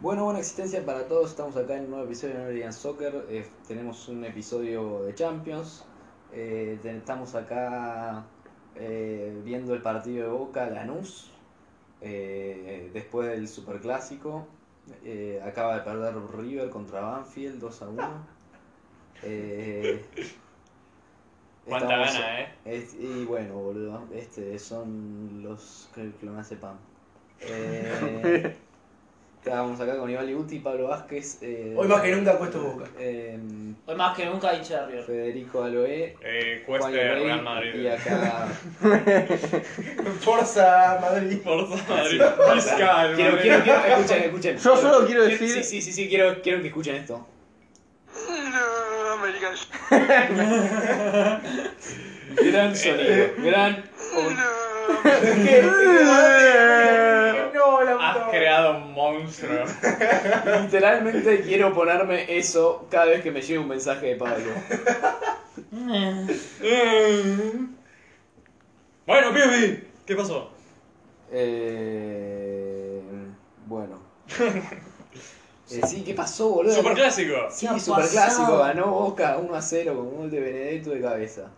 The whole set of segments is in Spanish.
Bueno, buena existencia para todos. Estamos acá en un nuevo episodio de Norian Soccer. Eh, tenemos un episodio de Champions. Eh, ten- estamos acá eh, viendo el partido de Boca, Lanús. eh, después del Superclásico. Eh, acaba de perder River contra Banfield 2 a 1. Eh, Cuánta estamos- gana, eh. es- y bueno, boludo, este son los que, que lo me hace pan. Eh, estábamos acá con Iván Liguti, Pablo Vázquez. eh, Hoy más que nunca puesto boca. eh, Hoy más que nunca hincha de River. Federico Aloe. Eh, cuesta Juan de Lorey, Real y Madrid. acá Forza Madrid. Forza Madrid. Vizca, el quiero, Madrid. quiero, quiero, escuchen, escuchen. Yo solo quiero decir- Sí, sí, sí, sí, quiero, quiero que escuchen esto. Americans. Eh, Gran sonido, gran. No, la puta Eh, Has madre. creado un monstruo. Literalmente quiero ponerme eso cada vez que me llegue un mensaje de Pablo. Eh. bueno, Piubi, ¿qué pasó? Eh, bueno. Eh, sí, ¿qué pasó, boludo? Superclásico. Sí, ¿Qué ha superclásico, pasado? ganó Boca 1 a 0 con un gol de Benedetto de cabeza.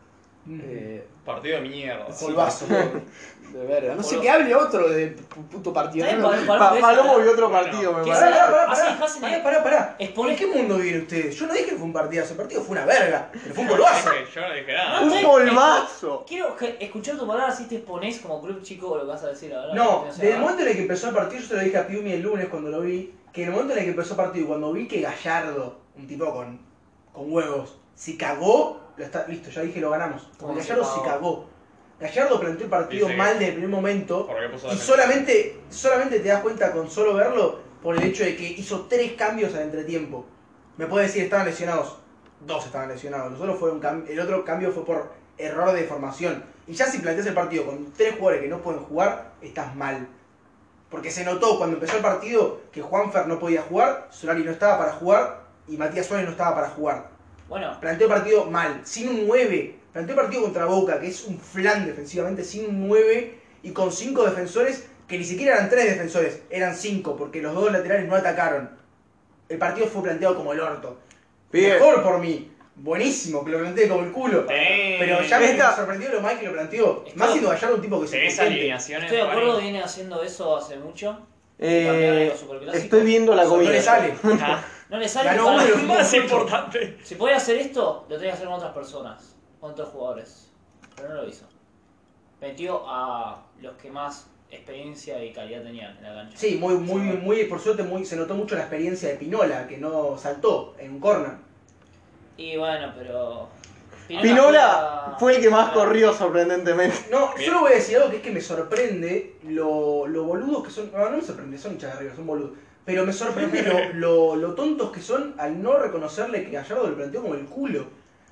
Mm. Eh, Partido de mierda. Polvazo. de verga. No sé Boludo. que hable otro de pu- puto partido. Está bien, No, no, no. Pablo- Pablo Pa- Iglesias. Palomo vio otro partido, me ¿Qué parece. Pará, pará, Así, pará. fácil, Pará, eh. pará, pará. Es por- ¿En qué mundo viven ustedes? Yo no dije que fue un partidazo. El partido fue una verga. Pero fue un Yo no golazo. dije- Yo no dije nada. Un polvazo. Quiero que- escuchar tu palabra si te pones como club chico lo que vas a decir ahora. No, O sea, desde el momento en el que empezó el partido, yo se lo dije a Piumi el lunes cuando lo vi, que en el momento en el que empezó el partido, cuando vi que Gallardo, un tipo con, con huevos, se cagó, lo está, listo, ya dije lo ganamos. ¿Cómo Porque se Gallardo se cagó? cagó. Gallardo planteó el partido Dice que- mal desde el primer momento. Porque puso Y defensa. solamente, solamente te das cuenta con solo verlo por el hecho de que hizo tres cambios al entretiempo. Me puede decir, estaban lesionados. Dos estaban lesionados. Los otros fueron cam- el otro cambio fue por error de formación. Y ya si planteas el partido con tres jugadores que no pueden jugar, estás mal. Porque se notó cuando empezó el partido que Juanfer no podía jugar, Solari no estaba para jugar y Matías Suárez no estaba para jugar. Bueno, Planteó el partido mal, sin un 9. Planteó el partido contra Boca, que es un flan defensivamente, sin un 9 y con 5 defensores, que ni siquiera eran 3 defensores, eran 5, porque los dos laterales no atacaron. El partido fue planteado como el orto. Bien. Mejor por mí. Buenísimo, que lo planteé como el culo. Tenés- Pero ya me Esta- sorprendió lo mal que lo planteó. Está- Más siendo Gallardo un tipo que se Tenés contente. alineaciones. estoy de acuerdo, varias. viene haciendo eso hace mucho. Cambiar Eh, los superclásicos. estoy viendo la No comida. le sale. Ah, No le sale Ganó para- uno de los Más importante. Si podía hacer esto, lo tenía que hacer con otras personas, con otros jugadores. Pero no lo hizo. Metió a los que más experiencia y calidad tenían en la cancha. Sí, muy, muy, muy, por suerte muy, se notó mucho la experiencia de Pinola, que no saltó en un corner. Y bueno, pero. Pinola juega- fue el que más Ah, corrió sorprendentemente. No, Bien. yo no voy a decir algo que es que me sorprende lo, lo boludos que son. No, no me sorprende, son hinchas de River, son boludos. Pero me sorprende lo, lo, lo tontos que son al no reconocerle que Gallardo lo planteó como el culo.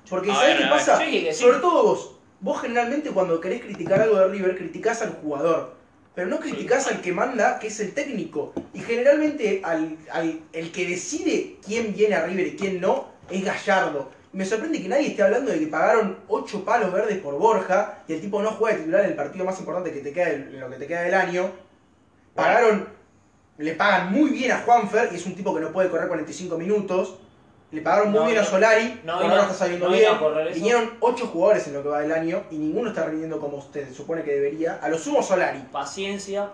Porque A ¿sabés ver, qué a ver, pasa? yo dije que sí. Sobre todo vos. Vos generalmente cuando querés criticar algo de River, criticás al jugador. Pero no criticás al que manda, que es el técnico. Y generalmente al, al- el que decide quién viene a River y quién no es Gallardo. Y Me sorprende que nadie esté hablando de que pagaron 8 palos verdes por Borja y el tipo no juega de titular en el partido más importante que te queda del- en lo que te queda del año. Pagaron, le pagan muy bien a Juanfer y es un tipo que no puede correr 45 minutos. Le pagaron muy No, bien a no. Solari, No, por no, ahora está saliendo no bien. iba a correr eso. Vinieron 8 jugadores en lo que va del año y ninguno está rindiendo como se supone que debería. A lo sumo Solari. Paciencia,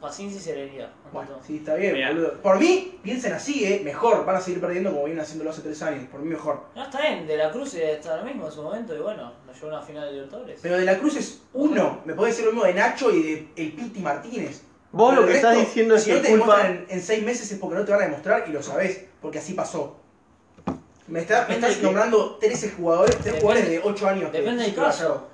paciencia y serenidad. Bueno, sí, está bien, Mirá. boludo. Por mí, piensen así, ¿eh? Mejor. Van a seguir perdiendo como vienen haciéndolo hace tres años. Por mí, mejor. No, está bien, De la Cruz está lo mismo en su momento y bueno, nos llevó a una final de Libertadores. Pero De la Cruz es uno. Me puede decir lo mismo de Nacho y de El Piti Martínez. Vos Pero lo que el estás resto, diciendo es si no que te culpa. demuestran en, en seis meses es porque no te van a demostrar y lo sabés. Porque así pasó. Me, está- me Depende estás de- nombrando 13 jugadores, 3 Depende- jugadores de 8 años. que depende del hicieron caso. Gallardo.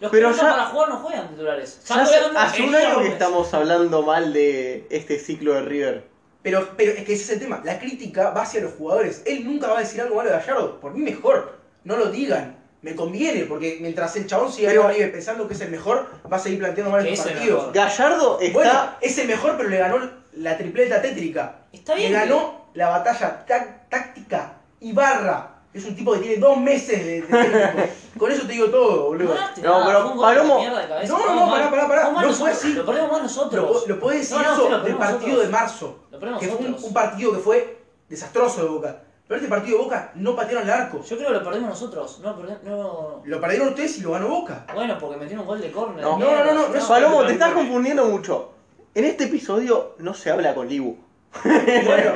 Los pero que ya- ya... para jugar no juegan titulares. Ya hace, hace un año que estamos estamos hablando mal de este ciclo de River. Pero, pero es que ese es el tema. La crítica va hacia los jugadores. Él nunca va a decir algo malo de Gallardo. Por mí mejor. No lo digan. Me conviene, porque mientras el chabón siga Pero- ahí arriba pensando que es el mejor, va a seguir planteando mal Que los es el partidos. mejor. Gallardo está. Bueno, es el mejor, pero le ganó la tripleta tétrica. Está bien. Le ganó la batalla tá- táctica y barra. Es un tipo que tiene dos meses de, de técnico. Con eso te digo todo, boludo. ganaste No, nada, pero fue un gol de Palomo- mierda de cabeza, No, no, jugamos no, mal. pará, pará, pará, Jugamos mal no fue nosotros, así. Lo perdemos más Lo, nosotros. lo podés decir No, no, sí, eso lo del perdemos partido nosotros. de marzo. Lo perdemos Que fue un, nosotros. un partido que fue desastroso de Boca. Pero este partido de Boca no patearon el arco. Yo creo que lo perdemos nosotros. No, perdé- no. Lo perdieron ustedes y lo ganó Boca. Bueno, porque metieron un gol de córner. No. No, mierda. no, no, no es Palomo, no, no, te estás no. confundiendo mucho. En este episodio no se habla con Libu. Bueno,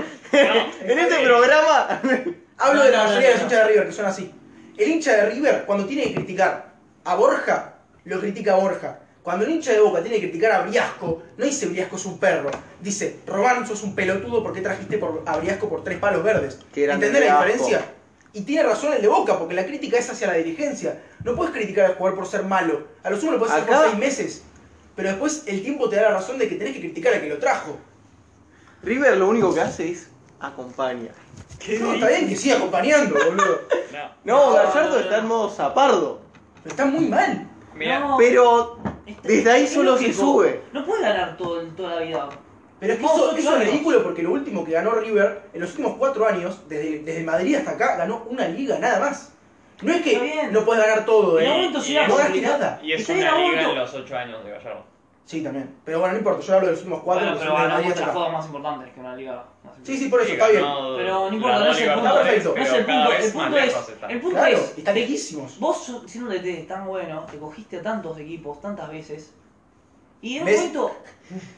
En este programa. hablo No, de la no, no, mayoría de los no, no. hinchas de River, que son así. El hincha de River, cuando tiene que criticar a Borja, lo critica a Borja. Cuando el hincha de Boca tiene que criticar a Briasco, no dice Briasco es un perro. Dice, Román, sos un pelotudo porque trajiste por, a Briasco por tres palos verdes. Qué grande ¿Entendés la Briasco. diferencia? Y tiene razón el de Boca, porque la crítica es hacia la dirigencia. No puedes criticar al jugador por ser malo. A lo sumo lo puedes hacer por Acá- seis meses. Pero después el tiempo te da la razón de que tenés que criticar al que lo trajo. River lo único que hace es acompaña. No, está bien que siga acompañando, boludo. No. No, No, Gallardo no, no. está en modo zapardo. Pero está muy mal. Mira. No, Pero es- desde ahí es solo se lógico. sube. No puedes ganar todo, toda la vida. Pero es que Vos eso, sos eso es chorro. ridículo porque lo último que ganó River en los últimos cuatro años, desde, desde Madrid hasta acá, ganó una liga nada más. No es Está que bien. no puedes ganar todo, En algún ¿eh? momento se y iba a No ganaste complicar. nada. Y es Está una bien, liga aguanto. en los 8 años de Gallardo. Sí, también. Pero bueno, no importa, yo hablo de los últimos cuatro. Bueno, que pero son de ganó Madrid hasta muchas acá. cosas más importantes que una liga. más Sí, importante. sí, por eso, está bien. Pero no importa, no es el punto. Está perfecto. No es el punto, el punto es. El punto Claro, es. están te- lejísimos. Vos, siendo un DT tan bueno, te cogiste a tantos equipos tantas veces. Y en un ¿Ves? momento.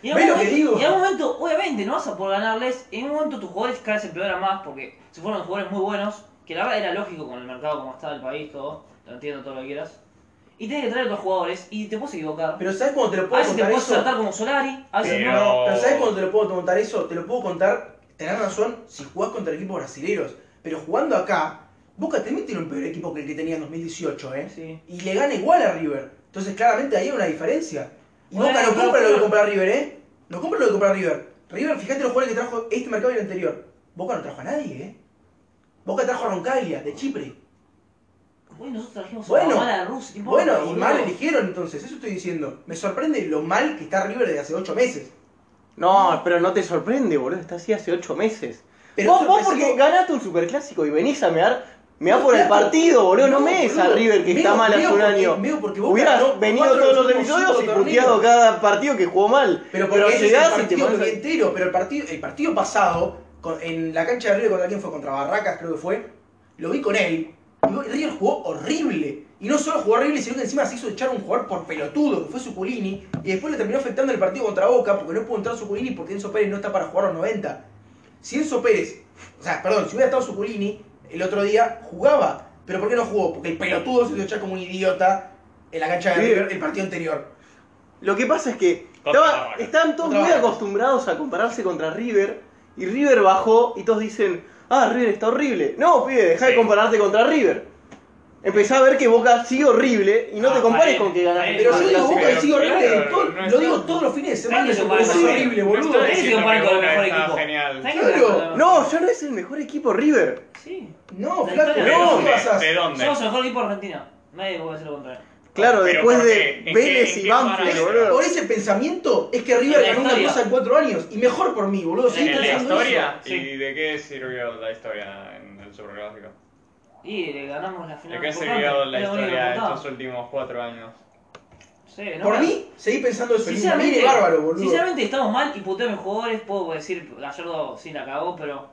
Y en un ¿Ves lo que momento, digo? y en un momento, obviamente, no vas a poder ganarles. En un momento tus jugadores cada vez se empeoran más porque se fueron jugadores muy buenos. Que la verdad era lógico con el mercado como está el país, todo. Lo entiendo todo lo que quieras. Y tienes que traer otros jugadores y te puedes equivocar. Pero ¿sabes cuándo te lo a puedo veces te contar puedes eso? Ah, tratar como Solari, a veces Pero- no. No, pero ¿sabes cuándo te lo puedo contar eso? Te lo puedo contar, tenés razón, si jugás contra equipos brasileños. Pero jugando acá, Boca también tiene un peor equipo que el que tenía en 2018, ¿eh? Sí. y le gana igual a River. Entonces, claramente ahí hay una diferencia. Y Bueno, Boca no pero- compra lo que compra River, ¿eh? No compra lo que compra River. River, fíjate los jugadores que trajo este mercado y el anterior. Boca no trajo a nadie, ¿eh? Boca trajo a Roncaglia, de Chipre. Bueno, nosotros trajimos a Bueno. la mala Rusia. ¿qué importa, Bueno, y boludo? mal eligieron entonces, eso estoy diciendo. Me sorprende lo mal que está River desde hace 8 meses. No, pero no te sorprende, boludo. Está así hace 8 meses. Pero vos, eso vos empezó- porque ganaste un superclásico y venís a mear. Me da No, por el claro. partido, boludo. No, me des a boludo. River que Veo- está mal hace veo un porque- año. veo porque Boca Hubieras ganó venido cuatro todos de los últimos episodios y cinco torneos. puteado cada partido que jugó mal. Pero porque ese es llegás el y te partido pones a- que vi entero, pero el partido, el partido pasado, con- en la cancha de River contra quién fue, contra Barracas creo que fue, lo vi con él, y digo, River jugó horrible. Y no solo jugó horrible, sino que encima se hizo echar un jugador por pelotudo, que fue Suculini, y después le terminó afectando el partido contra Boca, porque no pudo entrar Suculini porque Enzo Pérez no está para jugar los 90. Si Enzo Pérez, o sea, perdón, si hubiera estado Suculini, el otro día jugaba. ¿Pero por qué no jugó? Porque el pelotudo se hizo echar como un idiota en la cancha de Sí. River el partido anterior. Lo que pasa es que Contra estaba- la vaca. estaban todos Contra muy la vaca. acostumbrados a compararse contra River y River bajó y todos dicen, ah, River está horrible. No, pibe, deja de Sí. compararte contra River. Empezá a ver que Boca sigue horrible y no Ah, te compares ahí, con que ahí, ganaste. Pero yo el digo Superclásico. Boca y sigo horrible. Claro, todo- no lo está- digo todos los fines de Hay semana. que Es tomar es eso. horrible, No boludo. estoy Tenés que diciendo comparar que con el Boca mejor está equipo. genial. Tenés que Claro. comparar- No, ya no es el mejor equipo River. Sí. No, La flaco, historia ¿De no, no, dónde? ¿qué pasás? ¿De dónde? Somos el mejor equipo de Argentina. Nadie puede decir lo contrario. Claro, Pero después ¿por de qué? ¿En Vélez qué- en y qué Banfield, parámetro? boludo. Por ese pensamiento es que En River la ganó una historia. cosa en cuatro años. Y mejor por mí, boludo. Sí, ¿En la pensando historia? Sí. ¿Y de qué sirvió la historia en el supergráfico? Y le ganamos la final. ¿De qué importante. sirvió la Es lo único historia que de contaba. estos últimos cuatro años? Sí, eso. no, Por no. mí, seguí pensando eso. Ni Sinceramente, mire, bárbaro, boludo. sinceramente estamos mal y puteamos jugadores. Puedo decir, Gallardo sí la cagó, pero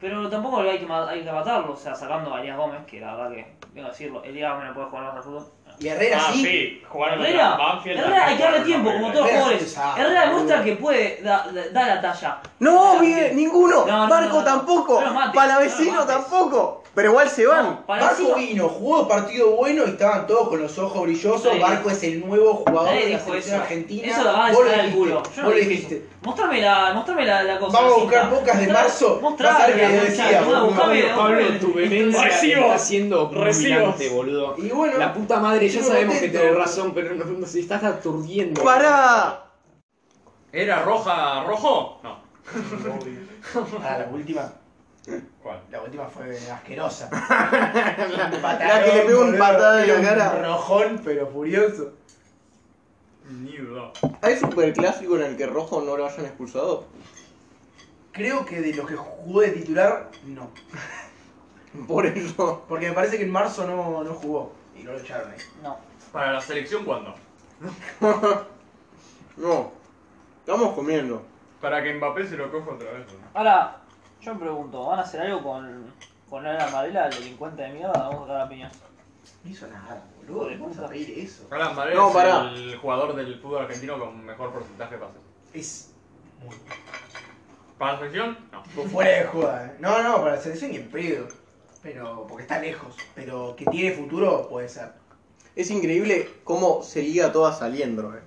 pero tampoco hay que, ma- hay que matarlo. O sea, sacando a Arias Gómez, que la verdad que, vengo a decirlo, el día no puede jugar más al fútbol. Y Herrera ah, sí. sí, jugaron Herrera, contra Banfield. Herrera hay que darle jugaron tiempo, horrible. como Herrera todos los es un jugadores. desastre, Herrera demuestra boludo. que puede, da, da- da la talla. No, bien pibe, ninguno. No, no, Barco no, no. tampoco. No los mates, Palavecino no los mates. tampoco. Pero igual se van. para Barco encima- vino, jugó partido bueno y estaban todos con los ojos brillosos. Nadie- Barco es el nuevo jugador Nadie de la dijo eso. selección argentina. Eso la va a Vos lo decir el dijiste, culo. Yo no Vos lo dije dijiste. eso. Mostrame la, mostrame la, la cosa. Vamos a la buscar cinta. bocas de Mostrame- marzo, Mostrame. vas a ver que la decía, cinta, boludo. buscame- Pablo, tu buscame- venencia Recibos. está siendo Recibos. fulminante, boludo. Y bueno, La puta madre, ya Estoy sabemos que contento. tenés razón, pero no, no, se estás aturdiendo. Pará. ¿Era roja rojo? No. Ah, la última. ¿Cuál? La última fue asquerosa. la que le pegó un patado en la cara. Un rojón, pero furioso. Ni duda. ¿Hay superclásico en el que Rojo no lo hayan expulsado? Creo que de los que jugó de titular, no. Por eso. Porque me parece que en marzo no, no jugó y no lo echaron ahí. No. ¿Para la selección cuándo? No. Estamos comiendo. Para que Mbappé se lo coja otra vez. ¿no? Ahora, yo me pregunto, ¿van a hacer algo con, con Alan Varela, el delincuente de mierda? Vamos a sacar la piña. No hizo nada, boludo. ¿Cómo vas a pedir eso? Alan Varela No, es pará. el jugador del fútbol argentino con mejor porcentaje de pases. Es ¿Para la selección? No. fuera de jugada. ¿eh? No, no, para la selección ni en pedo. Pero, porque está lejos. Pero que tiene futuro, puede ser. Es increíble cómo se liga toda saliendo. eh.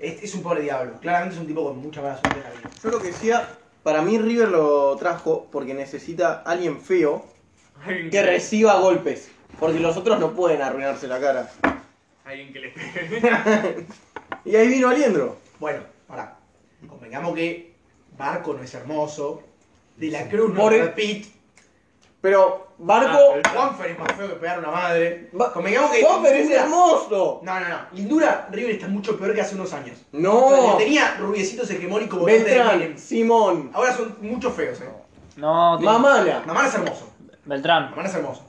Es, es un pobre diablo. Claramente es un tipo con mucha mala suerte en la vida. Yo lo que decía, para mí River lo trajo porque necesita alguien feo Alguien que reciba golpes. Porque los otros no pueden arruinarse la cara. Alguien que le pegue. Y ahí vino Aliendro. Bueno, pará. Convengamos que Barco no es hermoso. De la Cruz no More- es Brad Pitt. Pero Ah, Barco. el- Juanfer es más feo que pegar a una madre. Ba- Convengamos que. ¡Juanfer es Lindura- hermoso! No, no, no. Lindura River está mucho peor que hace unos años. ¡No! Cuando este Tenía rubiecitos hegemónicos votantes de Beltrán, Menem. Simón, Ahora son muchos feos, eh. No, tío. Mamana, Mamá es hermoso. Beltrán. Mamá es hermoso.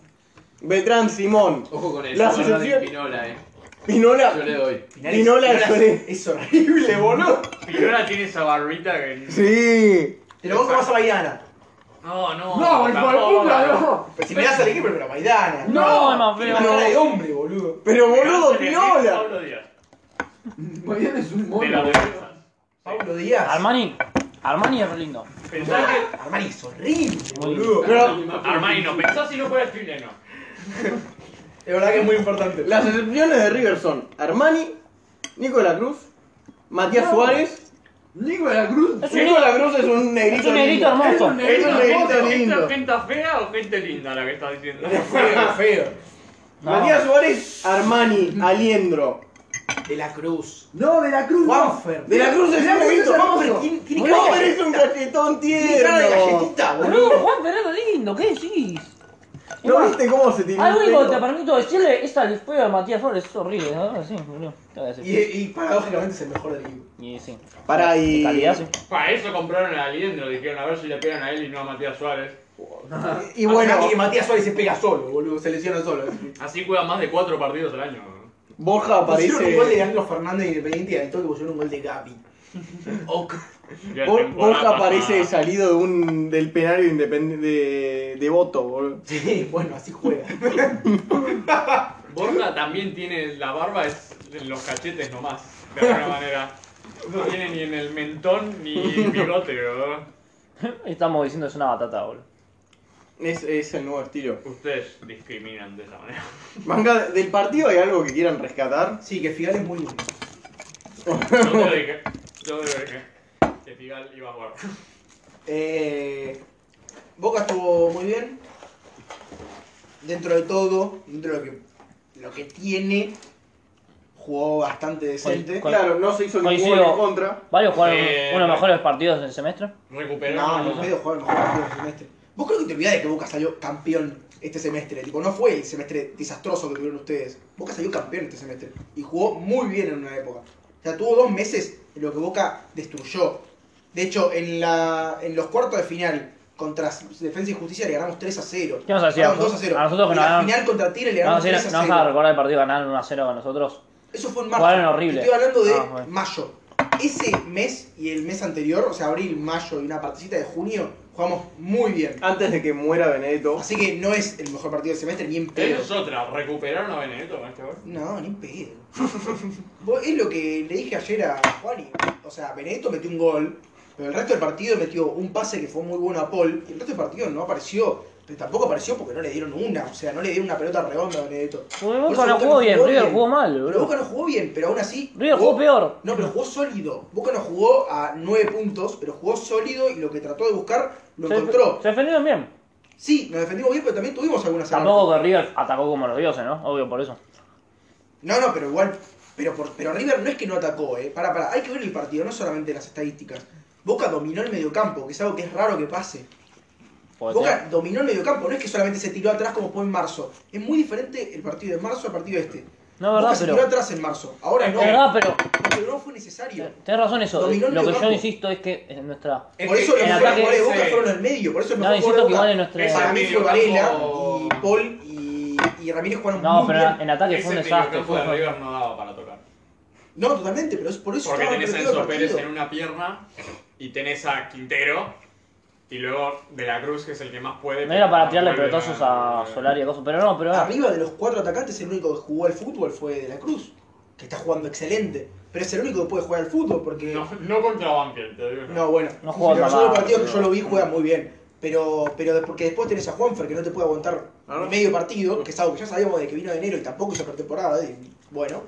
Beltrán, Simón, Ojo con eso. La guarda de selección- Pinola, eh. Yo Pinola. le doy. Finales- Pinola, Pinola lloré. es, es horrible, boludo. Pirona tiene esa barbita que. Sí. Te lo pongo más a Maidana. No, no. No, el tampoco. puta, no. Pues Si me das al equipo, pero Maidana. No, es más Tiene feo. más cara de hombre, boludo. Pero boludo, Selección Pinola. Pablo Díaz. Mariano es un De la mono. defensa. Pablo Díaz. Armani. Armani es re lindo. Pensá que. Armani es horrible, Muy boludo. Pero Armani no, pensá si no fuera chileno. Es verdad que es muy importante. las excepciones de River son Armani, Nico de la Cruz, Matías No. Suárez. Nico de la Cruz. Es un Nico de la Cruz es un negrito. Es un lindo. negrito hermoso. un Es un negrito lindo. ¿Es gente fea o gente linda la que está diciendo? Feo, feo. No. Matías Suárez, Armani, Aliendro. De la Cruz. No, de la Cruz. no. Juanfer. De la Cruz es Mira, un vos negrito. sos Vamos, hermoso. ¿Quién tiene cara de Vos eres un galletita? cachetón Tiene cara de tierno. galletita, boludo. Boludo, Juan Ferrer es lindo, ¿qué decís? ¿No viste cómo se este tiró? Algo el único que te pelo? permito decirle es al feo de Matías Flores, es horrible, ¿no? Sí, boludo. Te voy a Y, decir. y paradójicamente es el mejor del equipo. Y sí. Pará, y- De calidad, sí. Para eso compraron a Aliendro, dijeron a ver si le pegan a él y no a Matías Suárez. Y bueno, Acá que Matías Suárez se pega solo, boludo. Se lesiona solo. Así juega más de cuatro partidos al año. ¿no? Borja Pusieron un gol aparece. de Angelo Fernández de Independiente y al toque pusieron un gol de Gabi. Ok. Y la Bo- temporada Borja aparece pasada- salido de un, del penario independ- de, de voto, boludo. Sí, bueno, así juega. Borja también tiene la barba es en los cachetes nomás, de alguna manera. No tiene ni en el mentón ni el bigote, ¿verdad? Estamos diciendo que es una batata, boludo. Es, es el nuevo estilo. Ustedes discriminan de esa manera. Manga, ¿del partido hay algo que quieran rescatar? Sí, que Figal es muy lindo. Yo te lo dije, yo te lo dije. Que Figal iba a jugar. Eh, Boca estuvo muy bien. Dentro de todo, dentro de lo que, lo que tiene, jugó bastante decente. Con- Claro, no se hizo ningún Coincido. gol en contra. ¿Varios jugaron Eh, uno de los bueno. mejores partidos del semestre? Recuperó. no, no, pedo jugar el mejor partido del semestre. Vos creo que te olvidás de que Boca salió campeón este semestre. Tipo, no fue el semestre desastroso que tuvieron ustedes. Boca salió campeón este semestre. Y jugó muy bien en una época. O sea, tuvo dos meses en lo que Boca destruyó. De hecho, en, la, en los cuartos de final contra Defensa y Justicia le ganamos 3 a 0. ¿Qué nos hacía? Perdón, 2 a 0. A nosotros que en nos la ganaron- final contra Tigre le No, ganamos sí, no, 3 no a vas 0. a recordar el partido ganar 1 a 0 con nosotros. Eso fue en marzo. Jugaron horrible. Estoy hablando de Ah, bueno. mayo. Ese mes y el mes anterior, o sea, abril, mayo y una partecita de junio, jugamos muy bien. Antes de que muera Benedetto. Así que no es el mejor partido del semestre, ni en Eso pedo. es otra, recuperaron a Benedetto con este gol. No, ni en pedo. Vos- es lo que le dije ayer a Juani. O sea, Benedetto metió un gol, pero el resto del partido metió un pase que fue muy bueno a Paul, y el resto del partido no apareció. Pero tampoco apareció porque no le dieron una, o sea, no le dieron una pelota redonda a Benedetto. Porque Por eso Boca no jugó bien, River jugó mal, Pero boludo. Boca no jugó bien, pero aún así. River jugó peor. No, pero jugó sólido. Boca no jugó a 9 puntos, pero jugó sólido y lo que trató de buscar lo Se, encontró. se defendieron bien. Sí, nos defendimos bien, pero también tuvimos algunas Tampoco que River atacó como los dioses, ¿no? Obvio, por eso. No, no, pero igual. Pero, por- pero River no es que no atacó, ¿eh? Pará, pará. Hay que ver el partido, no solamente las estadísticas. Boca dominó el mediocampo, que es algo que es raro que pase. Porque Boca dominó el mediocampo, no es que solamente se tiró atrás como fue en marzo. Es muy diferente el partido de marzo al partido este. No, verdad, Boca se pero- tiró atrás en marzo. Ahora no. Es verdad, pero Pero no fue necesario. tenés razón eso. Dominó el Lo que yo mediocampo. insisto es que en nuestra... Es Por que eso los el mejores ataque jugadores de Boca ese- fueron al medio. Por eso el No, mejor jugador insisto que de igual Boca en nuestra... ese para mí fue mediocampo- Varela y Paul y, y Ramírez jugaron No, muy pero bien. en ataque fue un Ese desastre. mediocampo de fue- River no daba para tocar. No, totalmente, pero es por eso Porque estaba tenés a perdido el Enzo Pérez partido. en una pierna y tenés a Quintero y luego De la Cruz, que es el que más puede. No era para tirarle vuelve pelotazos a- a Solari y a cosas, pero no, pero... Arriba de los cuatro atacantes, el único que jugó al fútbol fue De La Cruz, que está jugando excelente. Pero es el único que puede jugar al fútbol porque. No, no contra Banfield, te digo. No, bueno. No juega Pero nada. yo los partidos que yo lo vi juega muy bien. Pero, pero de- porque después tenés a Juanfer que no te puede aguantar Ah, no. medio partido, que es algo que ya sabíamos de que vino de enero y tampoco hizo pretemporada. y bueno.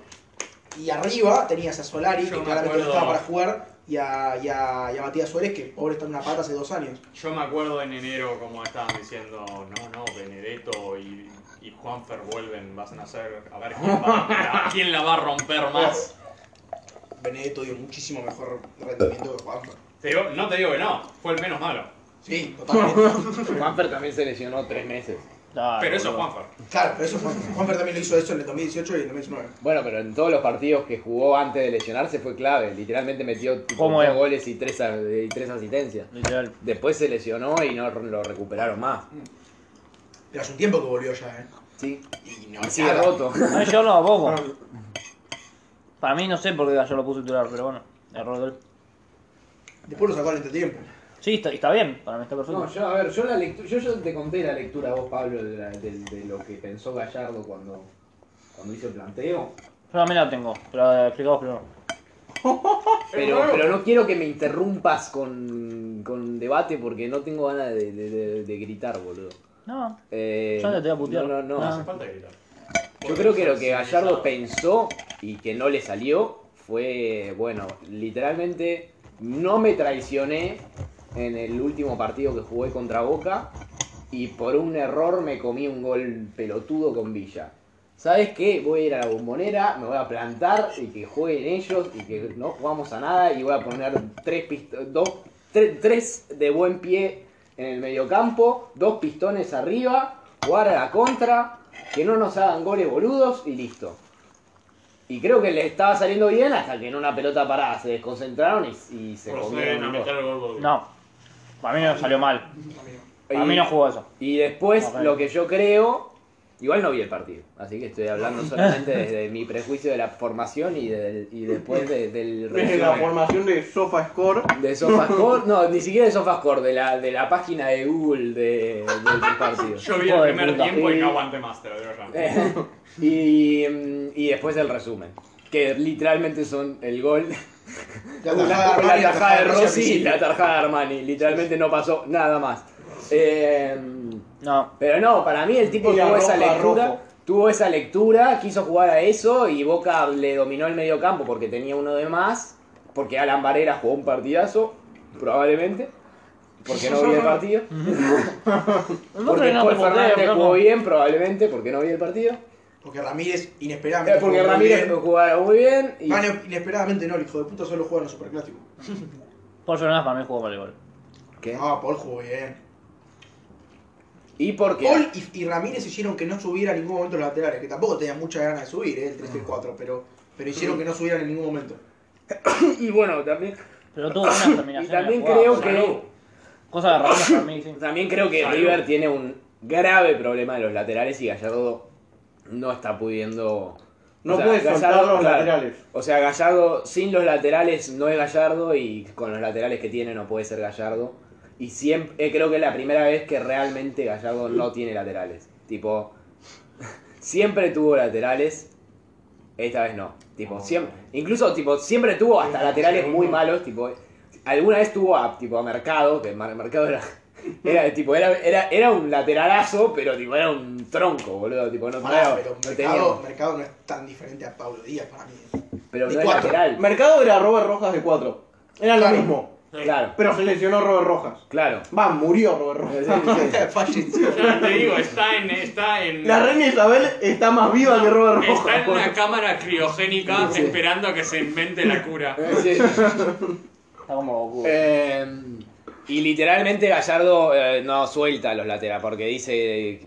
Y arriba tenías a Solari, Yo que me claramente no acuerdo- estaba para jugar, y a, y a- y a Matías Suárez, que pobre está en una pata hace dos años. Yo me acuerdo en enero como estaban diciendo, no, no, Benedetto y, y Juanfer vuelven, vas a hacer, a ver quién, va, a- quién la va a romper más. Benedetto dio muchísimo mejor rendimiento que Juanfer. Te digo- no te digo que no, fue el menos malo. Sí, totalmente. Juanfer también se lesionó tres meses. Claro, Pero eso es Ah, boludo. Juanfer. claro, pero eso fue- Juanfer también lo hizo eso en el 2018 y en el 2019. Bueno, pero en todos los partidos que jugó antes de lesionarse fue clave. Literalmente metió tipo, ¿Cómo dos es? goles y tres, a- y tres asistencias. Literal. Después se lesionó y no lo recuperaron más. Pero hace un tiempo que volvió ya, ¿eh? Sí. Y no, Así nada. de roto. No, yo no, poco. Para mí no sé por qué yo lo puse titular, pero bueno, error de él. Después lo sacó al entretiempo. Sí, está, está bien, para mí está perfecto. No, yo, a ver, yo la lectura, yo, yo te conté la lectura a vos, Pablo, de, la- de- de lo que pensó Gallardo cuando, cuando hizo el planteo. Yo también la tengo, pero eh, explicamos primero. Pero, pero no quiero que me interrumpas con, con debate porque no tengo ganas de, de- de- de gritar, boludo. No, Eh, Yo no te voy a putear. Ah. No, no, no. No. Falta gritar. Yo creo que lo que Gallardo pensó y que no le salió fue, bueno, literalmente no me traicioné en el último partido que jugué contra Boca y por un error me comí un gol pelotudo con Villa. ¿Sabes qué? Voy a ir a la bombonera, me voy a plantar y que jueguen ellos y que no jugamos a nada y voy a poner tres, pist- dos, tre- tres de buen pie en el mediocampo, dos pistones arriba, jugar a la contra, que no nos hagan goles boludos y listo. Y creo que le estaba saliendo bien hasta que en una pelota parada se desconcentraron y, y se Por comieron suerte, a un gol. meter el gol, boludo. no. Para mí no salió mal. Para Y- mí no jugó eso. Y después, Ok. lo que yo creo, igual no vi el partido, así que estoy hablando solamente desde mi prejuicio de la formación y, del- y después de- del Desde la formación de SofaScore. de SofaScore, no, ni siquiera de SofaScore, de la, de la página de Google de, del partido. Yo vi el Hijo de primer puta. tiempo y no Eh, aguanté más, te lo digo ya. Eh, y, mm, y después el resumen, que literalmente son el gol, La la, tajada de Armani, la tajada de Rossi y Argentina. la tajada de Armani, literalmente no pasó nada más. Eh, No. Pero no, para mí el tipo Y la tuvo esa roja, lectura, rojo. tuvo esa lectura, quiso jugar a eso y Boca le dominó el medio campo porque tenía uno de más, porque Alan Varela jugó un partidazo, probablemente, porque no vi el partido, No porque creo que no después te putees, Fernández flaco. jugó bien, probablemente, porque no vi el partido, Porque Ramírez Eh, inesperadamente. porque jugó muy Ramírez bien. jugaba muy bien y... Ah, no, inesperadamente no, el hijo de puta solo juega en los superclásicos. Paul Fernández para mí jugó mal igual. ¿Qué? No, Ah, Paul jugó bien. Y porque... Paul y, y Ramírez hicieron que no subiera en ningún momento los laterales, que tampoco tenían mucha ganas de subir, ¿eh? el 3 y el 4, pero, pero hicieron que no subieran en ningún momento. Y bueno, también, Pero tuvo buenas y terminaciones. también jugaba, creo pero- que... Cosa de Ramírez para mí, sí. También creo que Salud. River tiene un grave problema de los laterales y Gallardo no está pudiendo. No o sea, puede soltar los claro. laterales. O sea, Gallardo sin los laterales no es Gallardo y con los laterales que tiene no puede ser Gallardo. Y siempre eh, creo que es la primera vez que realmente Gallardo no tiene laterales. Tipo, siempre tuvo laterales, esta vez no. Oh. Tipo, siempre, incluso tipo, siempre tuvo hasta laterales muy malos, tipo, alguna vez tuvo a tipo a Mercado, que Mar- Mercado era era tipo era, era, era un lateralazo, pero tipo era un tronco, boludo, tipo no, Pará, no- pero no tenía- mercado, mercado no es tan diferente a Pablo Díaz para mí. pero ni no es cuatro. lateral. Mercado era Robert Rojas de 4. Era lo Claro. mismo. Claro, Pero se lesionó Robert Rojas. claro. Va, murió Robert Rojas. Falleció. Ya te digo, está en. Está en La reina Isabel está más viva que Robert Está Rojas. en una cámara criogénica esperando a que se invente la cura. Sí, sí. Está como Goku. Eh, y literalmente Gallardo eh, no suelta a los laterales porque dice, eh,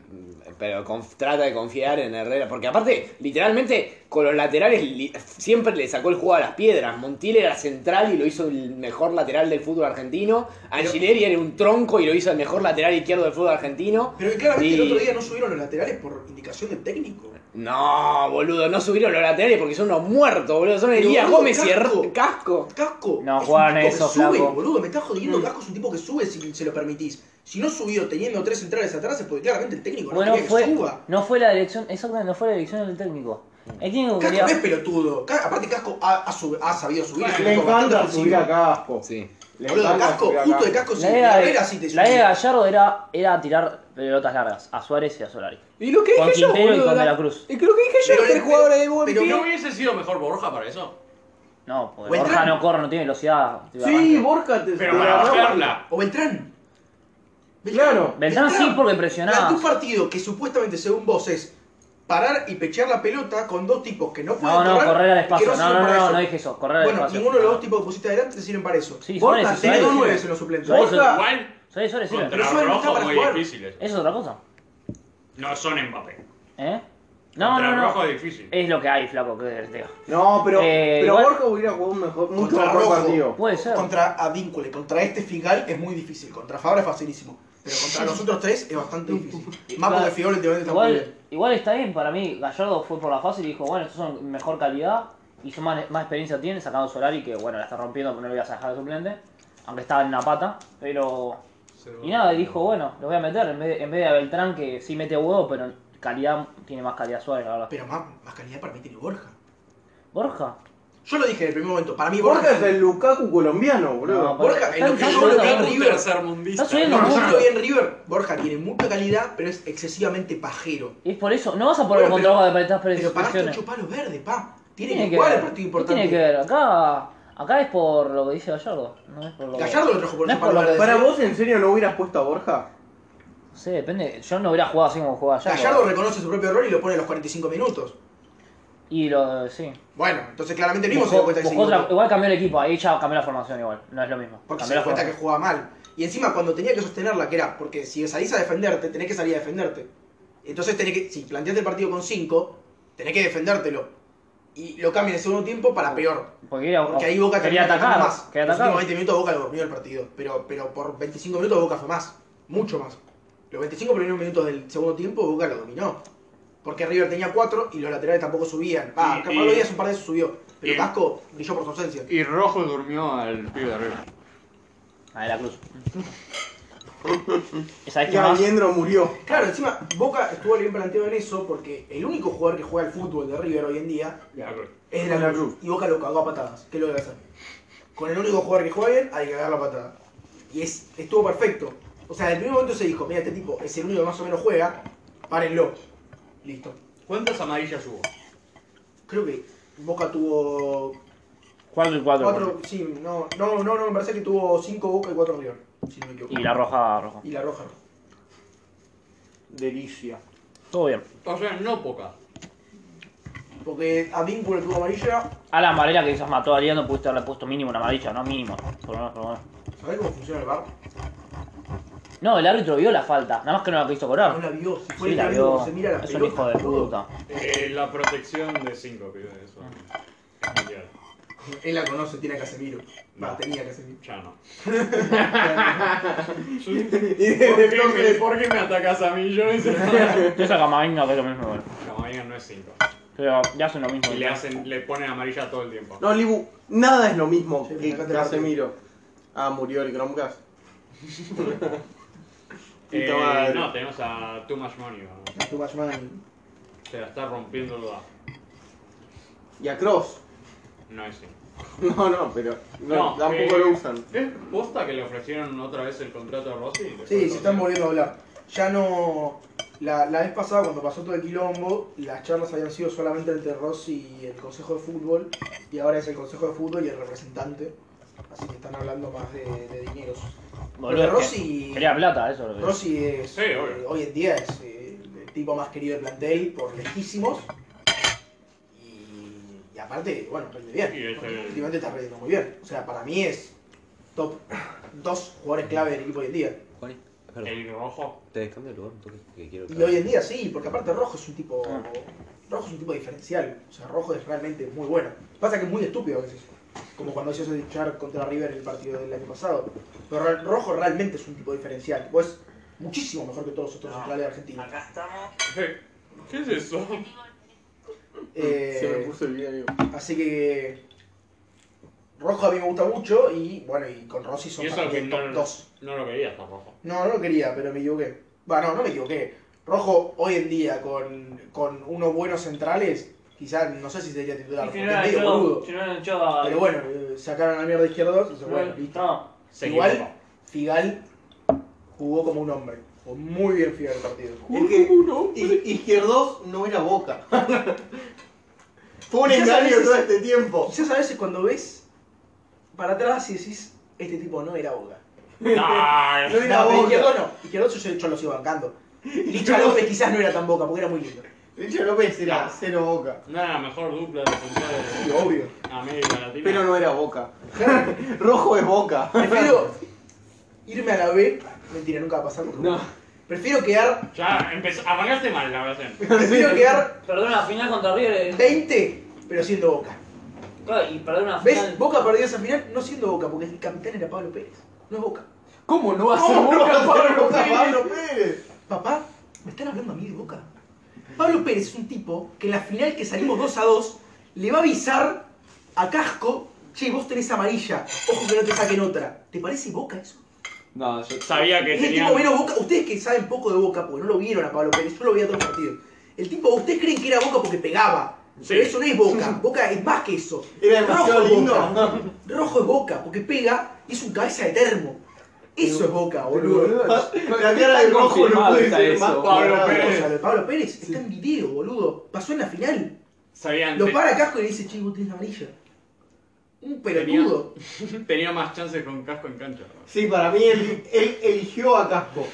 pero con- trata de confiar en Herrera, porque aparte, literalmente con los laterales li- siempre le sacó el juego a las piedras. Montiel era central y lo hizo el mejor lateral del fútbol argentino. Angileri era un tronco y lo hizo el mejor lateral izquierdo del fútbol argentino. Pero que claramente el Y- otro día no subieron los laterales por indicación del técnico. No, boludo, no subieron los laterales porque son unos muertos, boludo. Son Elías boludo, Gómez y casco. Er- Casco. Casco. No es juegan un tipo eso, que sube, flaco. boludo. Me estás jodiendo. Mm. Casco es un tipo que sube si se lo permitís. Si no subió teniendo tres centrales atrás es porque claramente el técnico Bueno, no quería fue, que suba. no fue la dirección, exactamente, no fue la dirección del técnico. El técnico Casco quería. no es pelotudo. Ca- aparte Casco ha, ha sub- ha sabido subir. es un Le tipo bastante encanta ofensivo. subir a casco. Sí. Le Boludo, encanta Casco, subir a justo de Casco sí. La idea, de, Herrera sí te la idea de sube. Gallardo era, era tirar pelotas largas a Suárez y a Solari. Y lo que Con dije yo, Quintero y boludo, con De la la- Cruz. Y lo que dije yo, Pero- tres pero- jugadores de buen pero pie. ¿No hubiese sido mejor Borja para eso? No, porque Beltrán. Borja no corre, no tiene velocidad. tipo, Sí, arranca. Borja te Pero te para la roba. bajarla. O Beltrán. Claro. Beltrán sí, porque presionaba. Tu partido que supuestamente según vos es parar y pechar la pelota con dos tipos que no pueden No, no, correr, correr al y que espacio. No, sirven no, para no, eso. no dije eso. Correr al Bueno, espacio. ninguno de los dos tipos que pusiste adelante te sirven para eso. Sí, Borja Suárez y Tiene tiene dos Suárez. dos nueve nueves en los suplentes. Suárez, Borja- Suárez, Igual Suárez, Suárez, sirve. contra Suárez no está Rojo para muy jugar. difícil eso. Eso es otra cosa. No son Mbappé. ¿Eh? No, contra no, Eh, Rojo no. es difícil. Es lo que hay, flaco, que divertido. No, pero, Eh, pero igual- Borja hubiera jugado un mejor, mucho Contra mejor Rojo. partido. Puede ser. Contra Adíncule, contra este Figal es muy difícil. Contra Fabra es facilísimo. Pero contra los otros tres es bastante difícil. Más porque Figal últimamente está muy Igual, bien. igual está bien, para mí Gallardo fue por la fase y dijo, bueno, estos son mejor calidad y yo más, más experiencia tiene sacando Solari, que bueno, la está rompiendo, pero no lo voy a dejar de suplente, aunque estaba en una pata, pero... Y nada, y dijo, bueno, lo voy a meter, en vez, en vez de a Beltrán, que sí mete huevo, pero calidad, tiene más calidad suave, la verdad. Ah, Pero más, más calidad para mí tiene Borja. Borja. Yo lo dije en el primer momento. Para mí Borja, Borja es el Lukaku No, colombiano, boludo. pero- Borja, en lo que está- yo está- lo está- veo en Lukaku River. tercermundista. Está subiendo. No, yo lo vi en River. Borja tiene mucha calidad, pero es excesivamente pajero. Es por eso, no vas a poner Bueno, contra pero- Boca de estas Pero pagaste presiones. 8 palos verdes, pa. ¿Qué Tiene que jugar el partido ¿Qué importante. tiene que ver? Acá, acá es por lo que dice Gallardo, no es por lo que- Gallardo lo trajo por No es 8 palos por lo verdes. que- ¿Para vos en serio no hubieras puesto a Borja? No sé, depende, yo no hubiera jugado así como juega Gallardo. Gallardo reconoce su propio error y lo pone a los 45 minutos. Y lo, sí. Bueno, entonces claramente el mismo se dio Buscó- cuenta que se buscó otra- equivocó, igual cambió el equipo, ahí ya cambió la formación igual, no es lo mismo. Porque se Cambió dio la cuenta que formación. jugaba mal. Y encima cuando tenía que sostenerla, que era, porque si salís a defenderte, tenés que salir a defenderte. Entonces tenés que, si planteaste el partido con 5, tenés que defendértelo. Y lo cambian en el segundo tiempo para peor. Porque, era- Porque ahí Boca quería termina atacar, atacando más. quería Los últimos atacar. 20 minutos Boca lo durmió el partido. Pero, pero por 25 minutos Boca fue más. Mucho más. Los 25 primeros minutos del segundo tiempo Boca lo dominó. Porque River tenía 4 y los laterales tampoco subían. Ah, Y- Pablo y- Díaz un par de veces subió. Pero y- Casco brilló por su ausencia. Y Rojo durmió al pibe de arriba. Ah, de la cruz. ¿Sabés Y qué más? Aliendro murió. Claro, encima Boca estuvo bien planteado en eso porque el único jugador que juega al fútbol de River hoy en día es de De la la Cruz. Cruz. Y Boca lo cagó a patadas. ¿Qué lo debe hacer? Con el único jugador que juega bien, hay que cagar la patada. Y es, estuvo perfecto. O sea, en el primer momento se dijo, mira, este tipo es el único que más o menos juega, párenlo. Listo. ¿Cuántas amarillas hubo? Creo que Boca tuvo 4 y 4. cuatro, sí, no, no, no, no, me parece que tuvo cinco Boca y cuatro River, si no me equivoco. Y la roja, roja. Y la roja. Delicia. Todo bien. O sea, no poca. Porque a Vínculo tuvo amarilla, A la amarela que quizás mató a Aliando, pudiste haberle puesto mínimo una amarilla, no mínimo. Por lo menos, por lo menos. ¿sabés cómo funciona el bar? No, el árbitro vio la falta, nada más que no la quiso No cobrar. la vio, si fue Ah. Sí, el la amigo, vio. se mira la Es un hijo de boludo. puta. Eh, la protección de 5, pibe. Eso. Mundial. Él la conoce, tiene a Casemiro. Va, No. tenía a Casemiro. Ya no. Y desde ¿Por qué, me, entonces, por qué me atacas a mí? Yo no hice nada. Yo saca Camavinga, que es lo mismo. bueno. Camavinga no es 5. Pero ya hacen lo mismo. Y le, hacen, le ponen amarilla todo el tiempo. No, Libu, nada es lo mismo Sí, que fíjate. Casemiro. Ah, murió el Chromecast. Eh, puta madre. no, tenemos a Too Much Money. ¿no? Tu Batman. Se la está rompiendo el da. Y a Cross. No es 5. No, no, pero no, No, tampoco eh, lo usan. ¿Es posta que le ofrecieron otra vez el contrato a Rossi? Después Sí, lo- se están volviendo a hablar. Ya no. La, la vez pasada, cuando pasó todo el quilombo, las charlas habían sido solamente entre Rossi y el Consejo de Fútbol, y ahora es el Consejo de Fútbol y el representante. Así que están hablando más de, de dineros. Boludo, Pero es que Rossi- Quería plata, eso es lo que Rossi es, Sí, obvio. eh, hoy en día es eh, el tipo más querido del plantel por lejísimos. Y, y aparte, bueno, rinde bien. Y es Porque el- Últimamente está rendiendo muy bien. O sea, para mí es top dos jugadores clave del equipo hoy en día. Juani, perdón, El rojo. te cambio el lugar un toque que quiero Y cagar. hoy en día sí, porque aparte Rojo es un tipo Rojo es un tipo diferencial. O sea, Rojo es realmente muy bueno. Pasa que es muy estúpido a veces. Como cuando se hizo dichar contra River en el partido del año pasado. Pero Ro- Rojo realmente es un tipo diferencial. Tipo, es muchísimo mejor que todos los otros centrales argentinos. Acá estamos. ¿Qué es eso? Mm, Eh, Se me puso el video. Así que. Rojo a mí me gusta mucho y bueno, y con Rossi son Y eso para mí que el no- top 2. No lo querías tampoco. No, no lo quería, pero me equivoqué. Bueno, no me equivoqué. Rojo hoy en día con, con unos buenos centrales, quizás no sé si sería titular, Si porque no es han medio echado, boludo. si no han echado a. Pero bueno, eh, sacaron a la mierda izquierdos, entonces bueno, listo. no. Se Igual- equivocó. Figal jugó como un hombre. Jugó muy bien Figal el partido. Es que Izquierdos no era Boca. Fue un Quizás a engaño veces- todo este tiempo. Quizás a veces cuando ves para atrás y decís, este tipo no era boca. Ay, No era era Boca. Izquierdo no. Izquierdo yo, yo lo sigo bancando. Licha López quizás no era tan boca, porque era muy lindo. Licha López era Ah. cero Boca. Nada, mejor dupla de Sí, centrales obvio. de América Latina. Pero no era Boca. Rojo es Boca. Prefiero irme a la B. Mentira, nunca va a pasar. porque- Prefiero quedar, Ya, empezó, arrancaste mal la verdad. prefiero quedar Perdón, la final contra River. eh, 20, pero siendo boca. claro, Y perdón, la ¿Ves? final. Boca perdió esa final no siendo boca, porque el capitán era Pablo Pérez. No es boca. ¿Cómo no va a ser ¿Cómo no va a Boca ser Pablo Boca Pérez? Pablo Papá, ¿me están hablando a mí de boca? Pablo Pérez es un tipo que en la final que salimos 2 a 2 le va a avisar a Casco, che, vos tenés amarilla, ojo que no te saquen otra. ¿Te parece boca eso? No, yo. Sabía que Es el tenían... Este tipo menos boca. Ustedes que saben poco de boca, porque no lo vieron a Pablo Pérez, yo lo vi a todos los partidos. El tipo, ustedes creen que era boca porque pegaba. Sí. Pero eso no es boca. Boca es más que eso. Era demasiado Rojo es lindo. Boca. Rojo es boca porque pega y es un cabeza de termo. Eso es boca, boludo. La cara de rojo no puede ser más Pablo cuadrada. Pérez. O sea, lo de Pablo Pérez está en video, boludo. Pasó en la final. Sabían, Lo te- para Casco y le dice, che, vos tenés amarilla. Un pelotudo. tenía más chances con casco en cancha. Sí, para mí él, él eligió a Casco.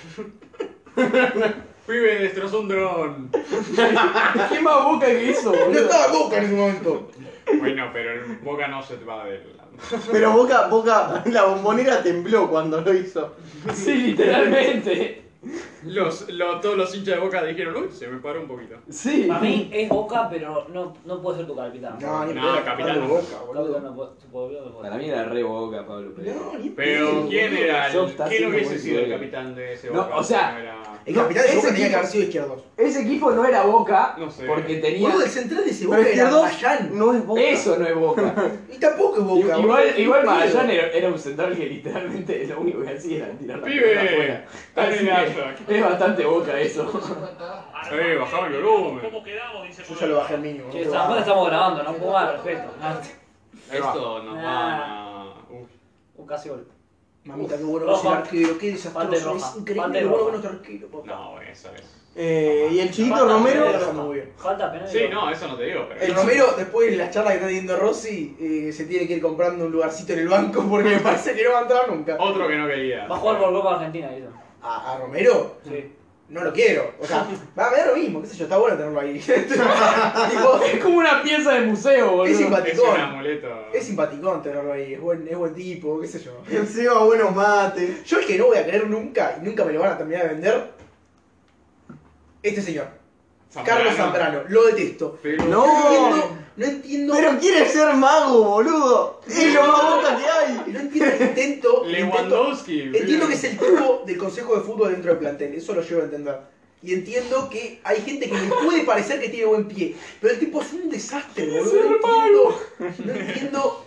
Pibe, destrozó un dron. ¿Qué más Boca que eso, No estaba boca en ese momento. Bueno, pero el Boca no se va del... Pero Boca, Boca, la bombonera tembló cuando lo hizo. Sí, literalmente. Los, lo- todos los hinchas de Boca dijeron, uy, se me paró un poquito. Sí. Para mí es Boca, pero no, no puede ser tu capitán. No, ni No, pedo, capitán Pablo no. boca, Capitán boludo. no puede, se puede volver, no puede. Para mí era re boca, Pablo Pérez. No, ni Pero, pedo, ¿quién boludo. era? Yo El, estaba ¿Quién haciendo hubiese buen sido el duelo. capitán de ese No, Boca? o sea, No era- El No, capitán de ese Boca tenía que tipo- haber sido izquierdos. Ese equipo no era boca No sé. porque tenía. Boludo, el central de ese Pero Boca era Izquierdos Magallán. no es Boca. Eso no es boca. Y tampoco es Boca. I- boludo. igual igual Ni Magallán pedo. era, era un central que literalmente lo único que hacía era tirar la pelota ¡Pibe! afuera. ¡Dale Así en que Es bastante boca eso. Eh, bajaba el volumen. ¿Cómo quedamos? Dice Yo ya lo bajé al mínimo. Che, boludo. estamos, estamos grabando, no puedo más, respeto. Ah, Esto nos va a... Uf. Un casi gol. Mamita, qué bueno que Roja. es el arquero, qué Parte desastroso. roja. Es increíble Parte lo bueno roja. que no es arquero, papá. No, eso es... Eh, y el chiquito Falta Romero. penal Está de jugando Roja. muy bien. Falta penal. de Sí, Roja. no, eso no te digo, pero... El Romero, después de la charla que está teniendo Rossi, eh, se tiene que ir comprando un lugarcito en el banco porque me parece que no va a entrar nunca. Otro que no quería. Va a jugar por Copa Argentina, eso. A, a Romero, Sí. no lo quiero. O sea, va, me da lo mismo, qué sé yo, está bueno tenerlo ahí. Tipo, Es como una pieza de museo, es boludo. Es un simpaticón. amuleto. Es simpaticón tenerlo ahí, es buen, es buen tipo, qué sé yo. Encima buenos mates. Yo el que no voy a creer nunca, y nunca me lo van a terminar de vender, este señor, Carlos Zambrano, lo detesto. Pero- No. entiendo, no entiendo, Pero quiere ser mago, boludo. Es lo más Boca que hay. no entiendo el intento, el intento. Lewandowski. Entiendo que es el tipo del consejo de fútbol dentro del plantel, eso lo llevo a entender. Y entiendo que hay gente que le puede parecer que tiene buen pie, pero el tipo es un desastre, boludo. No entiendo, no entiendo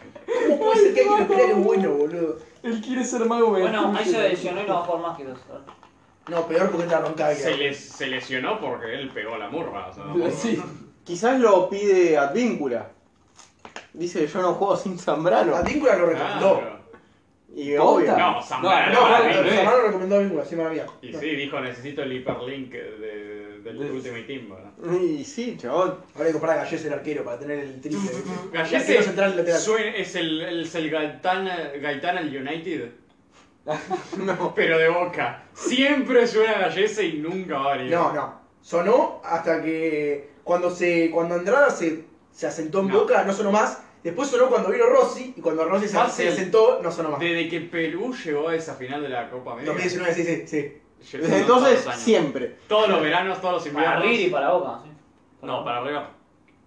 cómo puede ser que alguien lo crea que es bueno, boludo. Él quiere ser mago, me Bueno, ahí se destruye. lesionó y no va a jugar más que dos. ¿eh? No, peor porque es la roncavia. Se, les- se lesionó porque él pegó la murga. o sea, no- Sí. Quizás lo pide Advíncula. Dice yo no juego sin Zambrano. A Víncula lo recomendó. Claro. Y ¿Posta? obvio. No, Zambrano. No, No, no, Advíncula. no, no, Zambrano lo recomendó a Víncula, sí me había. Ah, Y sí, dijo, necesito el hiperlink de- del De- Ultimate Team, ¿verdad? Y sí, chabón. Ahora hay que comprar a Gallés el arquero para tener el triple. Gallese Arquero central lateral. suena- es el, el- es el Gaitán, Gaitán al United, No. pero de boca. Siempre suena Gallese y nunca va a venir. No, no. Sonó hasta que cuando se cuando Andrada se, se asentó en No. Boca, no sonó más. Después sonó cuando vino Rossi y cuando Rossi se, Fácil. se asentó, no sonó más. Desde que Perú llegó a esa final de la Copa América. 2019, sí, sí, sí. llegó Desde todos los entonces años. siempre. Todos los veranos, todos los Para inviernos. River y para Boca. ¿sí? No, para arriba.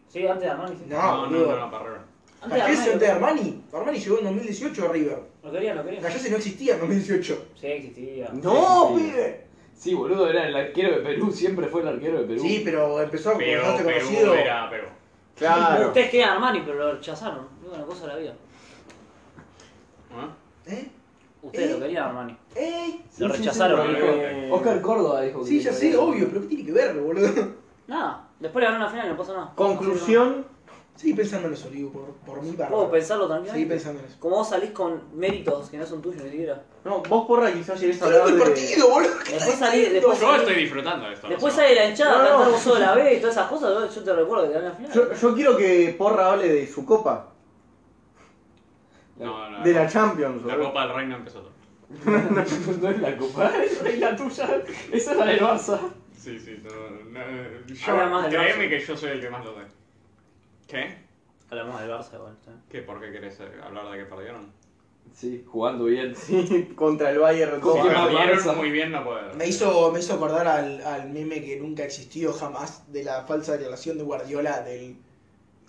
Sí, antes de Armani. Sí. No, no, no, no, Ah, boludo. no, Parrero. Antes de Galloso Armani. antes de Armani. Armani llegó en 2018 a River. Lo querían, lo querían. Gallese no existía en 2018. Sí, existía. ¡No, Sí, sí. pibe! Sí, boludo, era el arquero de Perú, siempre fue el arquero de Perú. Sí, pero empezó a Pero volverse Perú conocido. era Perú. Claro. Ustedes querían Armani, pero lo rechazaron. Es una cosa de la vida. ¿Ah? ¿Eh? Ustedes ¿Eh? lo querían Armani. ¿Eh? Lo Sí, sí, rechazaron. sí, ¿no? pero dijo- Oscar Córdoba dijo que. Sí, ya sé, obvio, pero ¿qué tiene que ver, boludo? Nada. Después le ganaron una final y no pasó nada. Conclusión. Seguí pensando en eso, digo, por, por mi parte. Puedo pensarlo Seguí tranquilamente. pensando en eso. Como vos salís con méritos que no son tuyos ni siquiera. No, vos porra quizás llegues a Pero no hablar el de. partido, boludo. ¿qué Después estás salí, diciendo? después Yo salí- estoy disfrutando de esto. Después no sé. sale la hinchada, No, no. cantar vos de la B y todas esas cosas, yo te recuerdo que te gané la final. Yo, yo quiero que porra hable de su copa. No, no, De la Ah, no. Champions, La boludo. Copa del Rey no empezó todo. No es la copa, es la tuya. Esa es la del Barça. Sí, sí, no, no, no, Habla más yo, del créeme Barça. que yo soy el que más lo doy. ¿Qué? Hablamos del Barça igual. ¿sí? ¿Qué? ¿Por qué querés eh, hablar de que perdieron? Sí, jugando bien. Sí, contra el Bayern. Si ¿Cómo Copa. que más perdieron Barça? muy bien, no puedo. Me hizo, me hizo acordar al, al meme que nunca existió jamás de la falsa relación de Guardiola del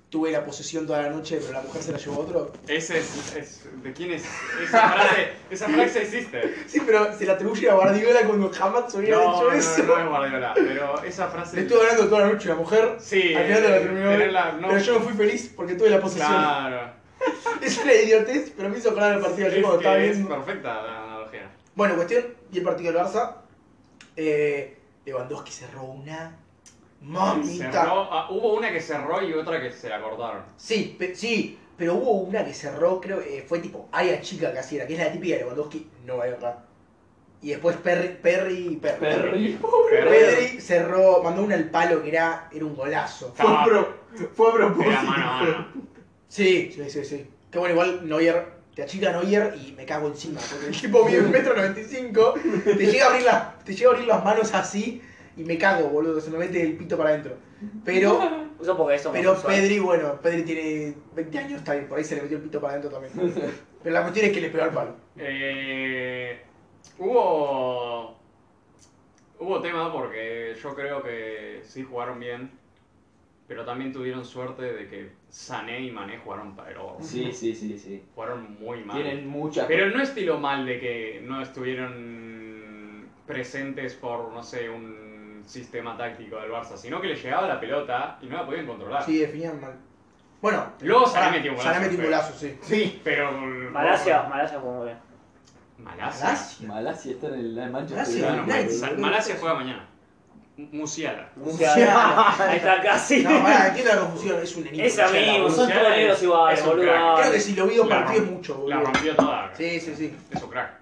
tuve la posesión toda la noche pero la mujer se la llevó a otro. Ese es, es- ¿De quién es? Esa frase, esa frase existe. Sí, pero se la atribuye a Guardiola cuando jamás se hubiera No, dicho no, no, eso. no es Guardiola, pero esa frase. Le estuve hablando toda la noche a la mujer. Sí, al final te la terminó. tener la- no. Pero yo no fui feliz porque tuve la posesión. Claro. Es una idiotez, pero me hizo acordar el partido ayer Es cuando estaba que es viendo. perfecta la analogía. Bueno, cuestión, y el partido del Barça. Eh, Lewandowski cerró una. Mamita. Cerró- ah, hubo una que cerró y otra que se la cortaron. Sí, pe- sí, pero hubo una que cerró, creo, eh, fue tipo área chica casi era, que es la típica de Lewandowski, no hay otra. Y después Perry, Perry, Perry. Perry. Pedri cerró, mandó una al palo que era, era un golazo. Fue, a pro- fue a Era propósito. mano a mano. Sí, sí, sí, sí. Que bueno, igual Neuer, te achica Neuer y me cago encima, porque el tipo mide un metro noventa y cinco, te llega a abrir las, te llega a abrir las manos así y me cago, boludo, se me mete el pito para adentro. Pero, Eso porque eso pero Pedri, bueno, Pedri tiene 20 años, está bien, por ahí se le metió el pito para adentro también. Pero la cuestión es que le pegó al palo. Eh, hubo. Hubo tema porque yo creo que sí jugaron bien. Pero también tuvieron suerte de que Sané y Mané jugaron para el orto. Sí, sí, sí, sí. Jugaron muy mal. Tienen muchas. Pero no estilo mal de que no estuvieron presentes por, no sé, un sistema táctico del Barça, sino que les llegaba la pelota y no la podían controlar. Sí, definían mal. Bueno, Luego Sané Salah metió un golazo. Salah metió un pero- golazo, sí. Sí, pero... Malasia, Malasia jugó muy bien. Malasia. Malasia. Malasia está en el en Manchester Malasia, Claro, United. United. Sal- Malasia juega mañana. M- Musiala. Ahí está casi. No, pará, entiendo la confusión, es un enigma. Es amigo, son Luciana todos es- negros iguales, es un crack. boludo. Creo que si lo vi dos La partidos rom- mucho, La boludo. rompió toda. Sí, sí, sí. Es un crack.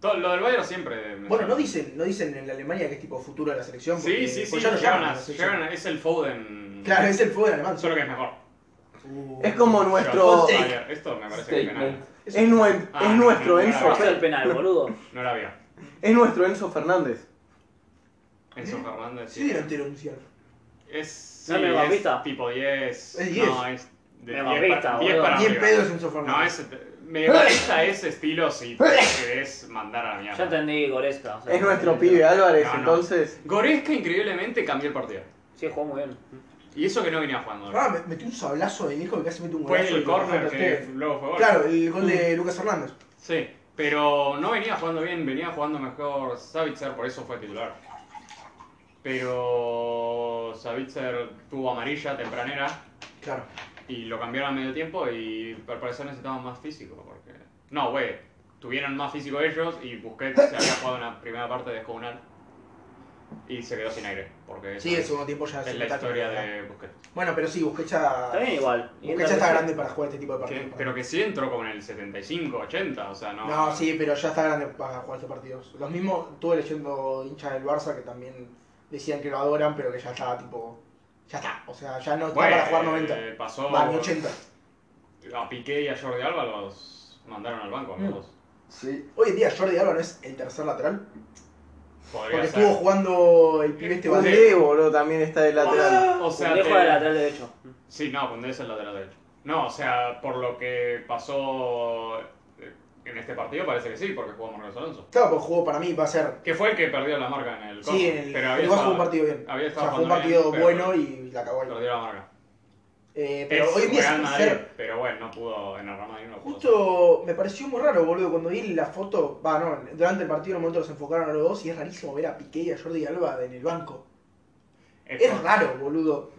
Todo, lo del Bayern siempre... me Bueno, no sorprende. dicen, no dicen en la Alemania que es tipo futuro de la selección. Sí, porque- sí, sí. porque ya lo llevan llaman a- la selección. llevan a- es el Foden. Claro, es el fuego de alemán. Uh, Solo que es mejor. Es como nuestro. Pero- Esto me parece que es penal. Statement. Es Es, nue- Ah, es no, nuestro no, no, Enzo. no, Eso es el penal, boludo. No la había. Es nuestro Enzo Fernández. Enzo Fernández. Sí, delantero oficial. Es, sí, No, mediocampista. es tipo 10. Es 10. No, es de 10 Mediocampista, para, boludo. 10 para Ni en arriba. pedo es Enzo Ah, No, Fernández. es mediocampista es estilo si te querés mandar a la Ya mierda. entendí, Goresca. o sea, Es nuestro pibe Álvarez, No, no. entonces. Goresca increíblemente cambió el partido. Sí, jugó muy bien. Y eso que no venía jugando. Ah, me- metió un sablazo de viejo que casi metió un Fue golazo. y el lo corner dejaron que ustedes. luego fue gol. Uh. Claro, el gol de Lucas Hernández. Sí, pero no venía jugando bien, venía jugando mejor Savitzer, por eso fue titular. Pero Savitzer tuvo amarilla tempranera Claro. y lo cambiaron a medio tiempo y al parecer necesitaban más físico. porque No, güey, tuvieron más físico ellos y Busquets se había jugado una primera parte descomunal y se quedó sin aire. Porque esa Sí, el es, segundo tiempo ya es se la metió. historia de Busquets. Bueno, pero sí, Busquets ya. Está bien igual. Y Busquets ya está grande para jugar este tipo de partidos. Que- pero que sí entró como en el 75-80, o sea, no... No, sí, pero ya está grande para jugar estos partidos. Los mismos, estuve leyendo hinchas del Barça que también decían que lo adoran, pero que ya está tipo. Ya está, o sea, ya no está Güey, para jugar 90. eh, pasó... Va, ni 80. A Piqué y a Jordi Alba los mandaron al banco, Mm. los dos. Sí. Hoy en día Jordi Alba no es el tercer lateral. Podría Porque ser. estuvo jugando el pibe este Cundé. Valdés. Cundé, boludo, también está de lateral. O sea, Dejo te- de lateral derecho. Sí, no, Cundé es el lateral derecho. No, o sea, por lo que pasó eh, en este partido parece que sí, porque jugó Marcos Alonso. Claro, porque jugó para mí, va a ser. Que fue el que perdió la marca en el Sí, córner, el, pero el había Vasco estado- jugó un partido bien. había O sea, estado fue un jugando bien, partido pero bueno y la cagó ahí. Perdió la marca. Eh, pero Es hoy en día Real se puede Madrid, hacer- pero bueno, no pudo, en el Real Madrid no pudo. Justo me pareció muy raro, boludo, cuando vi la foto, va, no, durante el partido en un momento los enfocaron a los dos y es rarísimo ver a Piqué y a Jordi Alba en el banco. Es Es por- raro, boludo.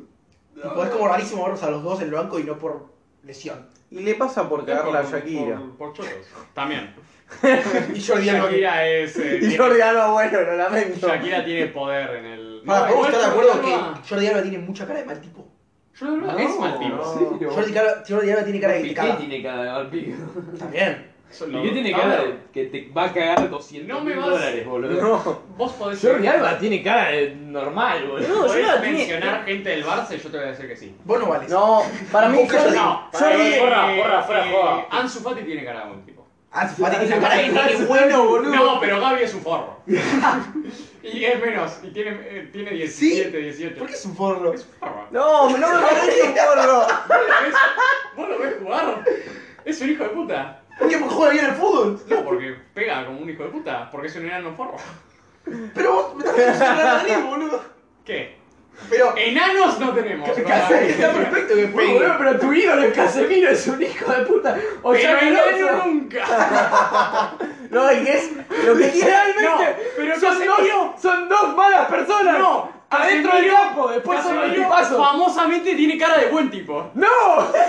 Tipo, es como rarísimo verlos a los dos en el banco y no por lesión. Y le pasa por es cagar la por- Shakira. Por, por chotos. También. Y Jordi Alba... que- Shakira es. eh, Y tiene- Jordi Alba, bueno, lo lamento. Shakira tiene poder en el. Para, No, podemos igual estar de Jordi acuerdo Alba- que Jordi Alba tiene mucha cara de mal tipo. Jordi Alba es mal tipo. no. Jordi, Alba- Jordi Alba tiene cara de Piqué picada. tiene cara de mal pico. También. Eso es lo- Piqué tiene A ver, cara de que te va a cagar 200 No me mil vas- dólares, boludo. No, Vos podés. Jordi Alba tiene cara de normal, boludo. No, yo podés la tenía. mencionar gente del Barça y yo te voy a decir que sí. Vos no vales. no, para mí. Vos, Jordi. No, Jordi- Porra, porra, fuera joda. eh, Ansu Fati tiene cara de buen tipo. Ah, su padre tiene una cara de mal bueno, boludo. No, pero Gaby es un forro. y es menos, y tiene, eh, tiene 17, 18. ¿Por qué es un forro? Es un forro. No, no me parece un gordo. Vos lo ves- Vos lo ves jugar. Es un hijo de puta. ¿Por qué juega bien al fútbol? No, porque pega como un hijo de puta, porque es un enano forro. Pero vos me estás diciendo Madrid, boludo. ¿Qué? Pero... Enanos no tenemos. ¿verdad? Está perfecto que Bueno, pegue. boludo, pero tu ídolo es Casemiro, es un hijo de puta. O Pero Xabi enano Alonso. nunca. No, y es lo que generalmente. No, pero Son Casemiro. dos, son dos malas personas. No, adentro del Casemiro- campo, después son los Casemiro tipazos. Famosamente tiene cara de buen tipo. ¡No!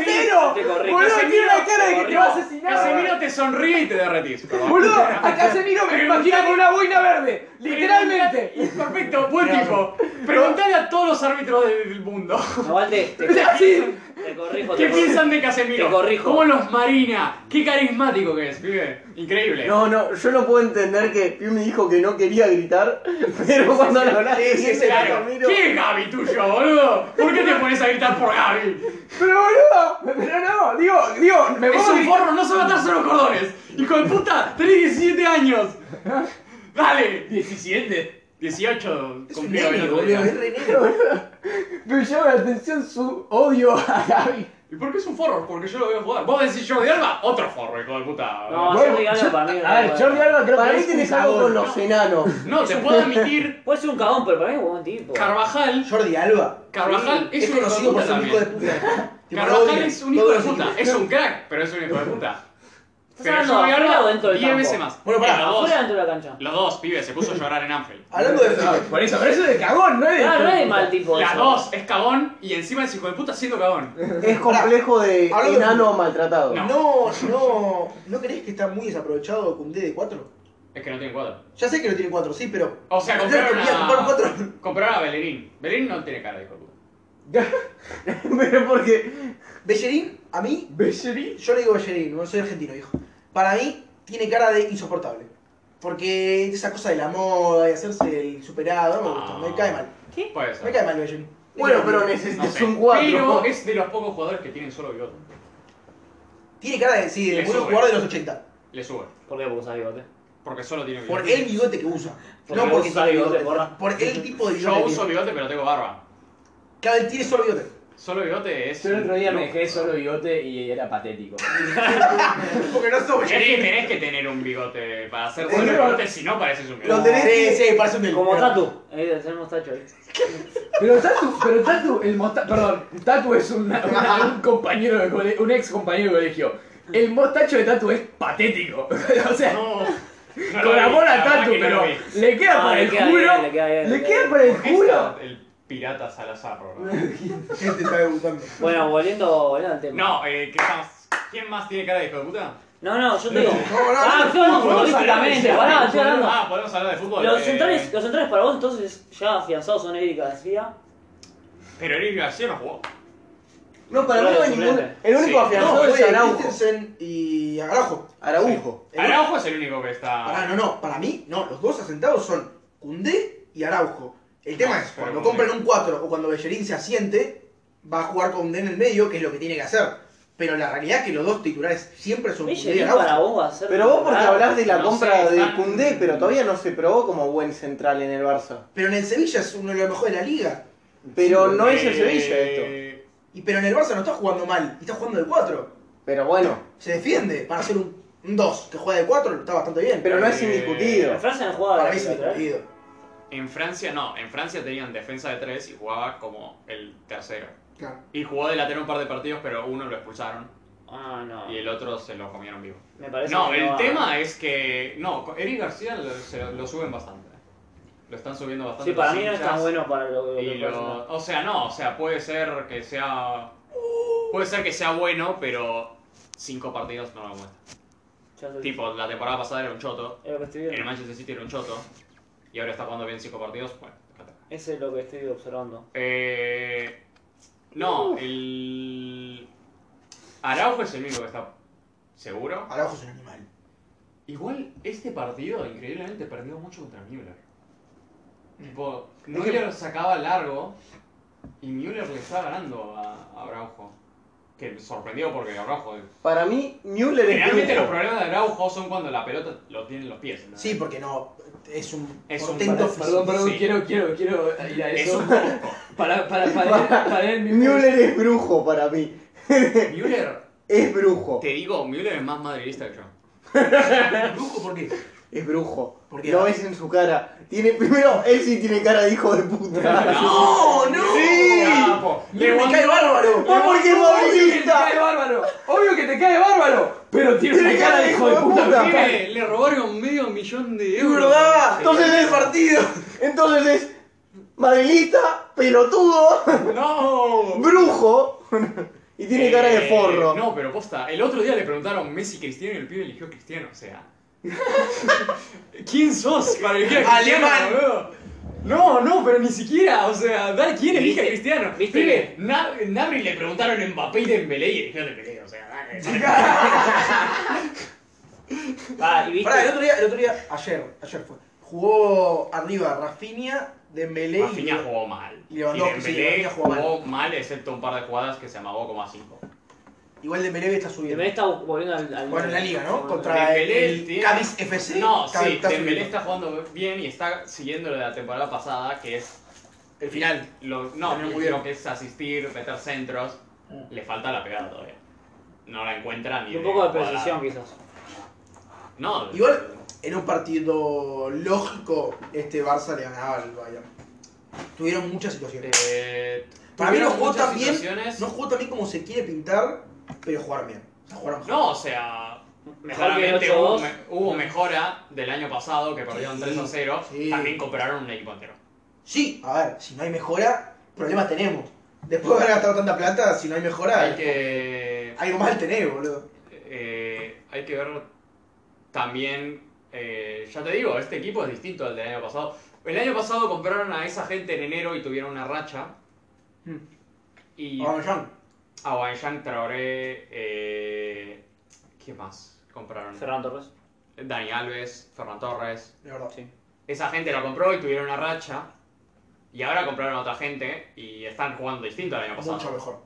¡Cero! ¡Boludo, tiene la cara de que te va a asesinar! Casemiro te sonríe y te derretís. ¡Boludo! A Casemiro me imagina con una boina verde. Literalmente. Perfecto, buen tipo. Preguntale a todos los árbitros del del mundo. Aguante, te, Es así. te corrijo, te ¿Qué corrijo. piensan de Casemiro? Te corrijo. ¿Cómo los marina? ¡Qué carismático que es, pibe! Increíble. No, no, yo no puedo entender que Piu me dijo que no quería gritar, pero cuando lo hablaste, sí, sí, se Claro. ¿Qué es Gaby tuyo, boludo? ¿Por qué te pones a gritar por Gaby? Pero boludo, pero no, digo, digo, me Es puedo un gritar. forro, no se va a atar solo cordones. Hijo de puta, tenés 17 años. Dale. 17. 18 Es un cumplió el nene, otro boludo. Es día. re negro. Me llama la atención su odio a Gaby. ¿Y por qué es un forro? Porque yo lo veo jugar. Vos decís Jordi Alba, otro forro, hijo de puta. No, Bueno, Jordi Alba yo- para mí. A ver, Jordi Alba creo Para que mí es un tienes algo con cagón. los enanos. No, te puedo admitir, Puede ser un cagón, pero para mí es un buen tipo. Carvajal Jordi Alba. Carvajal Sí, es un hijo de conocido por puta ser un hijo de también. puta. Tipo, lo Carvajal odian es un hijo de todos los puta, equipos. es un crack, pero es un hijo de puta. Pero hablando Jordi afuera o Alba, dentro del 10 campo? veces más. Bueno, pará, Y los, dos, Afuera o dentro de la cancha. los dos, pibes, se puso a llorar en Anfield. Hablando de fútbol. Por eso, pero eso es de cagón, no es de. Claro, no es de mal tipo. Las eso. dos, es cagón y encima es hijo de puta siendo cagón. Es complejo de Pará, hablo de enano fútbol. maltratado. No. No, no. ¿No crees que está muy desaprovechado Cundé de 4? Es que no tiene cuadro. Ya sé que no tiene 4, sí, pero. O sea, Yo creo que compraron voy a comprar a, 4. compraron a Bellerín. Bellerín no tiene cara de hijo de puta. Pero porque. Bellerín, a mí, Bellerín. yo le digo Bellerín, no soy argentino, hijo. Para mí, tiene cara de insoportable. Porque esa cosa de la moda y hacerse el superado, no me gusta, me cae mal. Puede Me ser. cae mal Bellerín. Bueno, pero No necesitas sé. un 4. Pero es de los pocos jugadores que tienen solo bigote. Tiene cara de, sí, de Le buen sube. jugador de los 80. Le sube. ¿Por qué? Porque usas bigote. Porque solo tiene bigote. Por el bigote que usa. Porque no no porque usa tiene bigote, bigote. porra. Por el tipo de bigote. Yo que uso tiene. bigote, pero tengo barba. Claro, él tiene solo bigote. Solo bigote es. Yo el otro día me dejé solo bigote y era patético. Porque no soy Es que tenés que tener un bigote para hacer Tenés- solo bigote, si no pareces un Lo bigote. tenés que- Sí, sí, parece un del- Como Tatu. Ahí debe ser mostacho ahí. Pero Tatu, pero Tatu, el mosta- perdón, Tatu es una- una- un compañero de cole- un ex compañero de colegio. El mostacho de Tatu es patético. o sea, No, no lo con vi, amor la a verdad Tatu, que no pero lo vi. le queda No, Ah, Ah, para le el queda culo. bien, le queda bien, le le queda queda para el ¿Por qué culo. está El pirata Salazar, bro? ¿Qué te está gustando? Bueno, volviendo, volviendo al tema. No, eh, ¿qué más? ¿Quién más tiene cara de hijo de puta? No, no, yo te digo. no, ah, no, estoy Podemos hablar hablando de- futbolísticamente. Pará, estoy hablando. Ah, podemos hablar de fútbol. Los eh, centrales, los centrales para vos entonces ya afianzados son Eric García. Pero Eric García no jugó. No, para mí no hay ningún. El único Sí. afianzado es fue Araujo. Christensen y Araujo. Araujo. El- Araujo es el único que está. Pará, no, no, para mí, no, los dos asentados son Cundé y Araujo. El tema No, es, pero cuando Koundé. compran un 4 o cuando Bellerín se asiente, va a jugar Cundé en el medio, que es lo que tiene que hacer. Pero la realidad es que los dos titulares siempre son Cundé y Bellerín para Araujo. vos va a ser. Pero vos porque titular. hablás de la Ah, no compra sé, de están- Cundé, pero todavía no se probó como buen central en el Barça. Pero en el Sevilla es uno de los mejores de la liga. Pero no es el Eh, Sevilla esto. Y pero en el Barça no está jugando mal, está jugando de 4. Pero bueno, Se defiende para ser un 2 que juega de 4, está bastante bien. pero no es Eh, indiscutido. En Francia no jugaba ¿eh? para de mí es ¿eh? lateral. indiscutido. En Francia no, en Francia tenían defensa de tres y jugaba como el tercero. Claro. Y jugó de lateral un par de partidos, pero uno lo expulsaron Ah, no. y el otro se lo comieron vivo. Me parece No, que el va- tema es que. No, Eric García lo, se lo- lo suben bastante. Lo están subiendo bastante. Sí, para los mí no es hinchas. tan bueno para lo, lo Y que lo- lo... o sea, no, o sea, puede ser que sea. Puede ser que sea bueno, pero cinco partidos no lo muestra. Ya sé- Tipo, la temporada pasada era un choto, Es lo que estoy en el viendo. Manchester City era un choto, y ahora está jugando bien cinco partidos. Bueno, acá está. Ese es lo que estoy observando. eh, No, el. Araujo es el único que está seguro. Araujo es un animal. Igual este partido increíblemente perdió mucho contra Müller. Tipo, Mm. que- Müller sacaba largo y Müller le estaba ganando a, a Araujo. Que me sorprendió porque Araujo. Para mí, Müller es Generalmente los brujo. problemas de Araujo son cuando la pelota lo tienen los pies. ¿no? Sí, porque no. Es un Es un portento pará- físico. Perdón, perdón, Sí. quiero, quiero, quiero ir a Es eso. un poco. Para, para, para, para, para el mismo. Müller es brujo para mí. Müller, Es brujo. te digo, Müller es más madridista que yo. Brujo, ¿por qué? Es brujo. ¿Por qué? Lo ves en su cara. Tiene, primero, él sí tiene cara de hijo de puta. ¡No! ¡No! Sí. Capo. ¡Me cae bárbaro! Ah, No, porque es Obvio que te cae madridista. bárbaro. Obvio que te cae bárbaro. Pero tiene una cara de hijo de puta. Pibe, le robaron medio millón de ¡Es euros. verdad! Sí. ¡Entonces es el partido! Entonces es madridista, pelotudo, ¡No! brujo y tiene cara de Eh, forro. No, pero posta, el otro día le preguntaron Messi Cristiano y el pibe eligió Cristiano, o sea. ¿Quién sos para elegir a Cristiano? Alemán. boludo? No, no, pero ni siquiera, o sea, dale, ¿quién elige a Cristiano? ¿Viste? Pibe, Na- Nabri le preguntaron Mbappé y Dembélé y eligió Dembélé, o sea, dale. dale. Ah, y viste. Pará, el otro día, el otro día, ayer, ayer fue. Jugó arriba Rafinha, Dembélé y- Rafinha jugó mal. Y Lewandowski, sí, Dembélé Rafinha jugó jugó mal. mal, excepto un par de jugadas que se amagó como a 5. Igual Dembélé está subiendo. Dembélé está volviendo al, al- Bueno, en la liga, ¿no? Contra Dembélé el tiene- Cádiz FC. No, está- sí, está Dembélé subiendo. está jugando bien y está siguiendo lo de la temporada pasada, que es El final. Lo, no, También lo pudieron. que es asistir, meter centros, le falta la pegada todavía. No la encuentra ni Y un poco de jugada. precisión quizás. No, Igual- En un partido lógico, este Barça le ganaba al Bayern. Tuvieron muchas situaciones. eh, Para mí no tuvieron jugó muchas tan bien, situaciones- No jugó tan bien como se quiere pintar, pero jugaron bien. O sea, jugaron No, o sea, Mejor que el claramente hubo, 8-2. me- hubo mejora del año pasado que perdieron Sí, 3 a 0. sí. También compraron un equipo entero. Sí, a ver, si no hay mejora, problemas tenemos. Después de haber gastado tanta plata, si no hay mejora, Hay que. algo mal tenemos, boludo. eh, hay que ver también. eh, ya te digo, este equipo es distinto al del año pasado. El año pasado compraron a esa gente en enero y tuvieron una racha. Hmm. Y Aubameyang. a Aubameyang, Traoré, eh, ¿qué más compraron? Ferran Torres. Dani Alves, Ferran Torres. de verdad. Esa gente la compró y tuvieron una racha. Y ahora compraron a otra gente y están jugando distinto al año pasado. Mucho mejor.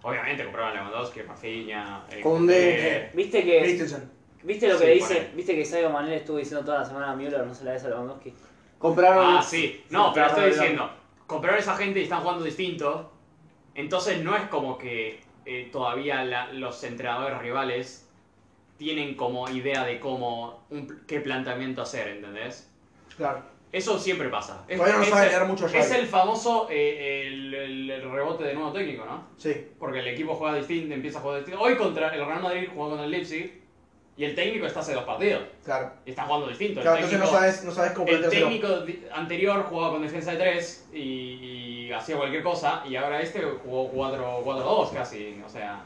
Obviamente compraron a Lewandowski, Rafinha, eh, Koundé. eh, ¿Viste que Christensen. viste lo que Sí, le dice? ponele. ¿Viste que Sadio Manel estuvo diciendo toda la semana a Müller no se la des a Lewandowski? Compraron. Ah, sí. No, Sí, pero claro, estoy claro. diciendo, compraron a esa gente y están jugando distinto. Entonces no es como que eh, todavía la- los entrenadores rivales tienen como idea de cómo, un pl- qué planteamiento hacer, ¿entendés? Claro. Eso siempre pasa. Es, Todavía no es saben el- leer mucho a Xavi. Es el famoso eh, el, el rebote de nuevo técnico, ¿no? Sí. Porque el equipo juega distinto, empieza a jugar distinto. Hoy contra el Real Madrid jugó contra el Leipzig y el técnico está hace dos partidos. Claro. Y está jugando distinto. El Claro, entonces no técnico- sabes, no sabes cómo el planteárselo. técnico di- anterior jugaba con defensa de 3 y, y hacía cualquier cosa, y ahora este jugó 4-2 casi, o sea.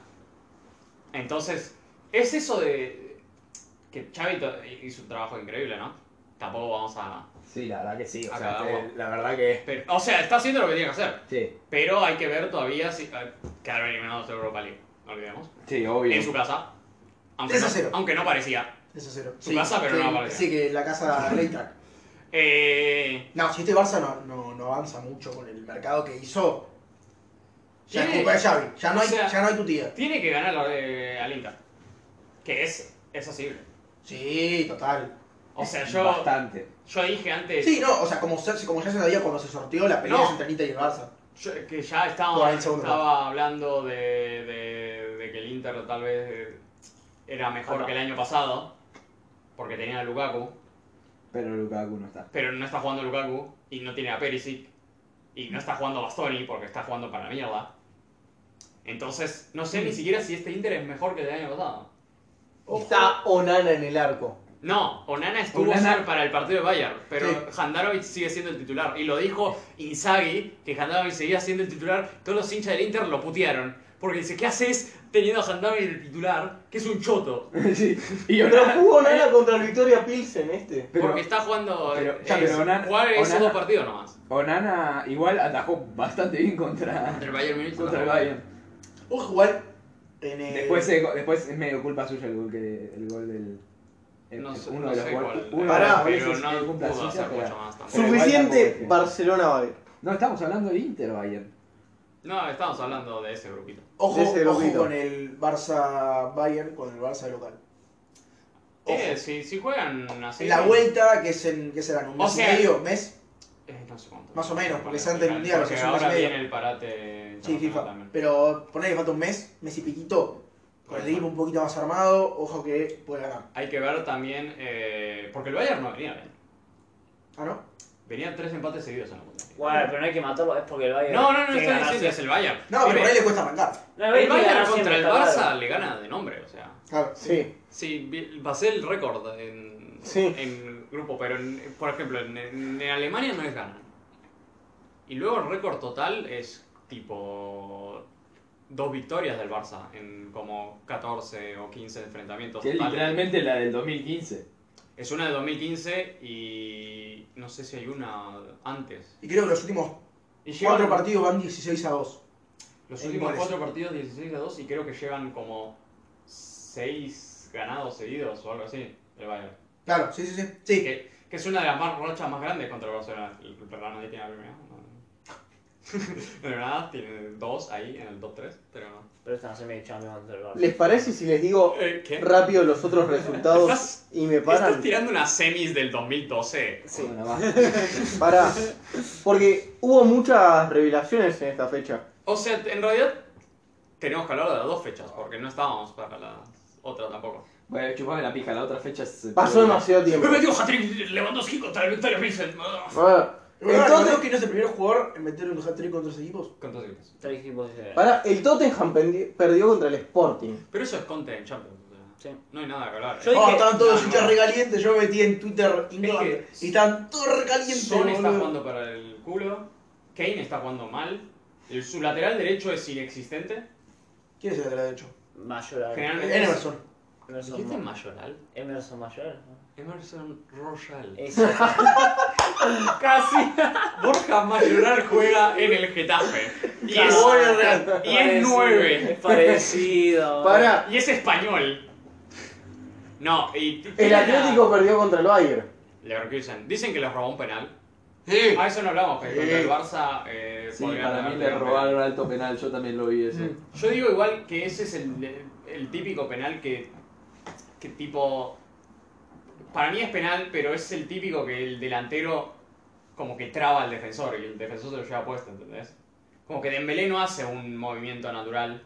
Entonces, es eso de. que Chavito hizo un trabajo increíble, ¿no? Tampoco vamos a. Sí, la verdad que sí. O sea, Acá vamos. te- la verdad que. pero- o sea, está haciendo lo que tiene que hacer, Sí, pero hay que ver todavía si. eh, quedaron eliminados de Europa League, no olvidemos. sí, obvio. En su casa. Aunque, 3 a no- 0. aunque no parecía. Eso cero. Su casa, pero sí, no aparece. Sí, que la casa Raytrack. Eh, No, si este Barça no, no, no avanza mucho con el mercado que hizo, ya es Tiene- culpa de Xavi. Ya no hay, o sea- ya no hay tu tía. tiene que ganar eh, al Inter, que es, es asible. Sí, total. O sea, yo, Bastante. yo dije antes Sí, no, o sea, como, se- como ya se sabía cuando se sorteó la pelea Eh. No. entre Anita y el Barça. yo- que ya Por estaba, ahí el segundo estaba hablando de, de- de que el Inter tal vez eh, era mejor que el año pasado, porque tenía a Lukaku, Pero Lukaku no está. pero no está jugando Lukaku y no tiene a Perisic, y no está jugando Bastoni porque está jugando para la mierda. Entonces, no Mm. sé ni siquiera si este Inter es mejor que el del año pasado. Está Onana en el arco. No, Onana estuvo Onana- solo para el partido de Bayern, pero Handanovic sigue siendo el titular. Y lo dijo Inzaghi, que Handanovic seguía siendo el titular. Todos los hinchas del Inter lo putearon. Porque dice, ¿qué haces teniendo a Handanovic el titular? Que es un choto. Sí. Y Pero Onana- eh. jugó Onana contra el Victoria Pilsen este. Pero- porque está jugando... pero- eh, ya, pero es- Onana- jugar esos Onana- dos partidos nomás. Onana igual atajó bastante bien contra, Contra el Bayern Múnich. contra el Bayern. Ojo, igual. En el- Después, eh, después es medio culpa suya el gol, que, el gol del. el- No sé, Eh, uno no de los sé goles- cuál. uno de Pará, los goles pero es no el culpa pudo suya, hacer pero- mucho más tampoco. Suficiente Igual tampoco es Barcelona Bayern. No, estamos hablando de Inter Bayern. No, estamos hablando de ese grupito. Ojo, de ese ojo grupito. con el Barça Bayern, con el Barça local. Ojo. Eh, si, si juegan así... En la vuelta, que es en. ¿Qué será? ¿Un O mes sea- y medio? ¿Mes? Eh, no sé cuánto. Más o menos, porque es Bueno, antes del Mundial, porque o sea, es un ahora mes y medio. viene el parate... Sí, internacional FIFA. también. Pero ponle que falta un mes, mes y piquito. Con el equipo un poquito más armado, ojo que puede ganar. Hay que ver también, eh, porque el Bayern no venía bien. ¿Ah, no? Venían tres empates seguidos en la Bundesliga. Bueno, pero no hay que matarlo, es porque el Bayern. No, no, no tiene estoy que diciendo, es ganarse. el Bayern. No, pero Dime, por ahí le cuesta arrancar. No, el tiene que Bayern ganar contra siempre, el está claro. Barça le gana de nombre, o sea. Claro. Sí. Sí, vi- pasé el récord en, Sí. en grupo, pero en- por ejemplo, en, en- en Alemania no les ganan. Y luego el récord total es tipo dos victorias del Barça en como 14 o 15 enfrentamientos. Que es totales. literalmente la del 2015. Es una de 2015 y no sé si hay una antes. Y creo que los últimos Y llevan- cuatro partidos van 16 a 2. Los en últimos goles. cuatro partidos 16 a 2 y creo que llevan como 6 ganados seguidos o algo así el Bayern. Claro, sí, sí, sí. Sí, Que, que es una de las más rachas más grandes contra el Barcelona. El Barcelona nadie tiene la primera. No. De verdad, tiene dos ahí en el top 3, pero no. Pero esta no se me champion contra el Barça. ¿Les parece si les digo Eh, ¿Qué? rápido los otros resultados ¿Estás- y me Estás paran? tirando unas semis del 2012. Sí, Bueno, va. pará. Porque hubo muchas revelaciones en esta fecha. O sea, en realidad tenemos que hablar de las dos fechas porque no estábamos para la otra tampoco. Bueno, chupame la pija, la otra fecha es. Pasó demasiado tiempo. Me metió hat-trick Lewandowski contra el Victoria Pilsen. Ah, entonces Entonces, que no es el primer jugador en meter un hat-trick contra los equipos. ¿Cuántos equipos? Tres equipos de. pará, el Tottenham pendi- perdió contra el Sporting. Pero eso es Conte en Champions. o sea, Sí. No hay nada que hablar. Yo eh. Oh, estaban todos no, hinchas no. recalientes. Yo me metí en Twitter Inglaterra Es que- y estaban todos recalientes. Son está boludo. jugando para el culo. Kane está jugando mal. el- Su lateral derecho es inexistente. ¿Quién es el lateral derecho? Mayoral. Generalmente. es- Emerson. Emerson, ¿Dijiste Ma- Mayoral? Emerson Mayoral. ¿no? Emerson Royal. Eso. Casi. Borja Mayoral juega en el Getafe. Y es, y es Parecido, nueve. Es parecido. Pará, Y es español. No, y. el Atlético perdió contra el Bayern. Leverkusen. Dicen que les robó un penal. Sí. A eso no hablamos, pero contra el Barça. Eh, Sí, podrían para mí haberle le ganado. robaron alto penal, yo también lo vi eso. Mm. Yo digo igual que ese es el, el típico penal que, que tipo... Para mí es penal, pero es el típico que el delantero como que traba al defensor y el defensor se lo lleva puesto, ¿entendés? Como que Dembélé no hace un movimiento natural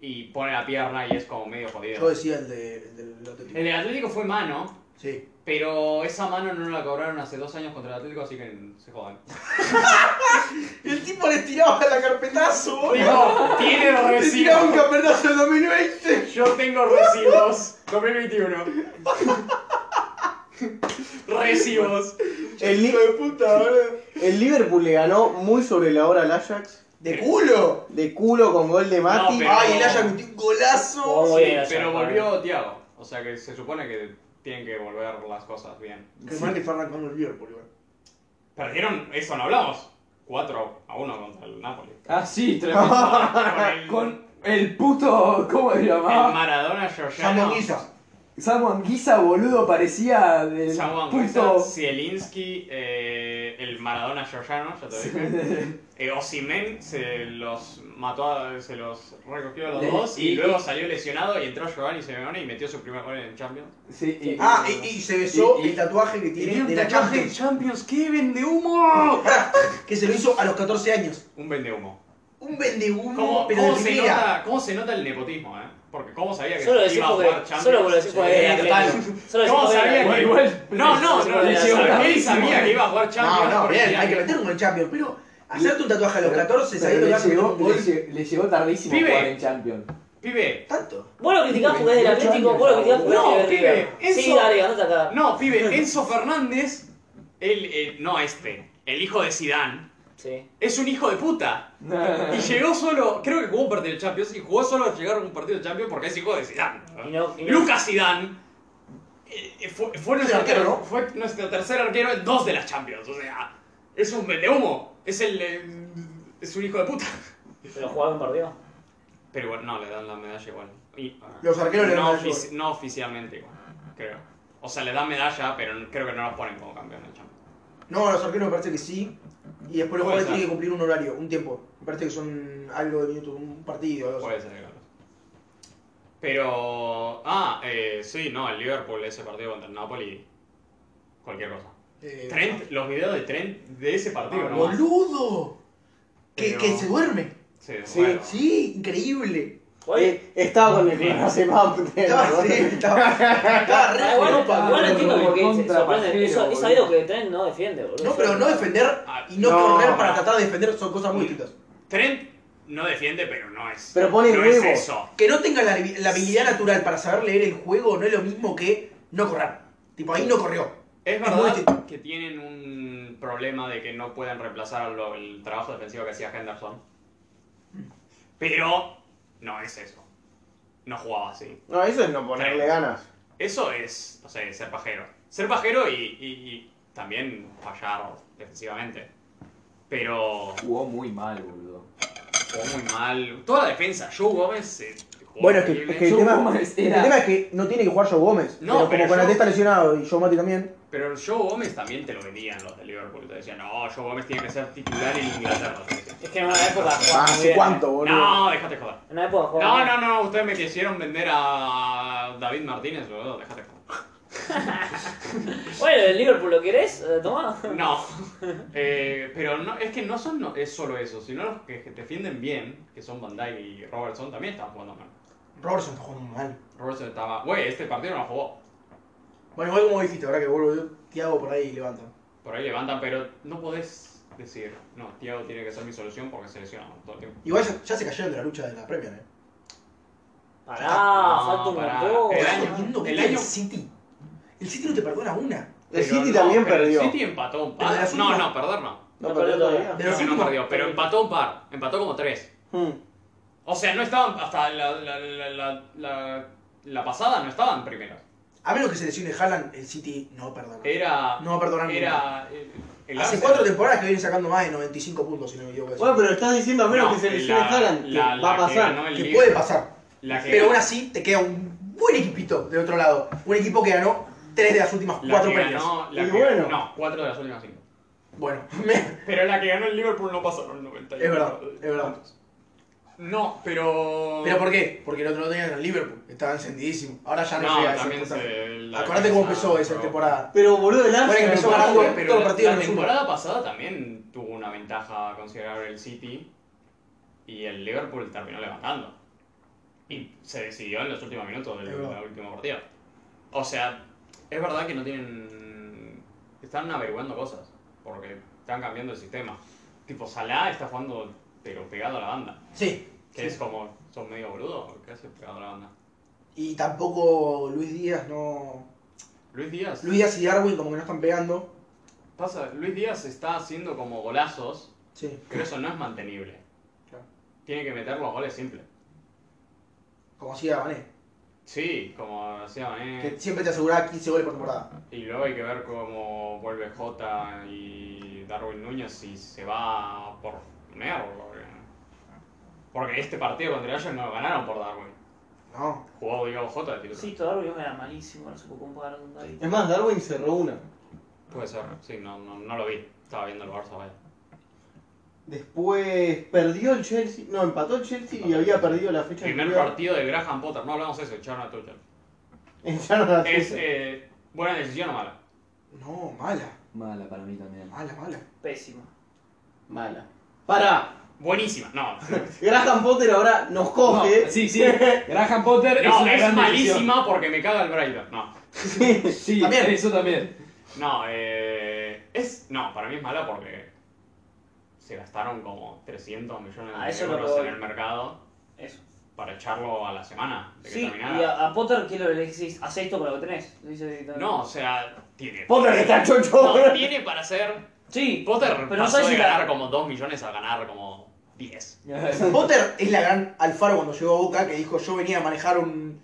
y pone la pierna y es como medio Yo jodido. decía el de- el del Atlético. El del Atlético fue mano, Sí. pero esa mano no la cobraron hace dos años contra el Atlético, así que se jodan. El tipo le tiraba la carpetazo, boludo. Digo, tiene Le tiraba un recibos. carpetazo en 2020. Yo tengo recibos. 2021. recibos. El, Li- Hijo de puta, boludo. el Liverpool le ganó muy sobre la hora al Ajax. De culo. De culo con gol de Mati. pero- Ay, el Ajax metió un Jugó golazo. muy bien ayer, Pero para mí. volvió Thiago. O sea que se supone que tienen que volver las cosas bien. Qué mal que Ferran con el Liverpool, boludo. Perdieron, eso no hablamos. 4 a 1 contra el Napoli. Ah, sí, tremendo. Con Con el puto. ¿Cómo se el, el llamaba? Maradona Samuel Georgiano. Guisa. Samuel Guisa, boludo, parecía del Pues, Samuel puto. Zielinski, eh, el Maradona Georgiano, ya te lo dije. Eh, Osimhen se los mató, a- se los recogió a los Le- dos y, y- luego salió lesionado y entró Giovanni Simeone y metió su primer gol en el Champions. sí, y, Ah, y, y se besó Y- y- el tatuaje que tiene de la Champions, Champions, ¡qué vende humo! que se lo hizo a los 14 años. Un vende humo. Un vendehumo, ¿Cómo, pero cómo de se primera. nota, ¿Cómo se nota el nepotismo, eh? Porque cómo sabía que Solo iba decís a porque. jugar Champions. Solo por decir porque. Sí, era total. Atlético. Solo decís ¿Cómo porque era sabía Atlético. Bueno, igual. No, no, no, Le él llegó sabía que iba a jugar Champions. Bueno, pero No, no, bien, ya- hay que meterlo en el Champions, pero Hacerte un tatuaje a los 14 Pero sabiendo que le, vas a meter llegó, un gol. le, lle- le llegó tardísimo Pibe. jugar en Champions. Pibe, Tanto. Vos lo criticás porque es del 28 Atlético, vos lo criticás porque No, es del pibe, River. Sí, eso- dale, andate acá. no, pibe, Enzo Fernández, el, eh, no este, el hijo de Zidane, Sí. es un hijo de puta. Y llegó solo, creo que jugó un partido de Champions y jugó solo a llegar a un partido de Champions porque es hijo de Zidane. Y no- y no- Lucas Zidane eh, eh, fue, fue nuestro, arquero, ¿no? fue nuestro tercer arquero en dos de las Champions. O sea, es un vendehumo. Es el eh, es un hijo de puta. Pero jugaron perdió. Pero igual, no, le dan la medalla igual. Y, ah, Los arqueros le dan no, medalla ofici- no oficialmente igual, creo. O sea, le dan medalla, pero n- creo que no los ponen como campeón del Champions. No, los arqueros me parece que sí. Y después los Puede jugadores ser. tienen que cumplir un horario, un tiempo. Me parece que son algo de minutos, un partido. algo así. Puede ser, claro. Pero. Ah, eh, sí, no, el Liverpool, ese partido contra el Napoli. Cualquier cosa. Eh, ah, Trent, los videos de Trent de ese partido, ¿no? ¡Boludo! Que, Pero- que se duerme. Sí, Sí, bueno. Sí, increíble. Eh, estaba con el clonazepam. Estaba, sí, estaba, estaba re Ah, igual, falopa, igual boludo. entiendo boludo, por qué se contra sorprende. Pajero, Eso, es boludo. sabido que Trent no defiende, boludo. No, pero no defender y no, No. correr para tratar de defender son cosas muy distintas. Trent no defiende, pero no es. Pero pone el no huevo. Es eso. Que no tenga la, la habilidad natural para saber leer el juego no es lo mismo que no correr. Tipo, ahí no corrió. Es muy verdad distinto. que tienen un problema de que no pueden reemplazar lo- el trabajo defensivo que hacía Henderson. Pero no es eso. No jugaba así. No, eso es no ponerle ganas. Eso es, no sé, ser pajero. Ser pajero y, y- y también fallar defensivamente. Pero Jugó muy mal, boludo. jugó muy mal. Toda la defensa, Joe Gómez eh, jugó Bueno, es que, horrible. es que el, Joe tema, Gómez el era- tema es que no tiene que jugar Joe Gómez. No, pero, pero como Conate Joe- está lesionado y Joe Mati también. Pero Joe Gómez también te lo vendían los de Liverpool. Te decían, no, Joe Gómez tiene que ser titular en Inglaterra. te decían. Es que en una época Ah, jugaba muy ¿Hace bien. cuánto, boludo? No, déjate joder. En una época jugaba No, muy no, no, ustedes me quisieron vender a David Martínez, boludo, déjate joder. bien. Bueno, el Liverpool lo querés, eh, tomá. No, Eh, pero no, es que no son no- es solo eso, sino los que defienden bien, que son Van Dijk y Robertson, también están jugando mal. Robertson está jugando mal. Robertson estaba, güey, este partido no jugó. Bueno, igual como dijiste, ahora que vuelvo Tiago por ahí y levanta. Por ahí levantan, pero no podés decir, no, Thiago tiene que ser mi solución porque se lesiona todo el tiempo. Igual ya, ya se cayeron de la lucha de la Premier, ¿eh? Pará, No, falta un pará. Eh, montón. El Boludo, año- mundo que el tiene año- City. El City no te perdona una. El Pero City no, también pero el perdió. City empató un par. Pero las No, últimas- no, perder no. No perdió todavía. De Creo los que no últimos- perdió, pero empató un par. Empató como tres. Hmm. O sea, no estaban hasta la, la, la, la, la- la pasada, no estaban primero. A menos que se lesione Haaland, el City no perdona. Era. No va a perdonar nunca. Era. eh, el Hace Arsenal. cuatro temporadas que viene sacando más de 95 puntos, si no me equivoco. Bueno, pero estás diciendo a menos No, que se la- lesione Haaland, que la- va a la que pasar. ganó el que Liverpool. puede pasar. La que- Pero aún así te queda un buen equipito del otro lado. Un equipo que ganó tres de las últimas la cuatro que premios. ganó- la Y que- bueno. No, cuatro de las últimas cinco. Bueno, Pero la que ganó el Liverpool no pasaron 90. Es verdad, es verdad. No, pero. ¿Pero por qué? Porque el otro lo tenían en el Liverpool. Estaba encendidísimo. Ahora ya no, No, llega a ese también puntaje. se. la Acordate cómo defensa empezó esa probó. temporada. Pero boludo, el Bueno, que Arsenal. empezó no ganando, puede- pero Pero todos los la, partidos la en el sur. temporada pasada también tuvo una ventaja considerable el City y el Liverpool terminó levantando. Y se decidió en los últimos minutos del, Es verdad. del último partido. O sea, es verdad que no tienen... Están averiguando cosas, porque están cambiando el sistema. Tipo, Salah está jugando pero pegado a la banda. Sí. Que Sí. es como, son medio boludo, ¿qué hace pegado a la banda? Y tampoco Luis Díaz no. Luis Díaz. Luis Díaz y Darwin como que no están pegando. Pasa, Luis Díaz está haciendo como golazos Sí. Pero eso no es mantenible. Claro. Tiene que meter los goles simples. Como hacía Vané. Sí, como decía Mané. Que siempre te aseguraba 15 goles por temporada. Y luego hay que ver cómo vuelve Jota y Darwin Núñez si se va por Mer. Porque, porque este partido contra ellos no lo ganaron por Darwin. No. Jugó Diego Jota de titular. Sí, todavía yo que era malísimo, no se puede comparar con David. Es más, Darwin cerró una. Puede ser, sí, no, no, no lo vi. Estaba viendo el Barça, vaya. Después perdió el Chelsea. No, empató el Chelsea y había perdido la fecha Primer anterior. partido de Graham Potter. No hablamos de eso, echaron a Tuchel. Ya no la Es fecha. eh, buena decisión o mala. No, mala. Mala para mí también. Mala, mala. Pésimo. Mala. Pará. Buenísima, no. Graham Potter ahora nos coge. No, sí, sí. Graham Potter es No, una es, gran decisión. malísima porque me caga el Brighton. No. Sí, También. eso también. No, eh, es. No, para mí es mala porque. se gastaron como 300 millones Ah, de eso es lo euros que en voy. el mercado Eso. para echarlo a la semana de que Sí, y terminara. a, a Potter, ¿qué le decís? Haz esto con lo que tenés. Le dice directamente. No, o sea, tiene. Potter que está chocho. No, tiene para hacer. Sí, Potter Pero no pasó sé de si la- ganar como 2 millones a ganar como 10. Potter es la gran Alfaro cuando llegó a Boca que dijo yo venía a manejar un,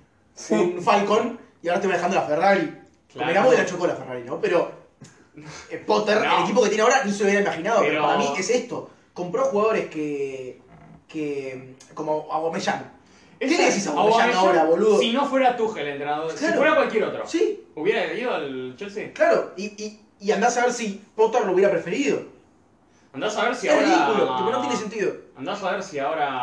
un Falcon y ahora estoy manejando la Ferrari. Como Claro. Mirá, vos la chocó la Ferrari, ¿no? Pero eh, Potter, No. el equipo que tiene ahora, no se lo hubiera imaginado, pero, Pero- para mí es esto. Compró jugadores que. que. como Aguamellán. ¿Qué le decís a Aubameyang ahora, boludo? Si no fuera Tuchel el entrenador, si Claro. fuera cualquier otro, Sí, ¿hubiera ido al Chelsea? claro. Y, y, y andás a ver si Potter lo hubiera preferido. Andás a ver si es ahora. ridículo, tipo, no tiene sentido. Andás a ver si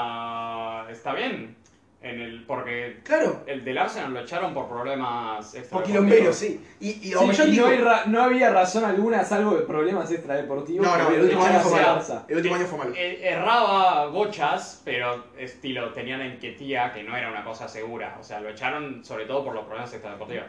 ahora está bien. En el, porque Claro. el del Arsenal lo echaron por problemas extra. Por quilomberos, sí. Y, y Sí, Aubameyang y no, dijo. hay ra- no había razón alguna salvo de problemas extradeportivos. No, no, que el último echaron año fue hacia malo. Barça. El último año fue malo. Eh, Erraba bochas, pero estilo tenían en Ketía, que no era una cosa segura. O sea, lo echaron sobre todo por los problemas extradeportivos.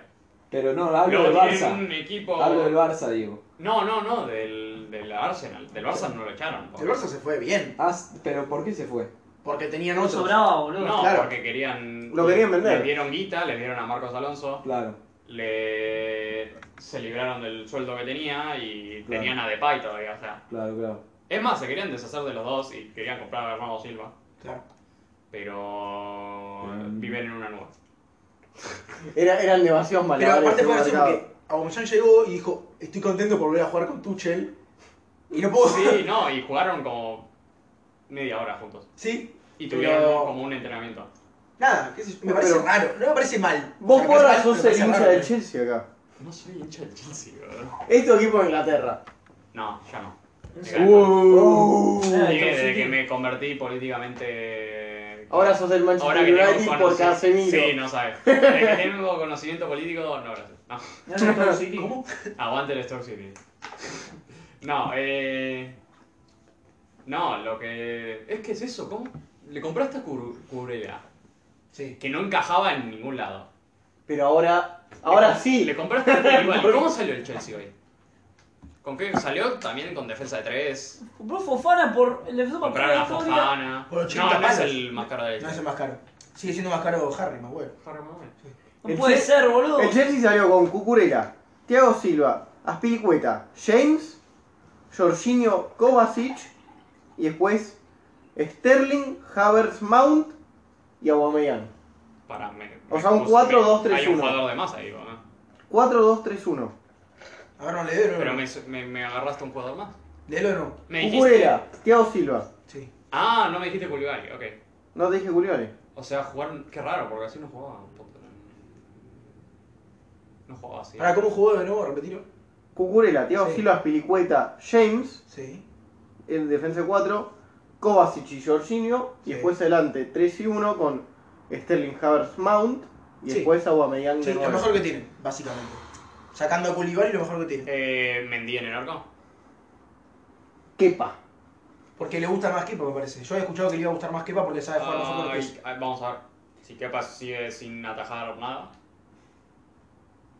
Pero no, hablo Luego del tienen Barça. un equipo. Hablo del Barça, digo. No, no, no, del, del Arsenal. Del Barça no lo echaron. por- El Barça se fue bien. Ah, s- pero ¿por qué se fue? Porque tenían no otros. sobraba, boludo. No, Claro. porque querían. Lo querían vender. Le dieron guita, le dieron a Marcos Alonso, Claro. le se libraron del sueldo que tenía y Claro. tenían a Depay todavía. O sea, Claro, claro. es más, se querían deshacer de los dos y querían comprar a Bernardo Silva, Claro. pero Mm. viven en una nube. Era, eran demasiados Pero malabares. aparte en fue un gracioso mercado. porque Aubameyang llegó y dijo, estoy contento por volver a jugar con Tuchel. Y no puedo... Sí, no, y jugaron como media hora juntos. Sí, Y tuvieron Pero- como un entrenamiento. Nada, qué sé yo, me No, parece pero- raro, no me parece mal. Vos, Me parece Porra, mal, sos me el parece hincha raro. del Chelsea acá. No soy hincha del Chelsea, boludo. Es tu equipo de Inglaterra. No, ya no. Uh, Era de Llegué Desde Chelsea. que me convertí políticamente. Ahora sos el Ahora Manchester que tengo United por conoci- Casemiro. Sí, no sabes. Desde que tengo conocimiento político, no, gracias. No. Era de Stoke City. Aguante el Stoke City. No, eh. No, lo que. Es que es eso, ¿cómo? Le compraste a Cur- Cubrera, Sí. que no encajaba en ningún lado. Pero ahora, ahora Le- sí. Eh, Le compraste a Curibal. ¿Cómo salió el Chelsea hoy? ¿Con qué? Salió también con defensa de 3. Compró Fofana por el defensor más caro Compraron de la a historia. Fofana. Por No, 80 no es palos. el más caro de No es el más caro. Sigue siendo más caro Harry, más bueno. No puede ser, boludo. El Chelsea salió con Cucurella, Thiago Silva, Aspiricueta, James, Jorginho Kovacic y después Sterling, Havertz Mount y Aubameyang. Para me, O sea, un me- 4-2-3-1. Hay un jugador de más ahí, ¿no? 4-2-3-1. Ahora no, leelo Pero no. me, me, me agarraste un jugador más. Leelo no. Me dijiste. Cucurella, Thiago Silva. Sí. Ah, no me dijiste Culibari, ok. No te dije Culione. O sea, jugaron. Qué raro, porque así no jugaba. puta. No jugaba así. Ahora, ¿cómo jugó de nuevo? Repetilo. Cucurella, Thiago Sí. Silva, Aspiricueta, James, Sí. el defensa 4, Kovacic y Jorginho. Sí. Y después adelante 3 y 1 con Sterling, Havertz Mount y Sí. después Aubameyang Sí, de lo nuevo. mejor que tiene, básicamente. Sacando a Koulibaly lo mejor que tiene. Eh, Mendí en el arco. Kepa. Porque le gusta más Kepa, me parece. Yo he escuchado que le iba a gustar más Kepa porque sabe jugar Ah, mejor que Ay, Kepa. ay, vamos a ver. Si Kepa sigue sin atajar nada,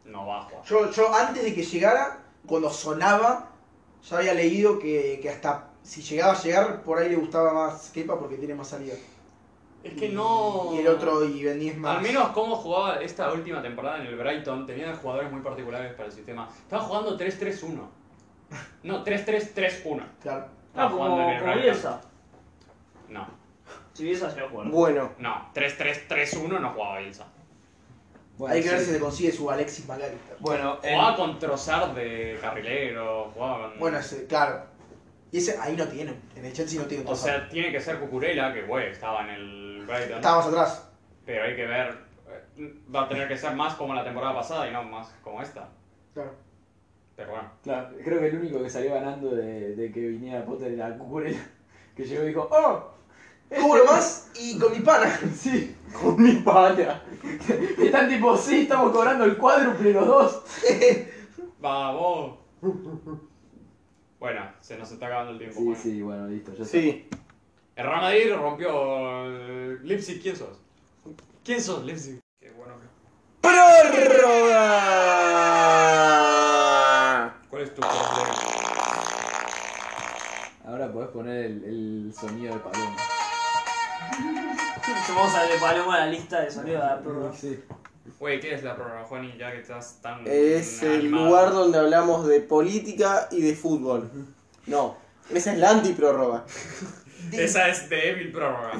no va a jugar. Yo, yo antes de que llegara, cuando sonaba, ya había leído que, que hasta si llegaba a llegar, por ahí le gustaba más Kepa porque tiene más salida. Es que no. Y el otro y vendías más. Al menos cómo jugaba esta última temporada en el Brighton, tenía jugadores muy particulares para el sistema. Estaba jugando 3-3-1. No, 3-3-3-1. Claro. Ah, Estaba como, jugando en el como Brighton. Bielsa. No, Si Bielsa se va a jugar. Bueno. no, 3-3-3-1 no jugaba Bielsa. Bueno, Hay que ver sí. si se consigue su Alexis Magali. Bueno, el- Jugaba con Trozar de carrilero, jugaba con... Bueno, ese, claro. Y ese ahí no tienen. En el Chelsea no tienen. o sea, tiene que ser Cucurella, que güey, estaba en el Brighton. estaba más atrás. Pero hay que ver, eh, va a tener que ser más como la temporada pasada y no más como esta. Claro. Pero bueno, claro, creo que el único que salió ganando de, de que viniera Potter era Cucurella. Que llegó y dijo, ¡Oh! Cubro más y con mi pana. Sí. Con mi pana. Y están tipo, sí, estamos cobrando el cuádruple los dos. ¡vamos! Bueno, se nos está acabando el tiempo. Sí, bueno. sí, bueno, listo. Ya está. Sí. El Real Madrid rompió eh, Leipzig. ¿Quién sos? ¿Quién sos, Leipzig? Qué bueno que- ¡Prórroga! ¿Cuál es tu poder? Ahora podés poner el, el sonido de paloma. Vamos a de Paloma a la lista de sonido de Arturo. Sí. Güey, ¿qué es la prórroga, Juani? Ya que estás tan. Es el animado. lugar donde hablamos de política y de fútbol. No, esa es la antiprórroga. Esa es de Evil Prórroga.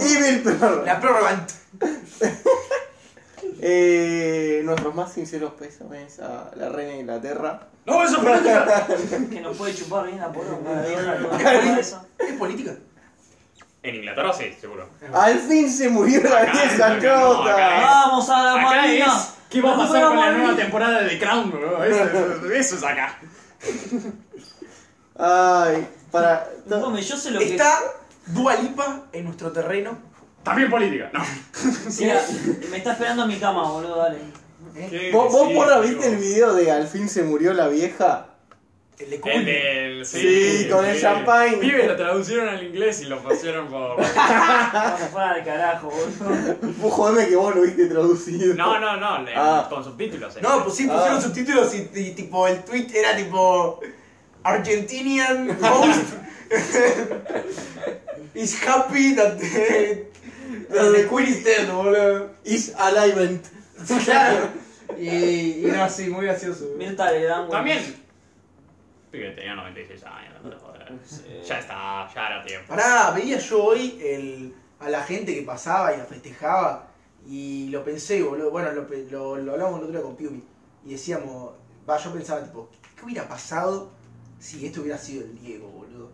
Evil prórroga. La prórroga. Eh, nuestros más sinceros pésames a la reina de Inglaterra. ¡No, eso es política! Que nos puede chupar bien la poronga. la vieja, ¿no? Todo eso. ¿Es política? En Inglaterra sí, seguro. Al fin se murió la Acá, vieja acá, no, acá, chota. ¡Vamos a la Acá marina! es. ¿Qué va a Nos pasar con la fuéramos nueva al- temporada de The Crown, bro? Eso, eso- eso es acá. Ay, para. Come, yo sé lo que Está Dualipa en nuestro terreno. También política, no. Mira, me está esperando en mi cama, boludo, dale. ¿Vos, vos Sí, porra, sí, viste el digo, video de Al fin se murió la vieja? El de El Cuyo. del. Sí, con el champagne. Pibe, lo traducieron al inglés y lo pusieron por. Vamos Ah. fuera de carajo, boludo. Vos jodeme que vos lo viste traducido. No, no, no, le- Ah. con subtítulos. eh. No, pues sí, pusieron subtítulos y, y tipo el tweet era tipo Argentinian host is happy that the, that the queen is dead, boludo. Is alive and- Claro. Y, y no, sí, muy gracioso. Mirta le dan, boludo. También. Pibe, tenía 96 años, no te jodas. Ya está, ya era tiempo. Pará, veía yo hoy el, a la gente que pasaba y la festejaba y lo pensé, boludo. Bueno, lo, pe- lo, lo hablamos el otro día con Piumi y decíamos, va, yo pensaba tipo, ¿qué hubiera pasado si esto hubiera sido el Diego, boludo?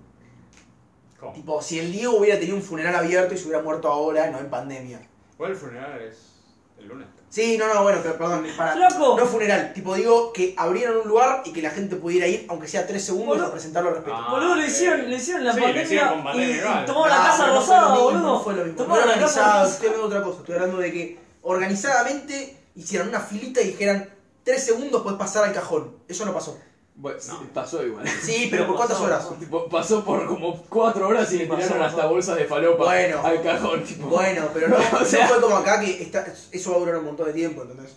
¿Cómo? Tipo, si el Diego hubiera tenido un funeral abierto y se hubiera muerto ahora, no en pandemia. Igual el funeral es el lunes. Sí, no, no, bueno, pero perdón, para. ¡Flaco! No funeral, tipo digo que abrieran un lugar y que la gente pudiera ir, aunque sea tres segundos, Boludo. a presentarlo al respeto. Ah, Boludo, le eh. hicieron, le hicieron la Sí, le pandemia hicieron con pandemia, y, claro. y tomaron la No, casa Ah, pero no fue rosada, lo mismo, boludo. no fue lo mismo. No Tomaron la casa organizado, estoy hablando de otra cosa, estoy hablando de que organizadamente hicieran una filita y dijeran tres segundos podés pasar al cajón. Eso no pasó. Bueno, sí, No. pasó igual. Sí, pero ¿por cuántas pasó, horas? pasó. Tipo, pasó por como cuatro horas y le Sí, pasó, tiraron hasta pasó. bolsas de falopa Bueno. al cajón. Tipo. Bueno, pero no, O no sea- fue como acá que está- eso va a durar un montón de tiempo, ¿entendés?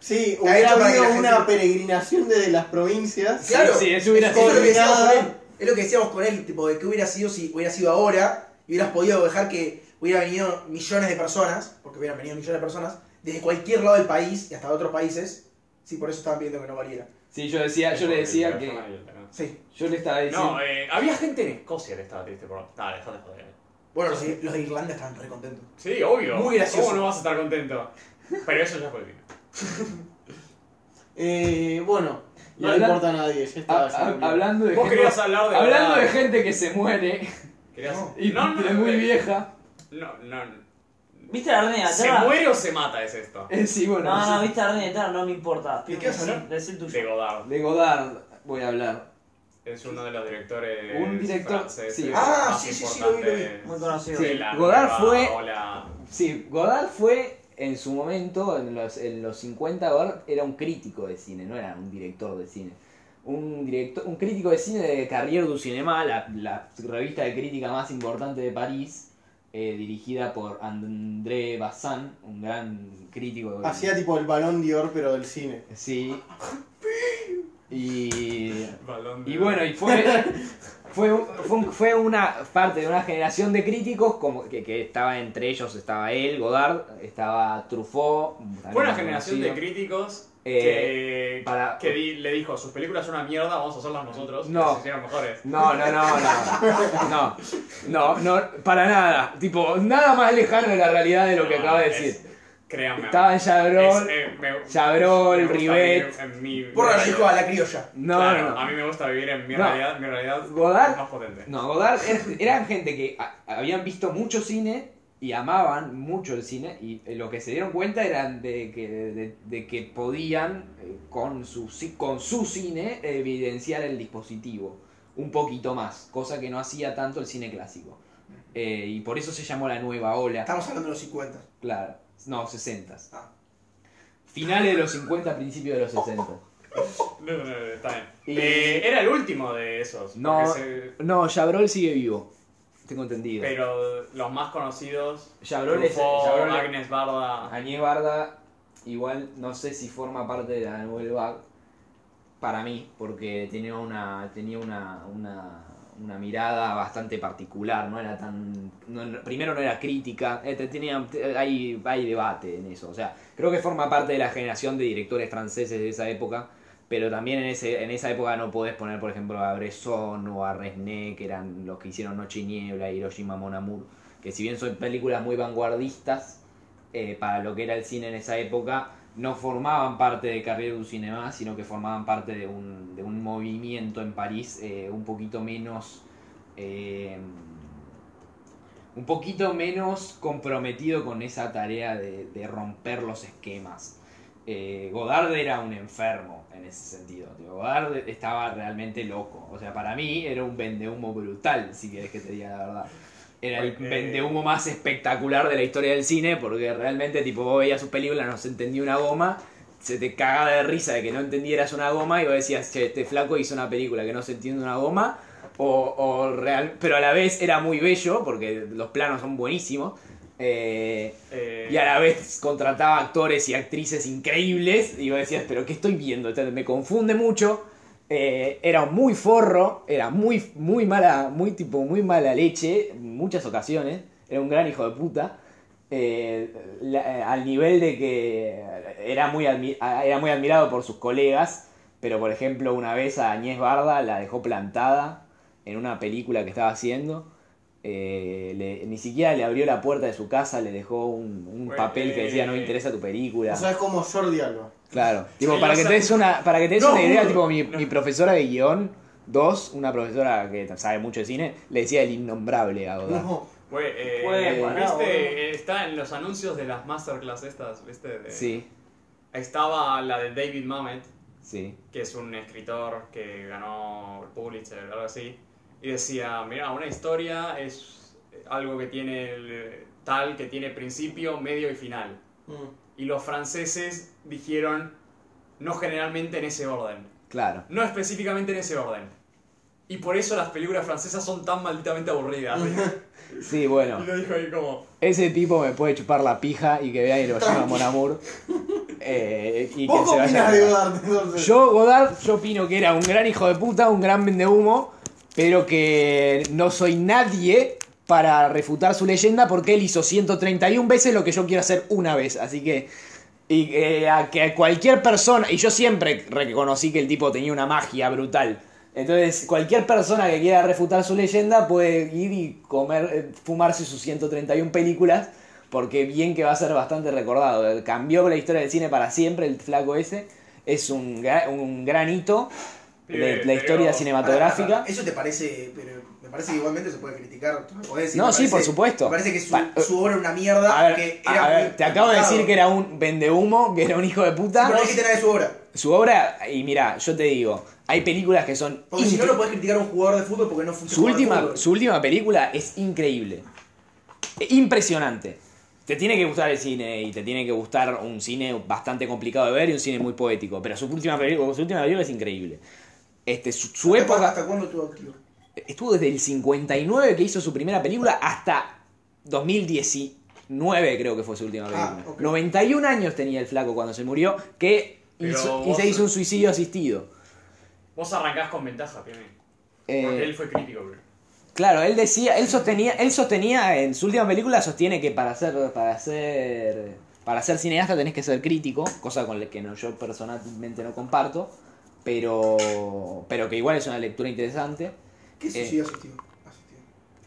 Sí, La hubiera hecho para que habido la gente- una peregrinación desde las provincias. Claro. Sí, eso hubiera Es lo que sido. decíamos con Coordinada. él. Es lo que decíamos con él, tipo, de qué hubiera sido si hubiera sido ahora y hubieras podido dejar que hubiera venido millones de personas, porque hubieran venido millones de personas, desde cualquier lado del país y hasta de otros países, si por eso estaban pidiendo que no valiera. Sí, yo decía, Ah, yo le decía que. Sí. Yo le estaba diciendo. No, eh, había gente en Escocia que estaba triste por. Dale, dejate de joder. Bueno, los, los de Irlanda estaban re contentos. Sí, obvio. Muy gracioso. ¿Cómo no vas a estar contento? Pero eso ya fue el final. Eh, bueno, no le Hablan- importa a nadie. Ya Ah, está, ya ah, murió. hablando de Vos gente, querías hablar de. hablando verdad. de gente que se muere Querías- y No, no, es muy eh, vieja. No, no. no. ¿Viste la reina de ¿Se Inglaterra? muere o se mata? Es esto. Eh, sí, bueno. No, no, sí. viste la reina de Inglaterra, no me importa. ¿De qué vas a Decí- hablar? decí el tuyo. De Godard. De Godard voy a hablar. Es uno de los directores. Un director- franceses sí. Ah, más sí, sí, sí, lo vi, lo vi. importantes Muy conocido. Sí. de la Godard nueva fue- ola. Sí, Godard fue en su momento, en los, en los 50, Godard era un crítico de cine, no era un director de cine. Un, director, un crítico de cine de Carrière du Cinéma, la, la revista de crítica más importante de París, eh, dirigida por André Bazin, un gran crítico. de- Hacía tipo el balón Dior, pero del cine. Sí. Y Balón de y bueno, y fue, fue, un- fue, un- fue una parte de una generación de críticos como que, que estaba entre ellos, estaba él, Godard, estaba Truffaut. también Fue una muy generación de conocido. críticos Eh, que, para- que di- le dijo, sus películas son una mierda, vamos a hacerlas nosotros, No. que se hicieron mejores. No, no, no, no, no, no, no, para nada, tipo, nada más lejano de la realidad de lo que No, acaba de es- decir. Créanme. Estaban Es- Chabrol, eh, me- me Chabrol, gusta Rivet, vivir en mi- Porra, mi lo dijo a la criolla. no, Claro, no, no. A mí me gusta vivir en mi No. realidad, mi realidad Godard- es más potente. No, Godard er- eran gente que a- habían visto mucho cine y amaban mucho el cine y eh, lo que se dieron cuenta eran de que, de, de que podían eh, con su, ci- con su cine evidenciar el dispositivo un poquito más, cosa que no hacía tanto el cine clásico. Eh, y por eso se llamó la nueva ola, Estamos hablando de los 50. claro, no, 60. Ah. Finales de los 50, principios de los 60. No, no, no, está Y- bien. Eh, era el último de esos. No. porque se- No, Chabrol sigue vivo, tengo entendido. pero los más conocidos, Chabrol es... Truffaut, Chabrol- Agnes Barda, Añé Barda igual no sé si forma parte de la Nouvelle Vague para mí, porque tenía una tenía una, una, una mirada bastante particular, no era tan... no- no- primero no era crítica, eh, te- tenía, te- hay, hay debate en eso, o sea, creo que forma parte de la generación de directores franceses de esa época, pero también en, ese, en esa época no podés poner, por ejemplo, a Bresson o a Resné, que eran los que hicieron Noche y Niebla, Hiroshima Mon Amour, que si bien son películas muy vanguardistas, eh, para lo que era el cine en esa época, no formaban parte de Carrera du Cinema, sino que formaban parte de un, de un movimiento en París eh, un poquito menos. eh, un poquito menos comprometido con esa tarea de, de romper los esquemas. Eh, Godard era un enfermo en ese sentido. tío. Godard estaba realmente loco. O sea, para mí era un vendehumo brutal, si querés que te diga la verdad. Era el Porque- vendehumo más espectacular de la historia del cine, porque realmente, tipo, vos veías sus películas, no se entendía una goma, se te cagaba de risa de que no entendieras una goma, y vos decías, che, este flaco hizo una película que no se entiende una goma, o, o real, pero a la vez era muy bello, porque los planos son buenísimos. eh, Eh, y a la vez contrataba actores y actrices increíbles. Y vos decías, pero ¿qué estoy viendo? Entonces, me confunde mucho. Eh, era muy forro, era muy, muy mala, muy tipo, muy mala leche, en muchas ocasiones. Era un gran hijo de puta. Eh, la- eh, al nivel de que era muy, admi- a- era muy admirado por sus colegas. Pero, por ejemplo, una vez a Añez Barda la dejó plantada en una película que estaba haciendo. Eh, le- ni siquiera le abrió la puerta de su casa, le dejó un, un Güey, papel que decía eh. no me interesa tu película. No sabes cómo Jordi Alba. Claro, tipo, Sí, para, o que sea- te des una, para que te des No, una idea, juro. tipo, mi, mi profesora de guión 2, una profesora que sabe mucho de cine, le decía el innombrable a Godard. No, Güey, eh, Puede parar, ¿viste? boludo. Está en los anuncios de las masterclass estas, ¿viste? De- Sí, Estaba la de David Mamet, sí. que es un escritor que ganó el Pulitzer, algo así, y decía, mira, una historia es algo que tiene el- tal, que tiene principio, medio y final. Y los franceses dijeron, no generalmente en ese orden, Claro. no específicamente en ese orden. Y por eso las películas francesas son tan malditamente aburridas. Sí, y bueno. lo dijo ahí como... Ese tipo me puede chupar la pija y que vea Hiroshima Mon Amour. Eh, y que ¿Vos se qué vaya a opinas cagar. de Godard entonces? Yo, Godard, yo opino que era un gran hijo de puta, un gran vendehumo, pero que no soy nadie para refutar su leyenda porque él hizo 131 veces lo que yo quiero hacer una vez. Así que. Y eh, a que cualquier persona. Y yo siempre reconocí que el tipo tenía una magia brutal. Entonces, cualquier persona que quiera refutar su leyenda puede ir y comer, eh, fumarse sus 131 películas, porque bien que va a ser bastante recordado. Eh, Cambió la historia del cine para siempre el flaco ese. Es un, gra- un gran hito de Pibe, la pero- historia cinematográfica. Eso te parece, pero me parece que igualmente se puede criticar. podés decir, No, me sí, parece- por supuesto. Me parece que su, Pa- eh, su obra es una mierda. A ver, que era a ver, muy te acabo de decir criticado. que era un vendehumo, que era un hijo de puta. Pero hay que tener de su obra. Su obra, y mira, yo te digo, hay películas que son Porque si no, incre- no puedes criticar a un jugador de fútbol porque no funciona. Su última, su última película es increíble. E- Impresionante. Te tiene que gustar el cine y te tiene que gustar un cine bastante complicado de ver y un cine muy poético. Pero su última película, su última película es increíble. Este, su, su época ¿Hasta cuándo estuvo activo? estuvo desde el 59 que hizo su primera película hasta 2019 creo que fue su última película. Ah, ok. 91 años tenía el flaco cuando se murió que Pero hizo- y vos- se hizo un suicidio asistido. Vos arrancás con ventaja, pibe. Porque Eh, él fue crítico, bro. Claro, él decía, él sostenía, él sostenía en su última película sostiene que para ser, para ser, para ser cineasta tenés que ser crítico, cosa con la que no, yo personalmente no comparto, pero, pero que igual es una lectura interesante. ¿Qué Eh. suicidio asistido? Asistido.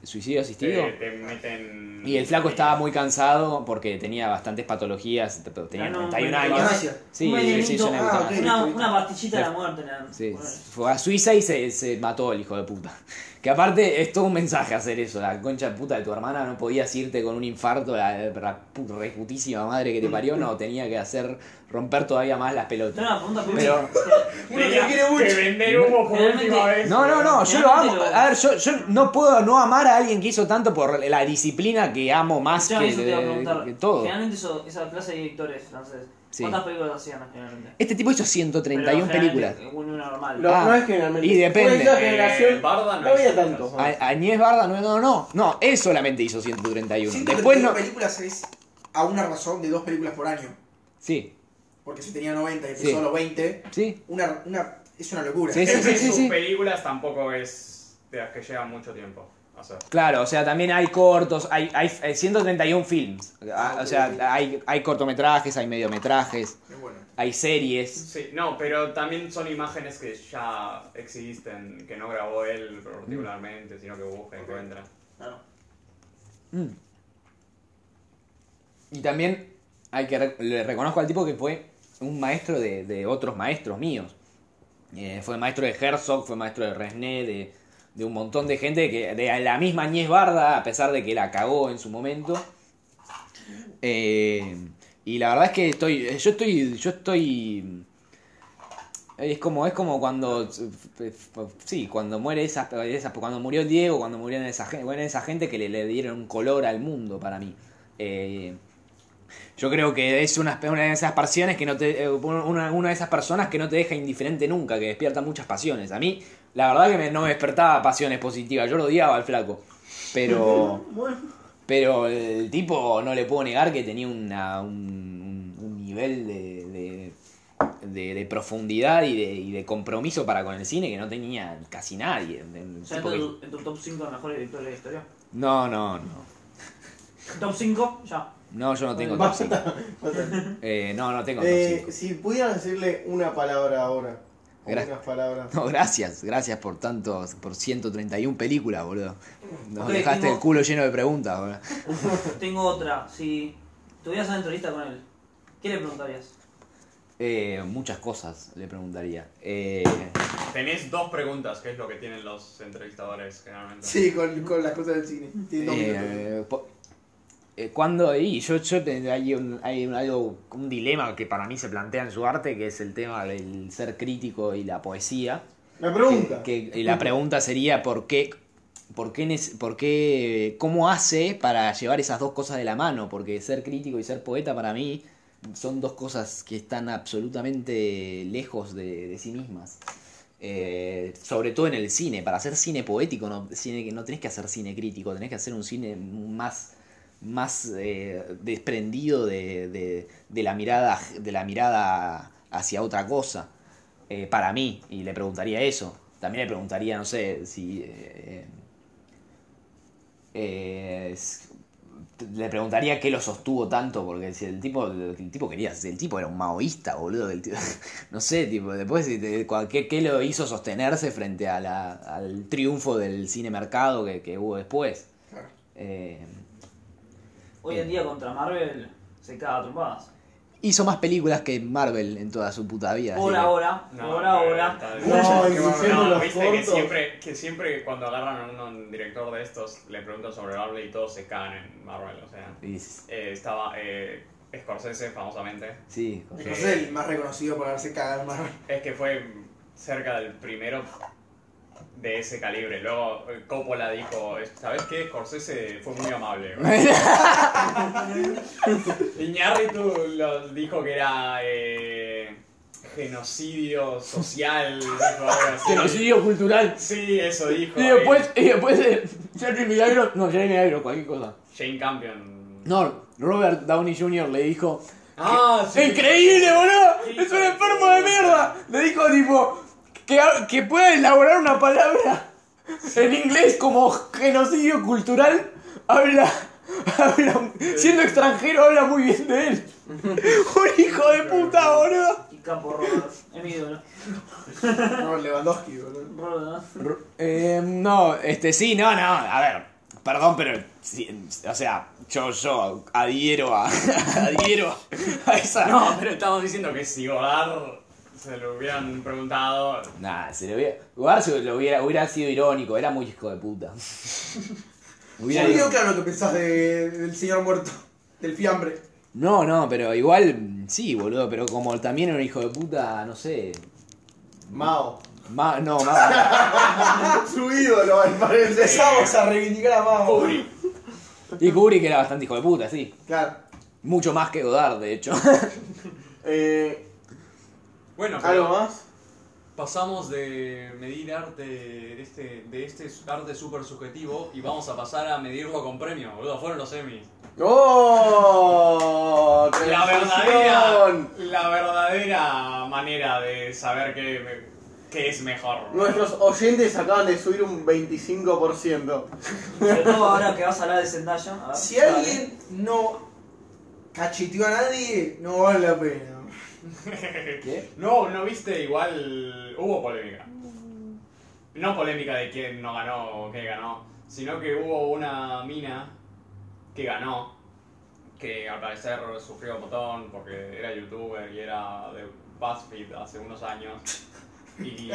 Suicidio asistido. Eh, Te, te meten... eh, Y el flaco estaba muy cansado porque tenía bastantes patologías, t- tenía Ganó un 91 premio Ah, años. Gracias. Sí, Un sí, sí, medianito. una Ah, eutanasia. ok. Una, una pastillita de la muerte, nada más. Sí, Bueno. fue a Suiza y se, se mató el hijo de puta. Que aparte es todo un mensaje hacer eso. La concha de puta de tu hermana no podías irte con un infarto, la, la pu- reputísima madre que te parió, no, tenía que hacer romper todavía más las Tengo pelotas. una pregunta para Pero- Uno que quiere mucho. Que vender humo por Realmente- última vez. No, no, no, yo lo amo. A ver, yo, yo no puedo no amar a alguien que hizo tanto por la disciplina que amo más que, Escuchame, eso te iba a preguntar. que todo. Generalmente eso- esa clase de directores franceses, Sí. ¿cuántas películas hacían generalmente? Este tipo hizo 131 Pero películas. generalmente, Una normal. No, Ah, no es generalmente. y depende. Fue esa Eh, generación. Barda no no había es- tantos. A- Añez Barda, no, no, no, no, él solamente hizo 131. Después 131 no. películas es a una razón de dos películas por año. Sí, Porque si tenía 90 y empezó Sí. a los 20, sí. una, una, es una locura. Sí, sí, Es que sí, sí, sus sí. películas tampoco es de las que llevan mucho tiempo. O sea, Claro, o sea, también hay cortos, hay, hay eh, 131 films. Ah, O sea, hay, hay cortometrajes, hay mediometrajes, Es bueno. hay series. sí, no, pero también son imágenes que ya existen, que no grabó él particularmente, sino que busca y encuentra. Mm. Y también hay que rec- le reconozco al tipo que fue un maestro de, de otros maestros míos. Eh, fue maestro de Herzog, fue maestro de Resné, de, de un montón de gente que de la misma Añez Barda, a pesar de que la cagó en su momento. Eh, y la verdad es que estoy, eh, yo estoy, yo estoy es como, es como cuando. Sí, cuando muere esa, esa- Cuando murió Diego, cuando murieron esa, gen- bueno, esa gente que le, le dieron un color al mundo para mí. Eh, yo creo que es una, una de esas pasiones que no te. eh, Una, una de esas personas que no te deja indiferente nunca, que despierta muchas pasiones. A mí, la verdad que me- no me despertaba pasiones positivas. Yo lo odiaba al flaco. Pero. Pero el tipo no le puedo negar que tenía una, un, un- un nivel de, de- de- de profundidad y de, y de compromiso para con el cine que no tenía casi nadie. El O sea, tipo que- en tu, en tu top 5 de mejores directores de la historia. No, no, no. Top 5, ya. No, yo no tengo top Basta. 5. Basta. Eh, no, no tengo top Eh, 5. si pudieran decirle una palabra ahora. o Gra- unas palabras. No, gracias, gracias por tantos, por 131 películas, boludo. Nos Ok, dejaste tengo- el culo lleno de preguntas, boludo. Tengo otra. Si tuvieras una entrevista con él, ¿qué le preguntarías? Eh, muchas cosas le preguntaría. Eh, Tenés dos preguntas, que es lo que tienen los entrevistadores generalmente. Sí, con, con las cosas del cine. Tiene dos minutos. Eh, po- eh, ¿Cuándo? Y yo, yo te- hay, un, hay un- algo, un dilema que para mí se plantea en su arte, que es el tema del ser crítico y la poesía. La pregunta. Que, que la pregunta sería por qué, por qué, nes- por qué- cómo hace para llevar esas dos cosas de la mano, porque ser crítico y ser poeta para mí son dos cosas que están absolutamente lejos de, de sí mismas. Eh, sobre todo en el cine, para hacer cine poético no, cine, no tenés que hacer cine crítico, tenés que hacer un cine más más eh, desprendido de, de- de la mirada de la mirada hacia otra cosa eh, para mí y le preguntaría eso también le preguntaría no sé si eh, eh, es- le preguntaría qué lo sostuvo tanto porque si el tipo el tipo quería el tipo era un maoísta boludo el tipo- no sé tipo después si te- cua- qué, qué lo hizo sostenerse frente a la- al triunfo del cine mercado que, que hubo después Eh, Hoy en día contra Marvel se caga a trompadas. hizo más películas que Marvel en toda su puta vida. así Por que- ahora, No, por no, ahora. está bien. No, Qué exigiendo No, los viste que cortos. siempre, que siempre cuando agarran a un director de estos, le preguntan sobre Marvel y todos se caen en Marvel. O sea, Y- Eh, estaba eh, Scorsese famosamente. sí, joder. No sé, el más reconocido por haberse cagado más. Es que fue cerca del primero de ese calibre. Luego eh, Coppola dijo, ¿sabes qué? Scorsese fue muy amable. Iñárritu lo dijo que era eh, genocidio social. dijo algo así. Genocidio cultural. Sí, eso dijo. Y después, y después, eh, Jerry Milagro, no, Jerry Milagro, cualquier cosa. eh, Jane Campion. No, Robert Downey Jr. le dijo: Ah, sí. ¡Increíble, Sí, boludo! ¡Es un sí, enfermo sí. de mierda! Le dijo, tipo, que, ha- que pueda elaborar una palabra en inglés como genocidio cultural. Habla, habla, siendo extranjero, habla muy bien de él. ¡Un hijo de puta, boludo! Y capo Robert. Es mi ídolo. Robert Lewandowski, boludo. Robert. Eh, no, este sí, no, no, a ver, perdón, pero, sí, o sea, yo, yo adhiero a, adhiero a esa. No, pero estamos diciendo que si Godard se lo hubieran preguntado, Nah, se lo hubiera, igual se lo hubiera, hubiera sido irónico, era muy hijo de puta. Ya Hubiera- me quedó claro lo que pensás de- del señor muerto, del fiambre. No, no, pero igual, sí, boludo, pero como también era un hijo de puta, no sé. Mao. Ma- no, más. Su ídolo, al parecer. Empezamos a reivindicar a Mao. Y Kubrick era bastante hijo de puta, sí. Claro. Mucho más que Godard, de hecho. Eh, Bueno, pero ¿Algo más? pasamos de medir arte de este, de este arte súper subjetivo y vamos a pasar a medirlo con premio, boludo. Fueron los semis. ¡Oh! La ¡Transición! verdadera, la verdadera manera de saber qué, que es mejor. Nuestros oyentes acaban de subir un 25%. Sobre todo ahora que vas a hablar de Zendaya. a ver, Si dale. alguien no cacheteó a nadie, no vale la pena. No, no viste, igual hubo polémica. No polémica de quién no ganó o qué ganó, sino que hubo una mina que ganó, que al parecer sufrió un montón porque era youtuber y era de BuzzFeed hace unos años. Y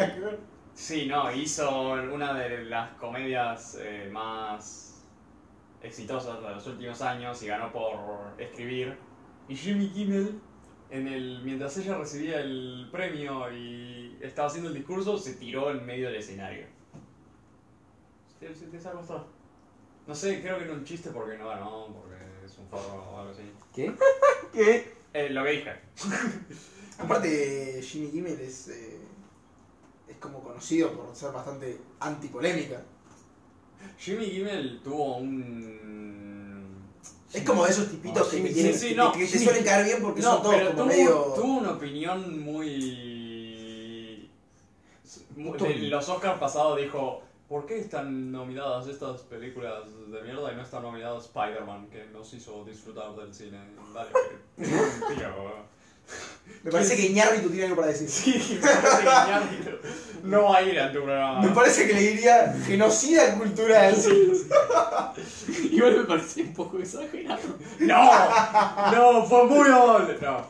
sí, no, hizo una de las comedias eh, más exitosas de los últimos años y ganó por escribir. Y Jimmy Kimmel en el, mientras ella recibía el premio y estaba haciendo el discurso, se tiró en medio del escenario. Se, se desacostó. No sé, creo que era un chiste porque no ganó, porque es un forro o algo así. ¿Qué? ¿Qué? Eh, lo que dije. Aparte, Jimmy Kimmel es, eh, es como conocido por ser bastante antipolémica. Jimmy Kimmel tuvo un... Es como de esos tipitos No, que, Jimmy- te quieren- Ah, sí, sí, que- no, que te Jimmy- suelen caer bien porque son todos como tuvo, medio. tuvo una opinión muy... muy- de los Oscars pasados dijo, ¿por qué están nominadas estas películas de mierda y no está nominado Spider-Man, que nos hizo disfrutar del cine? Dale, que- mentira, boludo. Me parece que Iñárritu tiene algo para decir. Sí, me parece que Iñárritu no va a ir a tu programa. Me parece que le diría genocida cultural. Igual me parecía un poco exagerado. ¡No! ¡No! ¡Fue muy mal! No.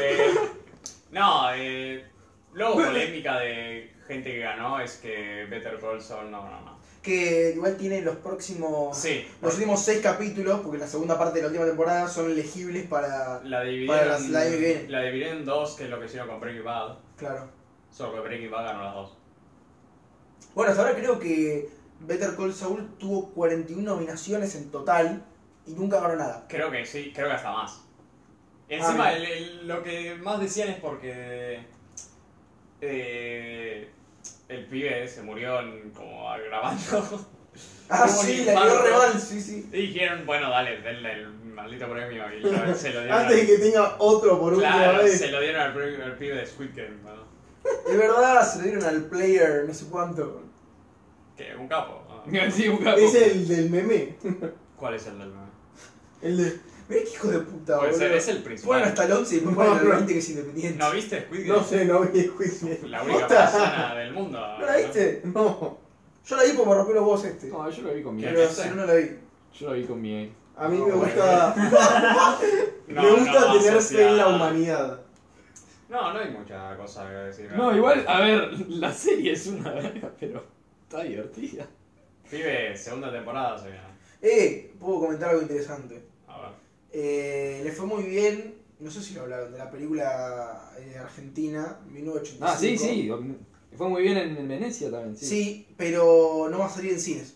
Eh, no, eh, luego polémica de gente que ganó es que Better Call Saul no ganó más. Que igual tiene los próximos. Sí, Los últimos seis capítulos, porque la segunda parte de la última temporada son elegibles para. la Para dividieron, las- la dividieron. la dividieron en dos, que es lo que hicieron con Breaking Bad. Claro. Solo que Breaking Bad ganó las dos. Bueno, hasta ahora creo que Better Call Saul tuvo 41 nominaciones en total y nunca ganó nada. Creo que sí, creo que hasta más. Encima, Ah, el- el- lo que más decían es porque eh, el pibe se murió en- como grabando. Ah, Tuvo un sí, la infarto. dio re mal, sí, sí. Y dijeron, bueno, dale, denle el maldito premio y lo- se lo dieron. Antes de al- que tenga otro por última claro, vez. se lo dieron al, premio- al pibe de Squid Game, ¿no? Es verdad, se lo dieron al player, no sé cuánto. Que un capo. ¿no? Sí, un capo. Es el del meme. ¿Cuál es el del meme? El de... Mirá qué hijo de puta, Puede ser, boludo. es el Bueno, principal. hasta el 11 y después ponen el 20 que es independiente. ¿No viste Squid Game? No sé, no vi el juicio. La única Posta. persona del mundo. ¿No la viste? No. Yo la vi porque me rompió los huevos este. No, yo lo vi con mi ¿Qué? Pero si no, no la vi. Yo lo vi con mi ex. A mí No, me bueno. gusta, No, me gusta no, tener fe en la asociada. humanidad. No, no hay mucha cosa que decir. No, igual, a ver, la serie es una verga, pero está divertida. Pibe, segunda temporada se viene. Eh, puedo comentar algo interesante. A ver. Eh, le fue muy bien, no sé si lo hablaron, de la película eh, argentina, 1985. Ah, sí, sí. Fue muy bien en, en Venecia también, sí. Sí. pero no va a salir en cines.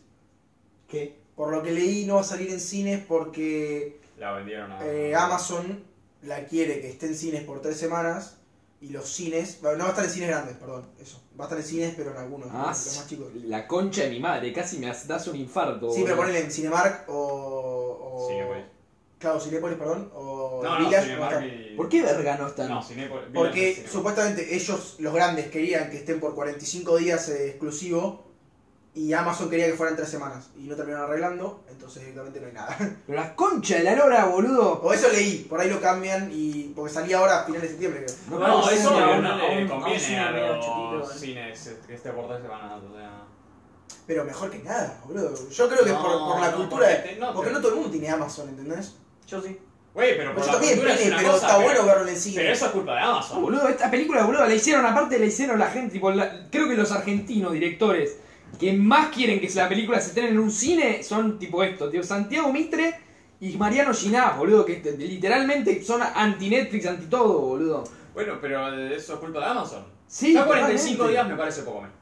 ¿Qué? Por lo que leí, no va a salir en cines porque La vendieron a. eh, Amazon la quiere que esté en cines por tres semanas y los cines... Bueno, no va a estar en cines grandes, perdón, eso. Va a estar en cines, pero en algunos, Ah, los más chicos. La concha de mi madre, casi me has- das un infarto. Sí, pero boludo. ponele en Cinemark o... o Sí, güey. Claro, Cinepolis, perdón, o No, no, Village, va a Cinemark estar. y- ¿Por qué verga no están? No, Cinepolis. Village Porque es Cinemark. supuestamente ellos, los grandes, querían que estén por 45 días eh, exclusivo y Amazon quería que fueran 3 semanas y no terminaron arreglando, entonces directamente no hay nada. Pero la concha de la lora, boludo. O eso leí, por ahí lo cambian y porque salía ahora a finales de septiembre creo. No, No, vamos a eso un- no, a no un- a le un conviene cine a medio los chiquito, cines que este por tres semanas. O sea. Pero mejor que nada, boludo. Yo creo que No, por, por la no, cultura... porque Porque, te- no, te- no todo el mundo tiene Amazon, ¿entendés? Pues Yo sí. Güey, pero por Yo la también cultura es tiene, una pero cosa, está pero- bueno verlo en el Pero cine. eso es culpa de Ah, Amazon. Boludo, esta película, boludo, la hicieron, aparte la hicieron la gente, tipo, la- creo que los argentinos directores que más quieren que la película se estrene en un cine son tipo esto, tío, Santiago Mitre y Mariano Giná, boludo, que te- literalmente son anti-Netflix, anti-todo, boludo. Bueno, pero eso es culpa de Amazon. Sí, ya 45 totalmente. días me parece poco menos.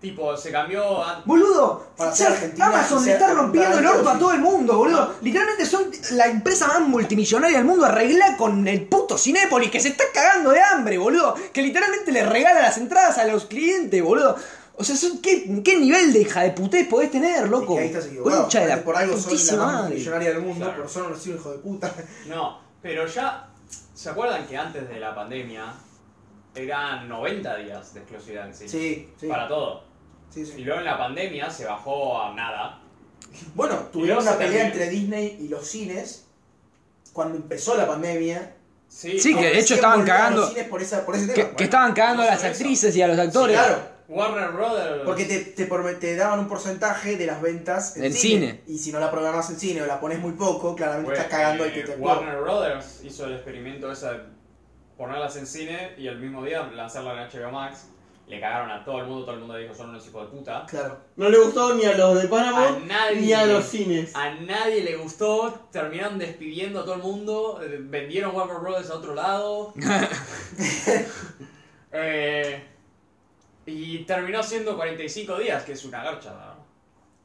Tipo, se cambió a. Boludo, Para ser ya Argentina, Amazon le ser- está rompiendo el orto sí. a todo el mundo, boludo. Literalmente son la empresa más multimillonaria del mundo. Arreglá con el puto Cinépolis que se está cagando de hambre, boludo. Que literalmente le regala las entradas a los clientes, boludo. O sea, son- ¿qué, qué nivel de hija de putés podés tener, loco? Y que ahí estás equivocado. Concha de la por algo son la putísima más madre. millonaria del mundo, Claro. pero son unos hijos de puta. No, pero ya. ¿Se acuerdan que antes de la pandemia eran 90 días de exclusividad en sí. Sí, sí. Para todo. Sí, sí. Y luego en la pandemia se bajó a nada. Bueno, luego tuvieron una se pelea terminó. entre Disney y los cines cuando empezó la pandemia. Sí, Sí, que de hecho Recién estaban volvieron cagando- los cines por, esa, por ese tema. Que, Bueno, que estaban cagando a no las solo eso. actrices y a los actores. sí, claro. Warner Brothers. Porque te, te, por- te daban un porcentaje de las ventas en En cine. Y si no la programas en cine o la pones muy poco, claramente Bueno, estás cagando al eh, que te actuó. Warner Brothers hizo el experimento ese de ponerlas en cine y el mismo día lanzarla en HBO Max. Le cagaron a todo el mundo, todo el mundo dijo son unos hijos de puta. Claro. No le gustó ni a los de Panamá A nadie. ni a los cines. A nadie le gustó, terminaron despidiendo a todo el mundo, eh, vendieron Warner Brothers a otro lado. Eh, y terminó siendo 45 días, que es una garcha. ¿no?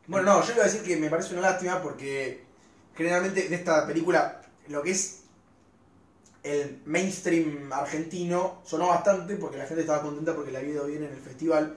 Bueno, no, yo iba a decir que me parece una lástima porque generalmente de esta película lo que es el mainstream argentino sonó bastante porque la gente estaba contenta porque la había ido bien en el festival.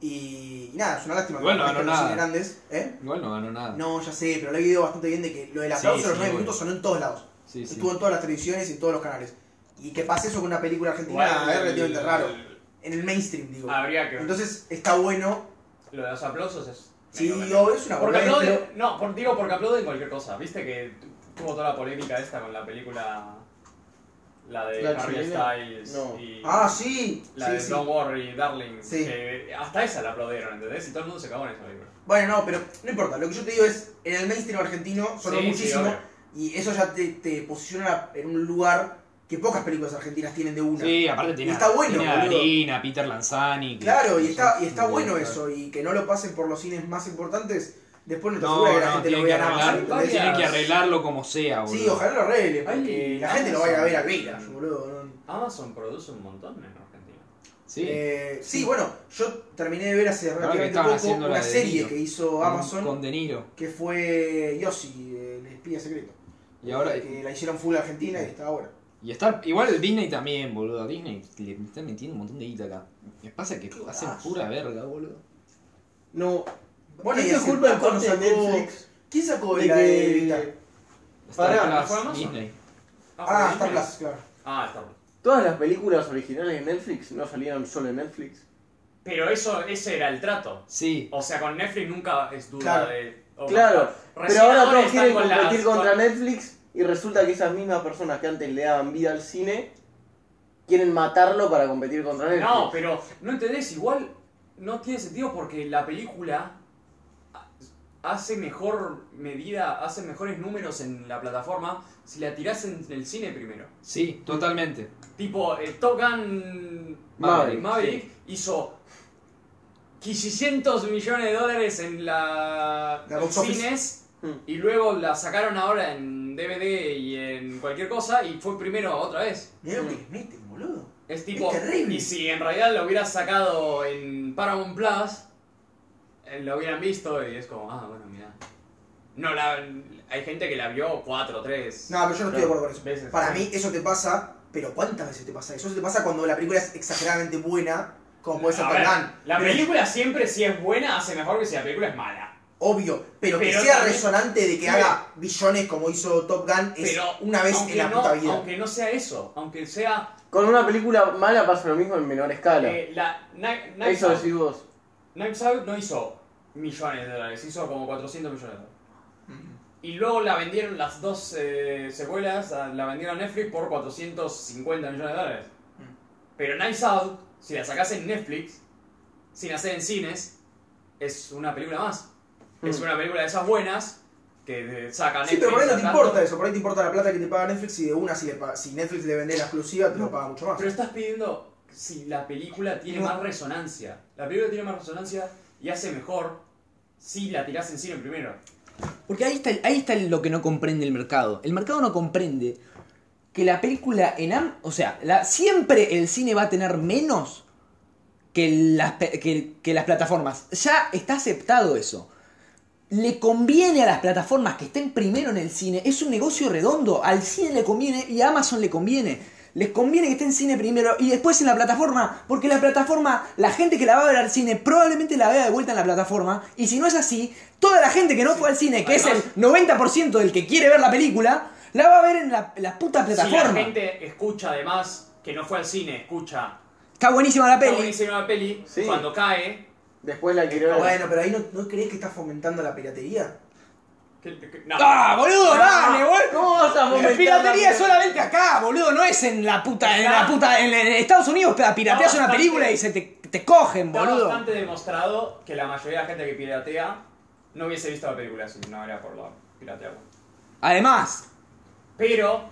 Y, y nada, es una lástima que Bueno, los no, cines nada. grandes, ¿eh? Igual no ganó nada. No, ya sé, pero la había ido bastante bien de que lo del Sí, aplauso de sí, los 9 bueno. minutos sonó en todos lados. Sí, sí. Estuvo en todas las televisiones y en todos los canales. Y que pase eso con una película argentina Igual, es el- relativamente raro. el- En el mainstream, digo. habría que Entonces está bueno. Lo de los aplausos es. Sí, medio digo, es una Porque boludez, aplauden, pero- no, por- digo porque aplauden cualquier cosa. Viste que tuvo toda la polémica esta con la película. La de ¿La Harry chilena? Styles. No. Y Ah, sí. La sí, de sí. Don't Worry, Darling. Sí. que hasta esa la aplaudieron, ¿entendés? Y todo el mundo se cagó en esa película. Bueno, no, pero no importa. Lo que yo te digo es, en el mainstream argentino sonó Sí, sí, muchísimo obvio. y eso ya te, te posiciona en un lugar que pocas películas argentinas tienen de una. Sí, aparte tiene, Y está bueno, tiene a boludo. Darina, Peter Lanzani. que- Claro, y está, y está Sí, bueno claro. eso y que no lo pasen por los cines más importantes. Después no te No, asegura que la no, gente lo tienen vea que, nada más. arreglar, ¿entendés? tienen que arreglarlo como sea, boludo. Sí, ojalá lo arregle, porque Ay, la gente lo vaya a ver a Amazon. Vegas, boludo. ¿no? Amazon produce un montón en Argentina. Sí. Eh, sí, bueno, yo terminé de ver hace Ahora que relativamente estaban poco haciendo la una de serie Niro. que hizo Con- Amazon, Con De Niro. que fue Yossi, el espía secreto. Y ahora. que la hicieron full argentina y está ahora. Y está. Igual Disney también, boludo. Disney le está metiendo un montón de guita acá. Me pasa que hacen pura verga, boludo. No. Bueno, y Esto es hace culpa de poco parte de sacó- Netflix. ¿Quién sacó De la de que- Evita? Star Pará, Plus, ¿fue Amazon? Disney. Ah, ¿fue Star Disney? Plus, claro. Ah, Star Plus. Todas las películas originales de Netflix no salieron solo en Netflix. Pero eso, ese era el trato. Sí. O sea, con Netflix nunca es duda Claro. de. o- Claro, pero Recién ahora todos están quieren con las- competir con- contra Netflix y resulta que esas mismas personas que antes le daban vida al cine quieren matarlo para competir contra Netflix. No, pero no entendés, igual no tiene sentido porque la película ha- hace mejor medida, hace mejores números en la plataforma si la tirás en el cine primero. Sí, totalmente. Tipo, eh, Top Gun Maverick, Maverick hizo 500 millones de dólares en la La box office. cines Mm. y luego la sacaron ahora en DVD y en cualquier cosa y fue primero otra vez. Mirá lo que le meten, boludo. Es tipo. Es terrible. Y si en realidad lo hubieras sacado en Paramount Plus, eh, lo hubieran visto y es como, ah, bueno, mira. No, la, hay gente que la vio cuatro, tres. No, pero yo no estoy de acuerdo con eso. veces. Para mí eso te pasa, pero ¿cuántas veces te pasa eso? Eso te pasa cuando la película es exageradamente buena, como puede ser A Top ver, Gun. La Pero es película siempre, si es buena, hace mejor que si la película es mala. Obvio, pero que Pero sea también- resonante de que Sí. haga billones como hizo Top Gun es Pero una vez aunque en la no, puta vida. Aunque no sea eso, aunque sea. Con una película mala pasa lo mismo en menor escala. eh, la, Kni- Knives Eso Out- decís vos. Knives Out no hizo millones de dólares, hizo como 400 millones de dólares. Mm. Y luego la vendieron las dos eh, secuelas, a- la vendieron a Netflix por 450 millones de dólares. Mm. Pero Knives Out, si la sacas en Netflix, sin hacer en cines, es una película más. Es una película de esas buenas que eh, saca Netflix. Mm. Sí, pero por ahí no te tanto. importa eso, por ahí te importa la plata que te paga Netflix y de una si, le paga- si Netflix le vende la exclusiva te lo paga mucho más. Pero estás pidiendo si la película tiene No. más resonancia. La película tiene más resonancia y hace mejor si la tirás en cine primero. Porque ahí está, ahí está lo que no comprende el mercado. El mercado no comprende que la película en am, o sea, la- siempre el cine va a tener menos que las, pe- que, que las plataformas. Ya está aceptado eso. Le conviene a las plataformas que estén primero en el cine. Es un negocio redondo. Al cine le conviene y a Amazon le conviene. Les conviene que esté en cine primero y después en la plataforma. Porque la plataforma, la gente que la va a ver al cine, probablemente la vea de vuelta en la plataforma. Y si no es así, toda la gente que no fue al cine, que Además- es el 90% del que quiere ver la película, la va a ver en la, la puta Si plataforma. la gente escucha además que no fue al cine, escucha Está buenísima la Está peli. buenísima la peli. Sí. Cuando cae. Después la alquiló la- Bueno, pero ahí no, ¿no crees que estás fomentando la piratería? ¿qué- qué- no. ¡Ah, boludo! ¡Dale, boludo! ¿Cómo vas a La fomentar piratería la- es solamente acá, boludo, no es en la puta, en la puta, en, en Estados Unidos la pirateas Está una bastante- película y se te, te cogen, Está boludo. bastante demostrado que la mayoría de la gente que piratea no hubiese visto la película si no era por la piratearla. Además, Pero.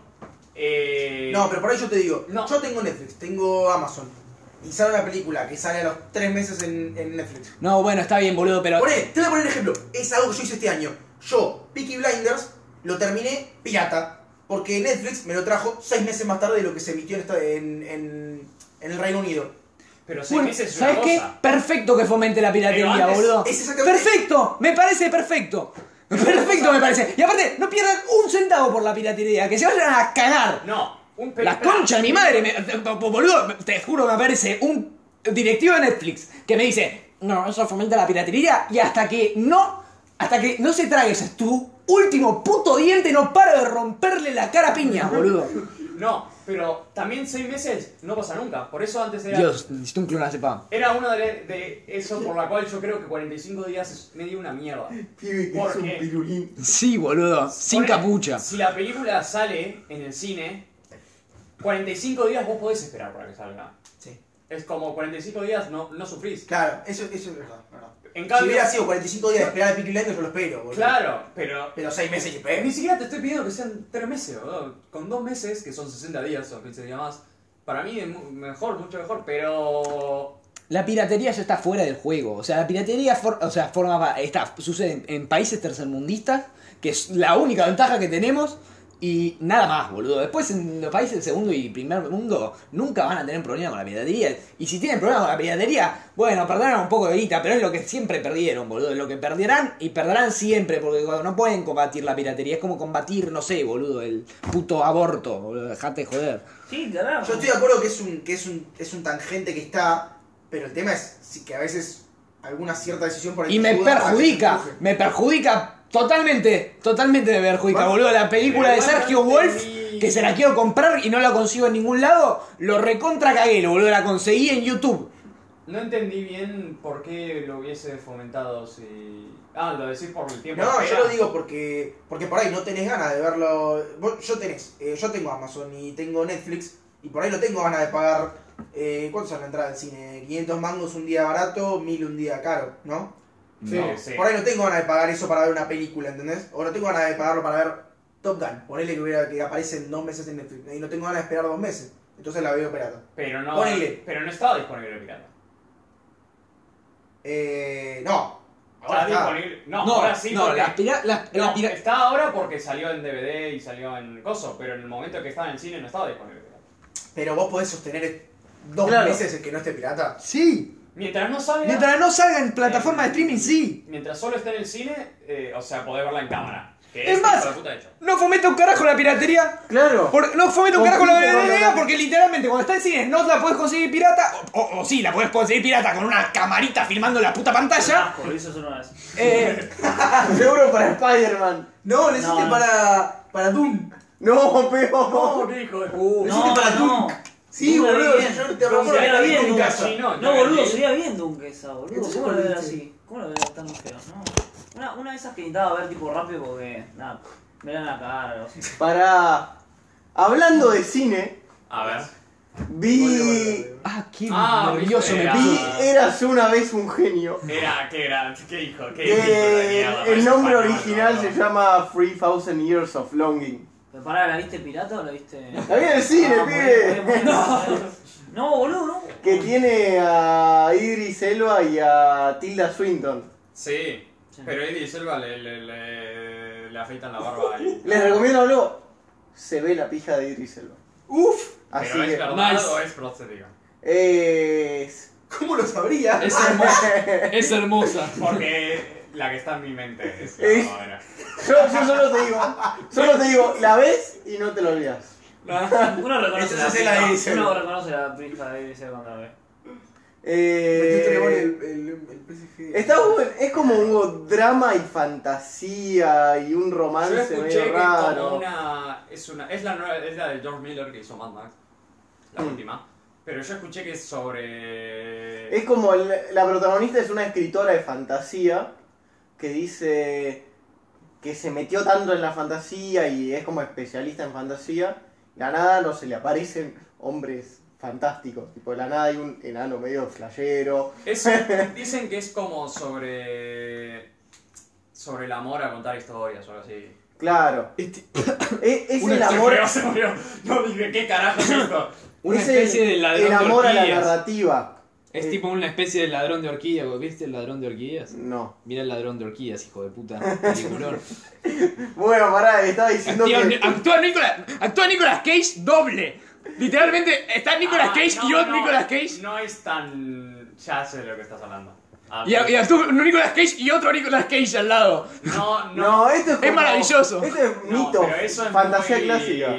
eh, No, pero por ahí yo te digo, No. yo tengo Netflix, tengo Amazon. Y sale una película que sale a los tres meses en, en Netflix. no, bueno, está bien, boludo, pero Poné, te voy a poner un ejemplo. Es algo que yo hice este año. Yo, Peaky Blinders, lo terminé pirata. Porque Netflix me lo trajo seis meses más tarde de lo que se emitió en, esta- en, en- en el Reino Unido. Pero seis Bueno, meses es ¿Sabes una qué? cosa. Perfecto que fomente la piratería, Pero antes- boludo. es exactamente- Perfecto, me parece perfecto. Perfecto me parece. Y aparte, no pierdan un centavo por la piratería, que se vayan a cagar. No. Un La concha de mi madre, me- eh, boludo, te juro me aparece un directivo de Netflix que me dice, no, eso fomenta la piratería y hasta que no, hasta que no se trague ese tu último puto diente no paro de romperle la cara a piña, boludo. No, pero también seis meses no pasa nunca. Por eso antes era. Dios, necesito un clonal, sepa. Era una de, de eso por la cual yo creo que 45 días es medio una mierda. Pibe, que ¿Por es un qué? pirulín. Sí, boludo, sin Por- capucha. Si la película sale en el cine, 45 días vos podés esperar para que salga. Sí. Es como 45 días no, no sufrís. Claro, eso, eso es verdad. verdad. En si cambio, hubiera sido 45 días de esperar a Peaky Blinders, yo lo espero, boludo. claro, pero eh, Pero seis meses y ni espero. siquiera te estoy pidiendo que sean 3 meses, boludo. Con 2 meses, que son 60 días o 15 días más, para mí es mu- mejor, mucho mejor, pero... La piratería ya está fuera del juego. O sea, la piratería for- o sea, forma pa- está, sucede en, en países tercermundistas, que es la única ventaja que tenemos, y nada más, boludo. Después en los países del segundo y primer mundo nunca van a tener problema con la piratería. Y si tienen problema con la piratería, bueno, perderán un poco de guita, pero es lo que siempre perdieron, boludo. Es lo que perderán y perderán siempre, porque cuando no pueden combatir la piratería. Es como combatir, no sé, boludo, el puto aborto, boludo. Dejate de joder. Sí, carajo. Yo estoy de acuerdo que es un, que es un, es un tangente que está, pero el tema es sí, que a veces alguna cierta decisión por ahí Y te me ayuda a que te perjudica, empuje. me perjudica totalmente, totalmente me perjudica, boludo. La película de Sergio Wolf, que se la quiero comprar y no la consigo en ningún lado, lo recontra cagué, lo, boludo, la conseguí en YouTube. No entendí bien por qué lo hubiese fomentado si... Ah, lo decís por el tiempo. de No, yo espera. lo digo porque porque por ahí no tenés ganas de verlo. Vos- Yo tenés, eh, yo tengo Amazon y tengo Netflix y por ahí no tengo ganas de pagar eh, ¿cuánto sale la entrada del cine? 500 mangos un día barato, 1000 un día caro, ¿no? No, sí. Por ahí no tengo ganas de pagar eso para ver una película, ¿entendés? O no tengo ganas de pagarlo para ver Top Gun. Ponele que hubiera que aparece en dos meses en Netflix y no tengo ganas de esperar dos meses. Entonces la veo pirata. Pero no, Ponele. pero no estaba disponible el pirata. Eh, no. Ahora Ahora está. disponible. No, ahora sí. porque- la pira- la- no, la pira- está ahora porque salió en DVD y salió en Coso, pero en el momento que estaba en el cine no estaba disponible. Pero vos podés sostener dos Claro. meses el que no esté pirata. Sí, Mientras no salga. mientras no salga en plataforma de streaming, sí. Mientras solo esté en el cine, eh, o sea, podés verla en cámara. que Es más, hijo de puta hecho. No fomenta un carajo la piratería. Claro. Por- no fomenta un Con carajo la Twitter, piratería boludo. porque literalmente cuando está en cine no la puedes conseguir pirata, o, o- o sí, la puedes conseguir pirata con una camarita filmando la puta pantalla. Asco, lo hizo solo una vez. Eh, Seguro para Spider-Man. No, lo hiciste no. para. para Doom. No, peor. qué hijo de Lo No, hiciste para no. Doom. Sí, Doom era boludo, bien. yo te Doom recuerdo era que bien, en Doom. casa. Chino, No, boludo, entendí. sería bien Dunk esa, boludo. Entonces, ¿Cómo la veo ¿cómo viste? así? ¿Cómo la veo tan feo? No. Una, una de esas que intentaba ver tipo rápido porque, nada, me la van a cagar o algo así. Para. Hablando de cine, A ver. vi. ah, qué Ah, nervioso me viste, puse. Vi Ah. Eras una vez un genio. Era, qué era, qué hijo, qué Que hijo de mierda, Eh, el parece nombre Batman, original boludo. se llama Three Thousand Years of Longing. Pero pará, ¿la viste pirata o la viste.? La vi en el cine, Ah, pibe. muy bien, muy bien, muy bien. No, boludo, no. Que tiene a Idris Elba y a Tilda Swinton. Sí, pero Eddie Selva le, le, le- le afeitan la barba ahí. Les recomiendo algo. Se ve la pija de Idris Elba. Uf. Así ¿Pero es que. verdad Nice. o es prostética? Es. ¿Cómo lo sabría? Es hermosa. Es hermosa. Porque la que está en mi mente es la Es- verdadera. Yo, yo solo te digo. Solo te digo, la ves y no te lo olvidas. Ah. Uno reconoce Entonces la es la pija- Edison. Uno reconoce la pija de Edison cuando la ve. Metiste gol Eh. el, el, el PSG. Está bueno, es como un drama y fantasía y un Yo romance escuché que medio es como raro. Mm. una. Es, una, es, la, nueva- es la de George Miller que hizo Mad Max. La última. Pero yo escuché que es sobre. Es como el- la protagonista es una escritora de fantasía que dice que se metió tanto en la fantasía y es como especialista en fantasía. De la nada no se le aparecen hombres fantásticos. Tipo, de la nada hay un enano medio flayero. Es- dicen que es como sobre. sobre el amor a contar historias o algo así. Claro. Este es es Uy, el se amor. murió, se murió. No dije, ¿qué carajo es esto? Una es especie el, de ladrón el de amor a la orquídeas. narrativa. Es tipo una especie de ladrón de orquídeas, ¿vos ¿viste el ladrón de orquídeas? No. Mira el ladrón de orquídeas, hijo de puta. Peliculón. Bueno, pará, estaba diciendo Actúa, que. actúa Nicolas, actúa Nicolas Cage doble. Literalmente está Nicolas Ah, Cage no, y otro no, Nicolas Cage. No es tan. Ya sé de lo que estás hablando. Ah, Y, a- y pero- actúa un Nicolas Cage y otro Nicolas Cage al lado. No, no. No, esto es, como- maravilloso. Esto es no, mito, pero eso es fantasía muy- clásica.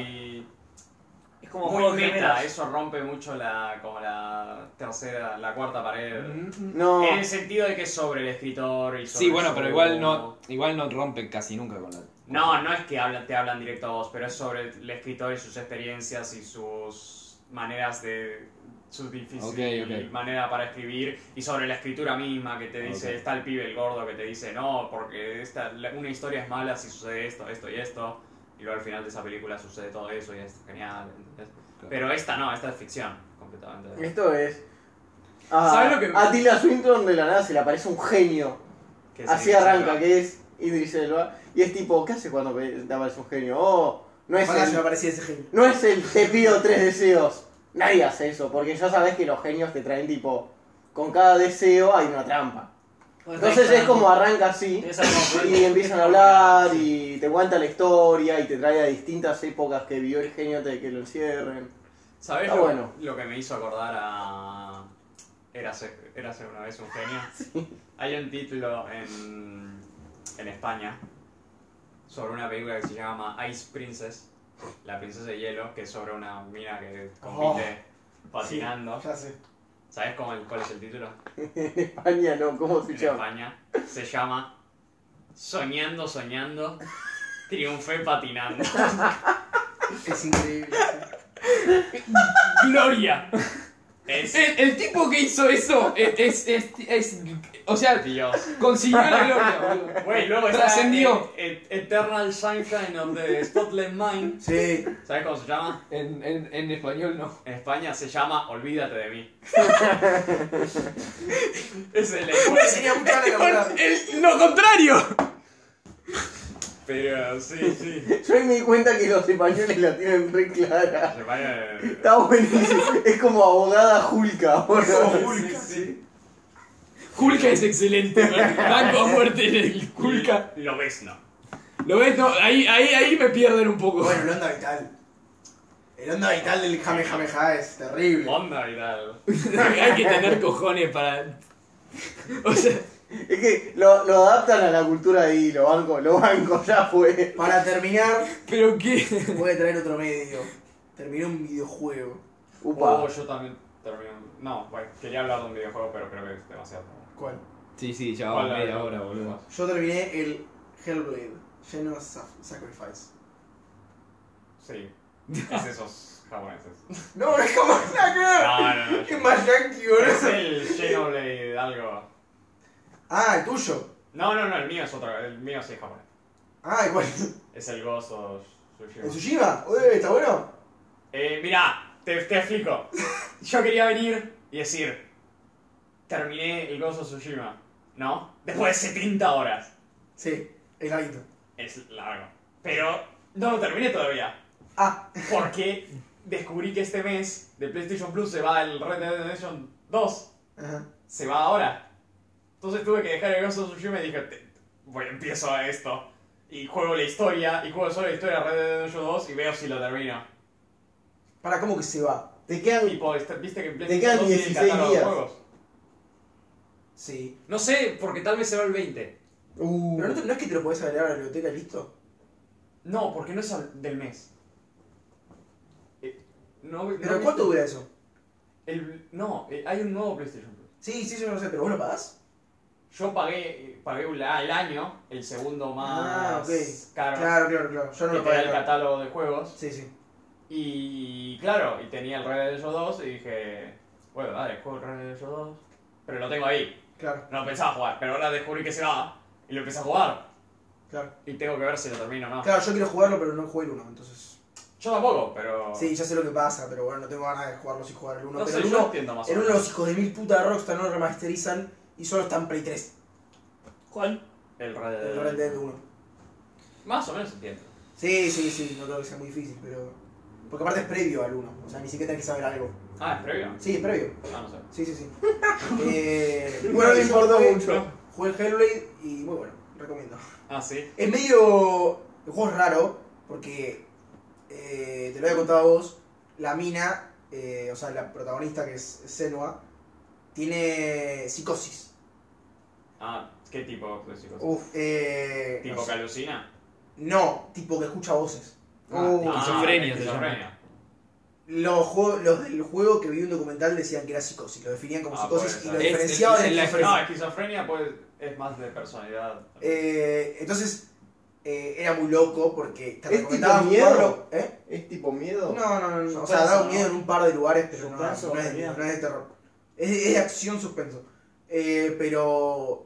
Es como Muy juegos de meta, gemelas. eso rompe mucho la, como la tercera, la cuarta pared. No, En el sentido de que es sobre el escritor y sobre Mm. Sí, bueno, su- pero igual no, igual no rompe casi nunca con la. No, no es que hablan, te hablan directo a vos, pero es sobre el escritor y sus experiencias y sus maneras de. su difícil Ok, ok. manera para escribir y sobre la escritura misma que te dice, Ok. está el pibe el gordo que te dice, no, porque esta, la- una historia es mala si sucede esto, esto y esto, y luego al final de esa película sucede todo eso y es genial. ¿entendés? Pero esta no, esta es ficción, completamente. esto es. A, ¿Sabes lo que- a Tilda Swinton de la nada se le aparece un genio. Que Así se- arranca, que es Idris Elba. Y es tipo, ¿qué hace cuando ve- te aparece un genio? Oh, no es, Ojalá se me el, aparecía ese genio. no es el te pido tres deseos. Nadie hace eso, porque ya sabes que los genios te traen tipo, con cada deseo hay una trampa. Entonces es como arranca así. Tenés algo como- Y empiezan a hablar y te cuenta la historia y te trae a distintas épocas que vio el genio antes de que lo encierren. ¿Sabes Está lo, bueno. lo que me hizo acordar a. Érase, Érase una vez un genio? Hay un título en, en España sobre una película que se llama Ice Princess, la princesa de hielo, que es sobre una mina que compite patinando. Ya sé. ¿Sabes cómo, cuál es el título? En España no, ¿cómo se En llama? España se llama Soñando, soñando, triunfé patinando. Es increíble. ¡Gloria! Es El, el tipo que hizo eso eh, es, es, es- O sea, Dios. consiguió la gloria, boludo. Güey, luego está Trascendió. E- E- Eternal Sunshine of the Spotless Mind. Sí. ¿Sabes cómo se llama? En, en, en español no. En España se llama Olvídate de mí. es el encuentro. Tenía mucha ganas de El- lo contrario. Pero sí, sí. Yo ahí me di cuenta que los españoles la tienen re clara. Se vaya- eh, Está buenísimo. Es como abogada Julka. boludo. Sí, sí. Julka es excelente. man. Banco a muerte en el Julka. Lo ves, no. Lo ves, no, ahí, ahí, ahí me pierden un poco. Bueno, el onda vital. El onda vital del Jame Jame Ja es terrible. Onda viral. Hay que tener cojones para. O sea, Es que lo, lo adaptan a la cultura de ahí, lo banco, lo banco, ya fue. Para terminar, pero qué. voy a traer otro medio. Terminé un videojuego. Upa. Oh, yo también termino. No, bueno, quería hablar de un videojuego, pero creo que es demasiado. ¿Cuál? Sí, sí, ya va Hola, media hola, hora, boludo. hola. Yo terminé el Hellblade, lleno de sacrifice. Sí. Es esos japoneses. No, no es como la No, cara. no, no. Es más yankee, boludo. Es el Xenoblade algo. Ah, el tuyo. No, no, no, el mío es otro, el mío sí es japonés. Ah, igual. Es el Gozo ¿El Tsushima. Tsushima? Oye, ¿está bueno? Eh, mirá, te, te explico. Yo quería venir y decir, terminé el Gozo Tsushima, ¿no? Después de 70 horas. Sí, es larguito. Es largo. Pero no lo terminé todavía. Ah, Porque descubrí que este mes de PlayStation Plus se va el Red Dead Redemption 2. ajá. se va ahora. Entonces tuve que dejar el Ghost of Tsushima y dije, "Te- voy, empiezo a esto. Y juego la historia, y juego solo la historia de Red Dead Redemption 2 y veo si lo termino. ¿Para cómo que se va? Te quedan. Tipo, este- viste que en PlayStation quedan 2 tiene el 16 catálogo de días. juegos. Sí. No sé, porque tal vez se va el 20. Uh, Pero no, te- no es que te lo podés agregar a la biblioteca y listo. No, porque no es al- del mes. Eh, No, no ¿Pero viste- cuánto dura eso? el- no, eh, hay un nuevo PlayStation Plus. Sí, sí, yo no sé, pero vos lo pagás. Yo pagué, pagué un- el año, el segundo más Ah, ok. caro Claro, claro, claro. Yo no que te da lo pagué. el claro. catálogo de juegos. Sí, sí. Y claro, y tenía el Red Dead Redemption 2 y dije, bueno, dale, juego el Red Dead Redemption 2. Pero lo tengo ahí. Claro, No lo pensaba jugar, pero ahora descubrí que se va y lo empecé a jugar. claro. Y tengo que ver si lo termino o no. Claro, yo quiero jugarlo, pero no jugué el 1, entonces. Yo tampoco, pero... Sí, ya sé lo que pasa, pero bueno, no tengo ganas de jugarlo sin jugar el 1. Ah. no pero sé, el yo 1, entiendo más o el uno menos. los hijos de mil puta de Rockstar no lo remasterizan y solo está en Play 3. ¿Cuál? El Red Dead. El Red Dead 1. Más o menos entiendo. Sí, sí, sí, no creo que sea muy difícil, pero. Porque aparte es previo al 1, o sea, ni siquiera tenés que saber algo. Ah, es previo. Sí, es previo. Ah, no sé. Sí, sí, sí. eh, No le yo importó jugué- mucho. Jugué el Hellblade y muy bueno, recomiendo. Ah, sí. Es medio. El juego es raro, porque. eh, te lo había contado a vos. La mina, eh, o sea, la protagonista que es Senua, tiene psicosis. Ah, ¿qué tipo de psicosis? Uf. Eh, ¿Tipo no, que sé. alucina? No, tipo que escucha voces. Uh, Ah, esquizofrenia se esquizofrenia. Los, juego- los del juego que vi un documental decían que era psicosis, lo definían como Ah, psicosis puede y ser. lo Es- es- diferenciaban es de la- la No, esquizofrenia pues, es más de personalidad. Eh, entonces, eh, era muy loco porque te ¿Es recomendaban tipo miedo? jugarlo. ¿Eh? ¿Es tipo miedo? No, no, no, no. O Suspenso, sea, daba ¿no? miedo en un par de lugares, pero no, Suspenso, no es, también. no es de terror. Es, es de acción suspenso. Eh, pero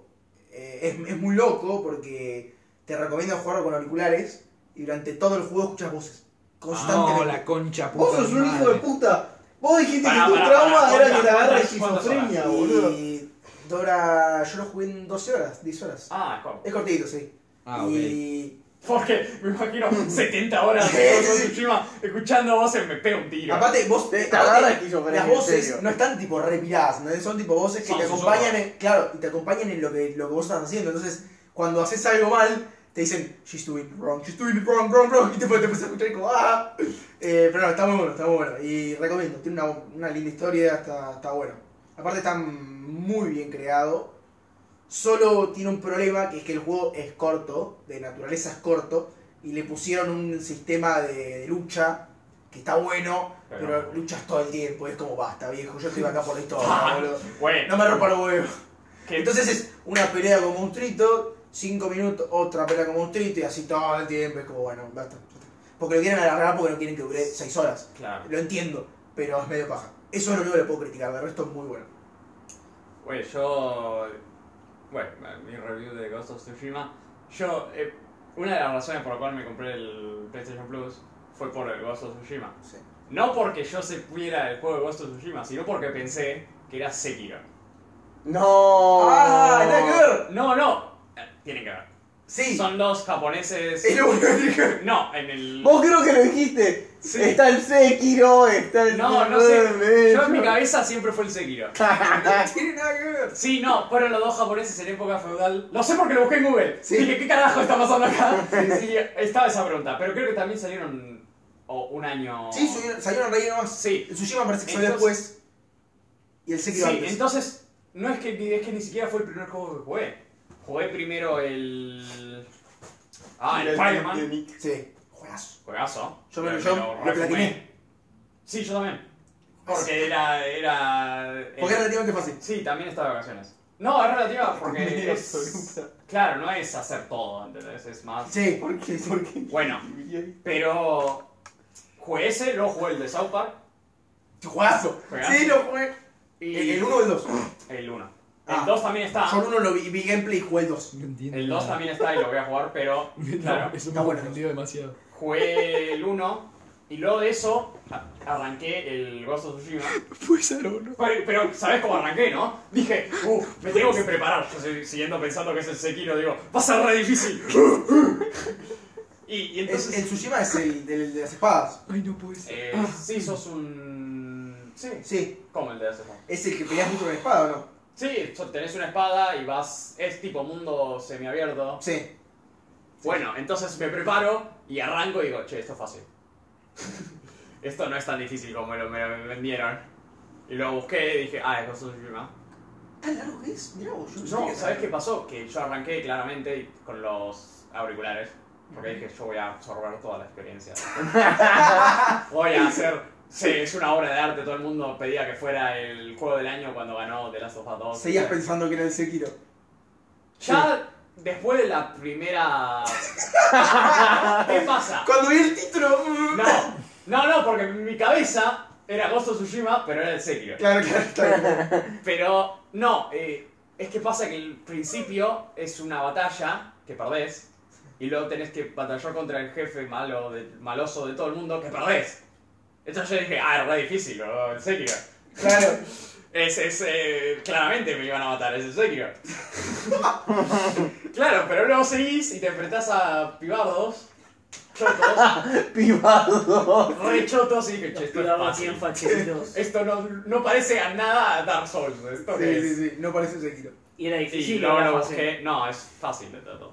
eh, es, es muy loco porque te recomiendo jugarlo con auriculares y durante todo el juego escuchas voces. No, Constantemente. la concha puta. Vos sos un madre. hijo de puta. Vos dijiste Pará, que tu pará, trauma pará, era ¿cuántas- que te agarre cuántas- cuántas esquizofrenia, boludo. y Dora, yo lo jugué en 12 horas, 10 horas. Ah, ¿cómo? Es cortito, sí. Ah, ok. y Porque me imagino 70 horas Sí, de Ghost sí, of Tsushima escuchando voces me pega un tiro. aparte, vos Te te aparte, agarra esquizofrenia. Las en voces serio. no están tipo repiradas, ¿no? son tipo voces que Son te susurros. acompañan, en, claro, y te acompañan en lo que, lo que vos estás haciendo. Entonces, cuando haces algo mal, te dicen, she's doing it wrong, she's doing it wrong, wrong, wrong, y te, te empiezas a escuchar como, ah. Eh, pero no, está muy bueno, está muy bueno. Y recomiendo, tiene una, una linda historia, está, está bueno. Aparte, está muy bien creado. Solo tiene un problema, que es que el juego es corto, de naturaleza es corto, y le pusieron un sistema de- de lucha que está bueno, Pero- pero luchas todo el tiempo, es como basta, viejo, yo estoy acá por la historia, boludo. Güey, No me rompa los huevos. que- Entonces es una pelea con monstruito, cinco minutos, otra pelea con monstruito y así todo el tiempo, es como bueno, basta. Porque lo quieren alargar porque no quieren que dure seis horas. Claro. Lo entiendo, pero es medio paja. Eso es lo único que le puedo criticar, de resto es muy bueno. Güey, yo... Bueno, mi review de Ghost of Tsushima. Yo... eh, una de las razones por la cual me compré el PlayStation Plus fue por el Ghost of Tsushima. Sí. No porque yo sepiera el juego de Ghost of Tsushima, sino porque pensé que era Sekiro. No. ¡Ah! ¡Nada que ver! No, no. eh, Tienen que ver. Sí, Son dos japoneses... es lo único que dije. No, en el... Vos creo que lo dijiste. Sí. Está el Sekiro, está el. No, no sé. Yo en mi cabeza siempre fue el Sekiro. No tiene nada que ver. Sí, no, fueron los dos japoneses en época feudal. Lo sé porque lo busqué en Google. Dije, ¿qué carajo está pasando acá? Y estaba esa pregunta, pero creo que también salieron o un año. Sí, subieron- salieron rey nomás. Sí, El Tsushima parece que salió Entonces- después. Y el sí, Sekiro antes. entonces no es que, es que ni siquiera fue el primer juego que jugué. Jugué primero el. Ah, el Fireman. Sí, juegazo. Juegazo. Yo me- Me yo lo refumé. platiné. Sí, yo también. Porque era. era Porque es relativamente fácil. Sí, también está de vacaciones. No, es relativa porque es... Claro, no es hacer todo, ¿entendés? Es más... Sí. ¿Por qué? ¿Por qué? Bueno, pero... Jugué ese, luego jugué el de South Park ¡Juegazo! Juegazo. Sí, lo jugué. y... ¿El, el 1 o el 2? El 1. Ah. El 2 también está. Yo el 1 lo vi, vi gameplay y jugué el 2. No entiendo. El 2 nada. también está y lo voy a jugar, pero... Claro. No, eso me Está ha bueno. confundido demasiado. Jugué el 1 y luego de eso a- arranqué el Ghost of Tsushima. Pues Aaron. Pero, pero, ¿sabés cómo arranqué, no? Dije, uff, me tengo que preparar. Yo estoy siguiendo pensando que es el Sekiro, digo, va a ser re difícil. y, y Es, entonces. el Tsushima es el, del de las espadas. Ay, no puede ser. eh, sí, sos un. Sí, Sí, como el de hace poco. es el que peleas mucho con la espada, ¿o no? Sí, so- tenés una espada y vas. Es tipo mundo semiabierto. Sí. Bueno, entonces me preparo y arranco y digo, che, esto es fácil. esto no es tan difícil como me lo me lo vendieron. Y lo busqué y dije, ah, es Ghost of Tsushima. ¿Tan largo que es? Mirá vos, yo no No, sabía. ¿sabes qué pasó? Que yo arranqué claramente y- con los auriculares. Porque dije, yo voy a absorber toda la experiencia. voy a hacer. Sí, es una obra de arte. Todo el mundo pedía que fuera el juego del año cuando ganó The Last of Us 2. Seguías pensando que era el Sekiro. Ya después de la primera. ¿Qué pasa? Cuando vi el título. mm, No, No, no, porque mi cabeza era Ghost of Tsushima, pero era el Sekiro. Claro, claro, claro. Pero no, eh, es que pasa que el principio es una batalla que perdés y luego tenés que batallar contra el jefe malo de- maloso de todo el mundo que perdés. Entonces yo dije, ah, es re difícil, boludo, el Sekiro. Claro. Es, es, eh, claramente me iban a matar, es el Sekiro. claro, pero luego seguís y te enfrentás a pibardos, chotos, Pivado. re chotos y dije, che, esto es fácil. Esto no, no parece a nada a Dark Souls. Esto que Sí, sí, es. sí, no parece un Sekiro. Y era Y difícil. luego o era lo fácil? busqué. No, es fácil de todo.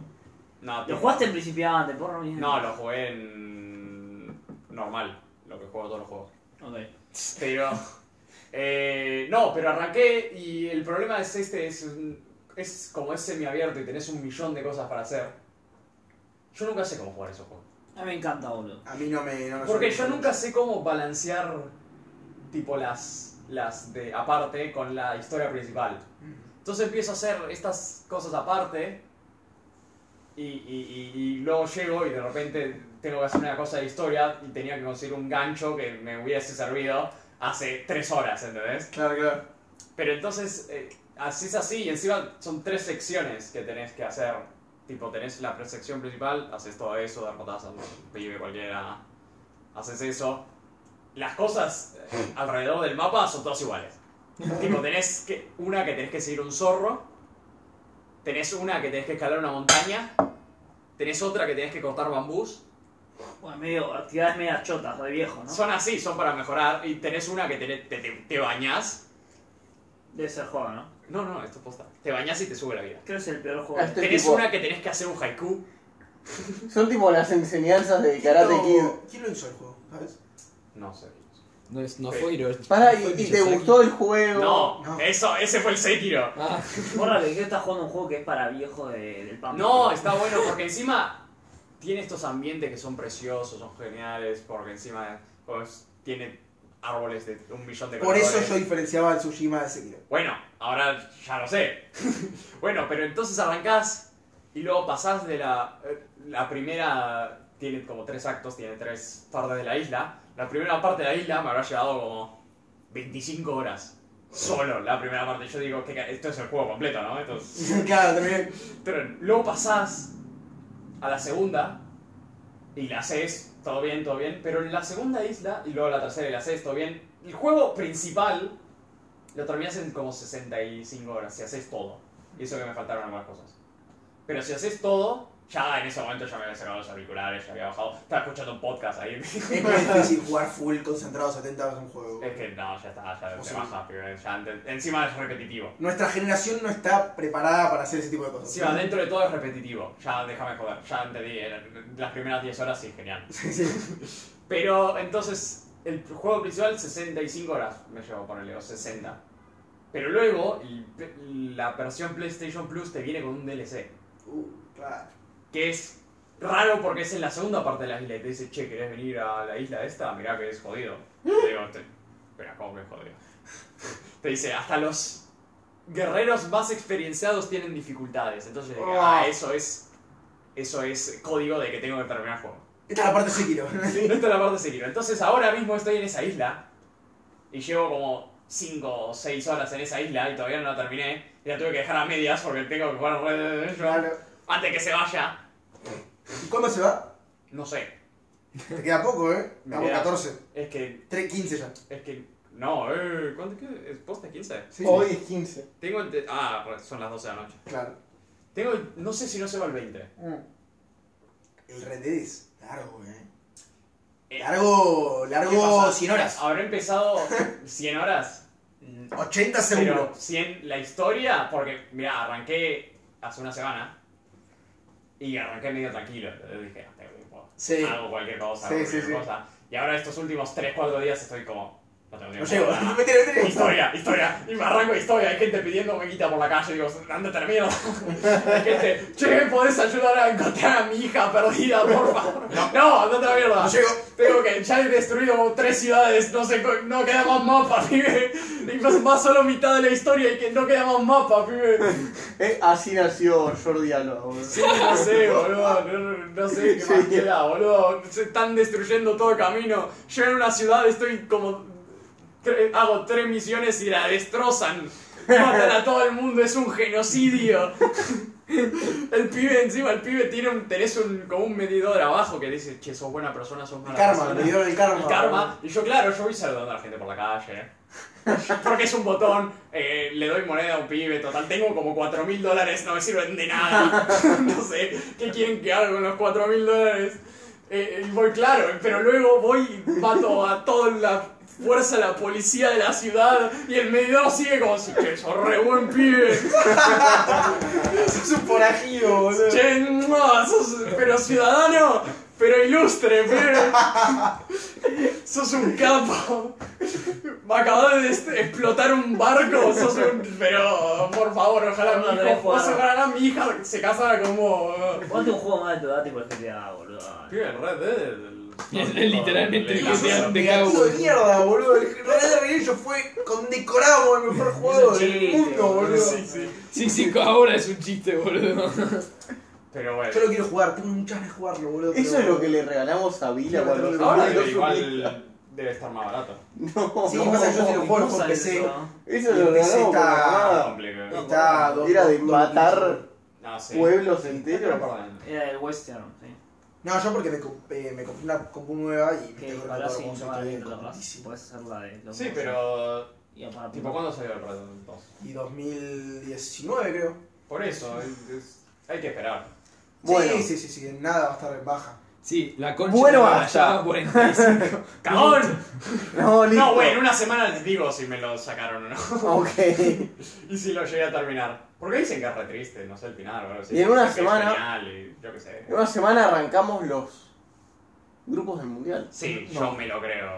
No, ¿Lo tipo- jugaste en principiante, porro? bien. No, lo jugué en. normal. Lo que juego todos los juegos. Ok. Pero. eh, no, pero arranqué y el problema es este: es, un- es como es semiabierto y tenés un millón de cosas para hacer. Yo nunca sé cómo jugar esos juegos. A mí me encanta, boludo. A mí no me. No me Porque suena. yo nunca sé cómo balancear tipo las, las de aparte con la historia principal. Entonces empiezo a hacer estas cosas aparte y, y- y- y luego llego y de repente tengo que hacer una cosa de historia y tenía que conseguir un gancho que me hubiese servido hace tres horas, ¿entendés? Claro, claro. Pero entonces, eh, así es así, y encima son tres secciones que tenés que hacer. Tipo, tenés la pre- sección principal, haces todo eso, derrotas a un pibe cualquiera, haces eso. Las cosas eh, alrededor del mapa son todas iguales. tipo, tenés que, una que tenés que seguir un zorro, tenés una que tenés que escalar una montaña, tenés otra que tenés que cortar bambús, Bueno, medio, actividades medio chotas de viejo, ¿no? son así, son para mejorar, y tenés una que tenés- te, te, te bañás. Debe ser juego, ¿no? No, no, esto es posta. Te bañás y te sube la vida. Creo que es el peor Ah, juego. Este- Tenés tipo- una que tenés que hacer un haiku. Son tipo las enseñanzas de Karate Kid. Pero, ¿Quién lo hizo el juego? ¿Sabes? No sé. No, es- no fue Hiro. Pará, fue y, y te Miyazaki. gustó el juego. No, No. Eso, ese fue el Sekiro. Ah, Porra, que creo que estás jugando un juego que es para viejo de- del pan. No, está bueno porque encima tiene estos ambientes que son preciosos, son geniales, porque encima pues, tiene árboles de un millón de Por colores. eso yo diferenciaba al Tsushima de Sekiro. Bueno, ahora ya lo sé. bueno, pero entonces arrancás y luego pasás de la... eh, La primera tiene como tres actos, tiene tres partes de la isla. La primera parte de la isla me habrá llevado como 25 horas. Solo la primera parte. Yo digo, que esto es el juego completo, ¿no? Esto es- claro, también. Pero luego pasás a la segunda y la haces, todo bien, todo bien. Pero en la segunda isla y luego la tercera y la haces, todo bien. El juego principal lo terminas en como 65 horas si haces todo. Y eso que me faltaron algunas cosas. Pero si haces todo, ya en ese momento ya me había sacado los auriculares, ya había bajado. Estaba escuchando un podcast ahí. Es muy difícil jugar full concentrados 70 horas a un juego. es que no, ya está, ya O te sea, baja. pero ya antes- encima es repetitivo. Nuestra generación no está preparada para hacer ese tipo de cosas. Encima, dentro de todo es repetitivo. Ya déjame joder, ya entendí. eh, Las primeras 10 horas sí, genial. Pero entonces, el juego principal 65 horas me llevó ponerle, o 60. Pero luego, el- la versión PlayStation Plus te viene con un DLC. Uh, claro. Que es raro porque es en la segunda parte de la isla. Y te dice, che, ¿querés venir a la isla esta? Mirá que es jodido. Y te digo, "Te- pero ¿cómo que es jodido? te dice, hasta los guerreros más experienciados tienen dificultades. Entonces, yo dije, ah, eso es. Eso es código de que tengo que terminar el juego. Esta es la parte de Sekiro. Esta es la parte de Sekiro. Entonces ahora mismo estoy en esa isla y llevo como 5 o 6 horas en esa isla y todavía no la terminé. Y la tuve que dejar a medias porque tengo que jugar Red Dead Redemption Claro. antes que se vaya. ¿Y cuándo se va? No sé. Te queda poco, ¿eh? Me Estamos queda- 14. Es que. 3, 15 ya. Es que. No, eh. ¿Cuánto qué? ¿Es posta 15? Sí, Hoy es 15. Tengo el. de- ah, son las 12 de la noche. Claro. Tengo el- No sé si no se va el 20. El Red Dead es largo, ¿eh? Eh, Largo, ¿qué Ah. largo pasa? 100 horas. Habré empezado 100 horas. 80 Pero seguro. 100, la historia, porque mira, arranqué hace una semana y arranqué medio tranquilo. Entonces dije, "Ah, tengo tiempo, Sí. hago cualquier cosa, Sí, hago sí, cualquier sí. cosa. Y ahora estos últimos 3, 4 días estoy como, No No llego, metele, metele. Historia, historia. Y me arranco historia. Hay gente pidiendo vaquita por la calle. Digo, andate a la mierda. Hay gente, che, ¿podés ayudar a encontrar a mi hija perdida, por favor? No, andate a la mierda. No llego. Tengo que, ya he destruido como tres ciudades. No sé, co- no queda más mapa, pibe. Y pues va solo mitad de la historia y que no queda más mapa, pibe. Eh, así nació Jordi Alba, boludo. Sí, no sé, boludo. No, no- no sé qué más queda, boludo. Se están destruyendo todo camino. Yo en una ciudad estoy como. tre- hago tres misiones y la destrozan. Matan a todo el mundo, es un genocidio. El pibe encima, el pibe tiene un, tenés un, como un medidor abajo que dice, che, sos buena persona, sos mala Karma, persona. me dieron el karma. El karma. Y yo, claro, yo voy saludando a la gente por la calle. Porque es un botón, eh, le doy moneda a un pibe, total, tengo como 4 mil dólares, no me sirven de nada. no sé, ¿qué quieren que haga con los 4 mil dólares? Eh, eh, y voy claro, pero luego voy y mato a toda la fuerza, la policía de la ciudad y el medidor sigue como si, che, sos re buen pibe. Es un forajido, boludo. Che, no, sos, pero ciudadano, pero ilustre, pero. Sos un capo. Me acabas de dest- explotar un barco, sos un. Pero, por favor, ojalá No, no, mi no, hijo. no, no. Ojalá mi hija se casara como. Ponte un juego más de tu edad, tipo el GTA, boludo. Pibe, Red eh, Dead. el- Literalmente el- el el- que te Pedazo cago. de mierda, boludo. El Red Dead Redemption fue condecorado como el mejor juego del chiste, mundo, boludo. Sí, sí. Sí, sí, ahora es un chiste, boludo. Pero bueno. Yo lo quiero jugar, tengo muchas ganas de jugarlo, boludo. Eso pero- es lo que le regalamos a Vila Sí, cuando pero- se Ahora mandó su lista. igual debe estar más barato. No, Sí, no, pasa que yo si lo no. juego, lo juego en Usa PC. eso. Eso Y lo el PC regalamos por la está- jornada. Complicado. Está dos- Era de dos- matar No sé. pueblos Pero enteros. perdón. Era el western, sí. No, yo porque me, comp- eh, me compré una compu nueva y me tengo Que que recordar disparás sin cómo se llamar a bien, alguien, te lo complicísimo. agarrás. Podés hacer la de. los Sí, dos. pero. Y aparte- Tipo, ¿cuándo salió el Red Dead entonces? Y 2019 creo. Por eso, es- es- hay que esperar. Bueno. Sí, sí, sí, sí, en nada va a estar en baja. Sí, la concha Bueno, de la basta. llama 45. ¡Cagón! No, listo. No, bueno, en una semana les digo si me lo sacaron o no. Ok. Y si lo llegué a terminar. Porque dicen que es re triste, no sé el final, bro. Y en una semana- yo qué sé. En una semana arrancamos los grupos del mundial. Sí, yo me lo creo.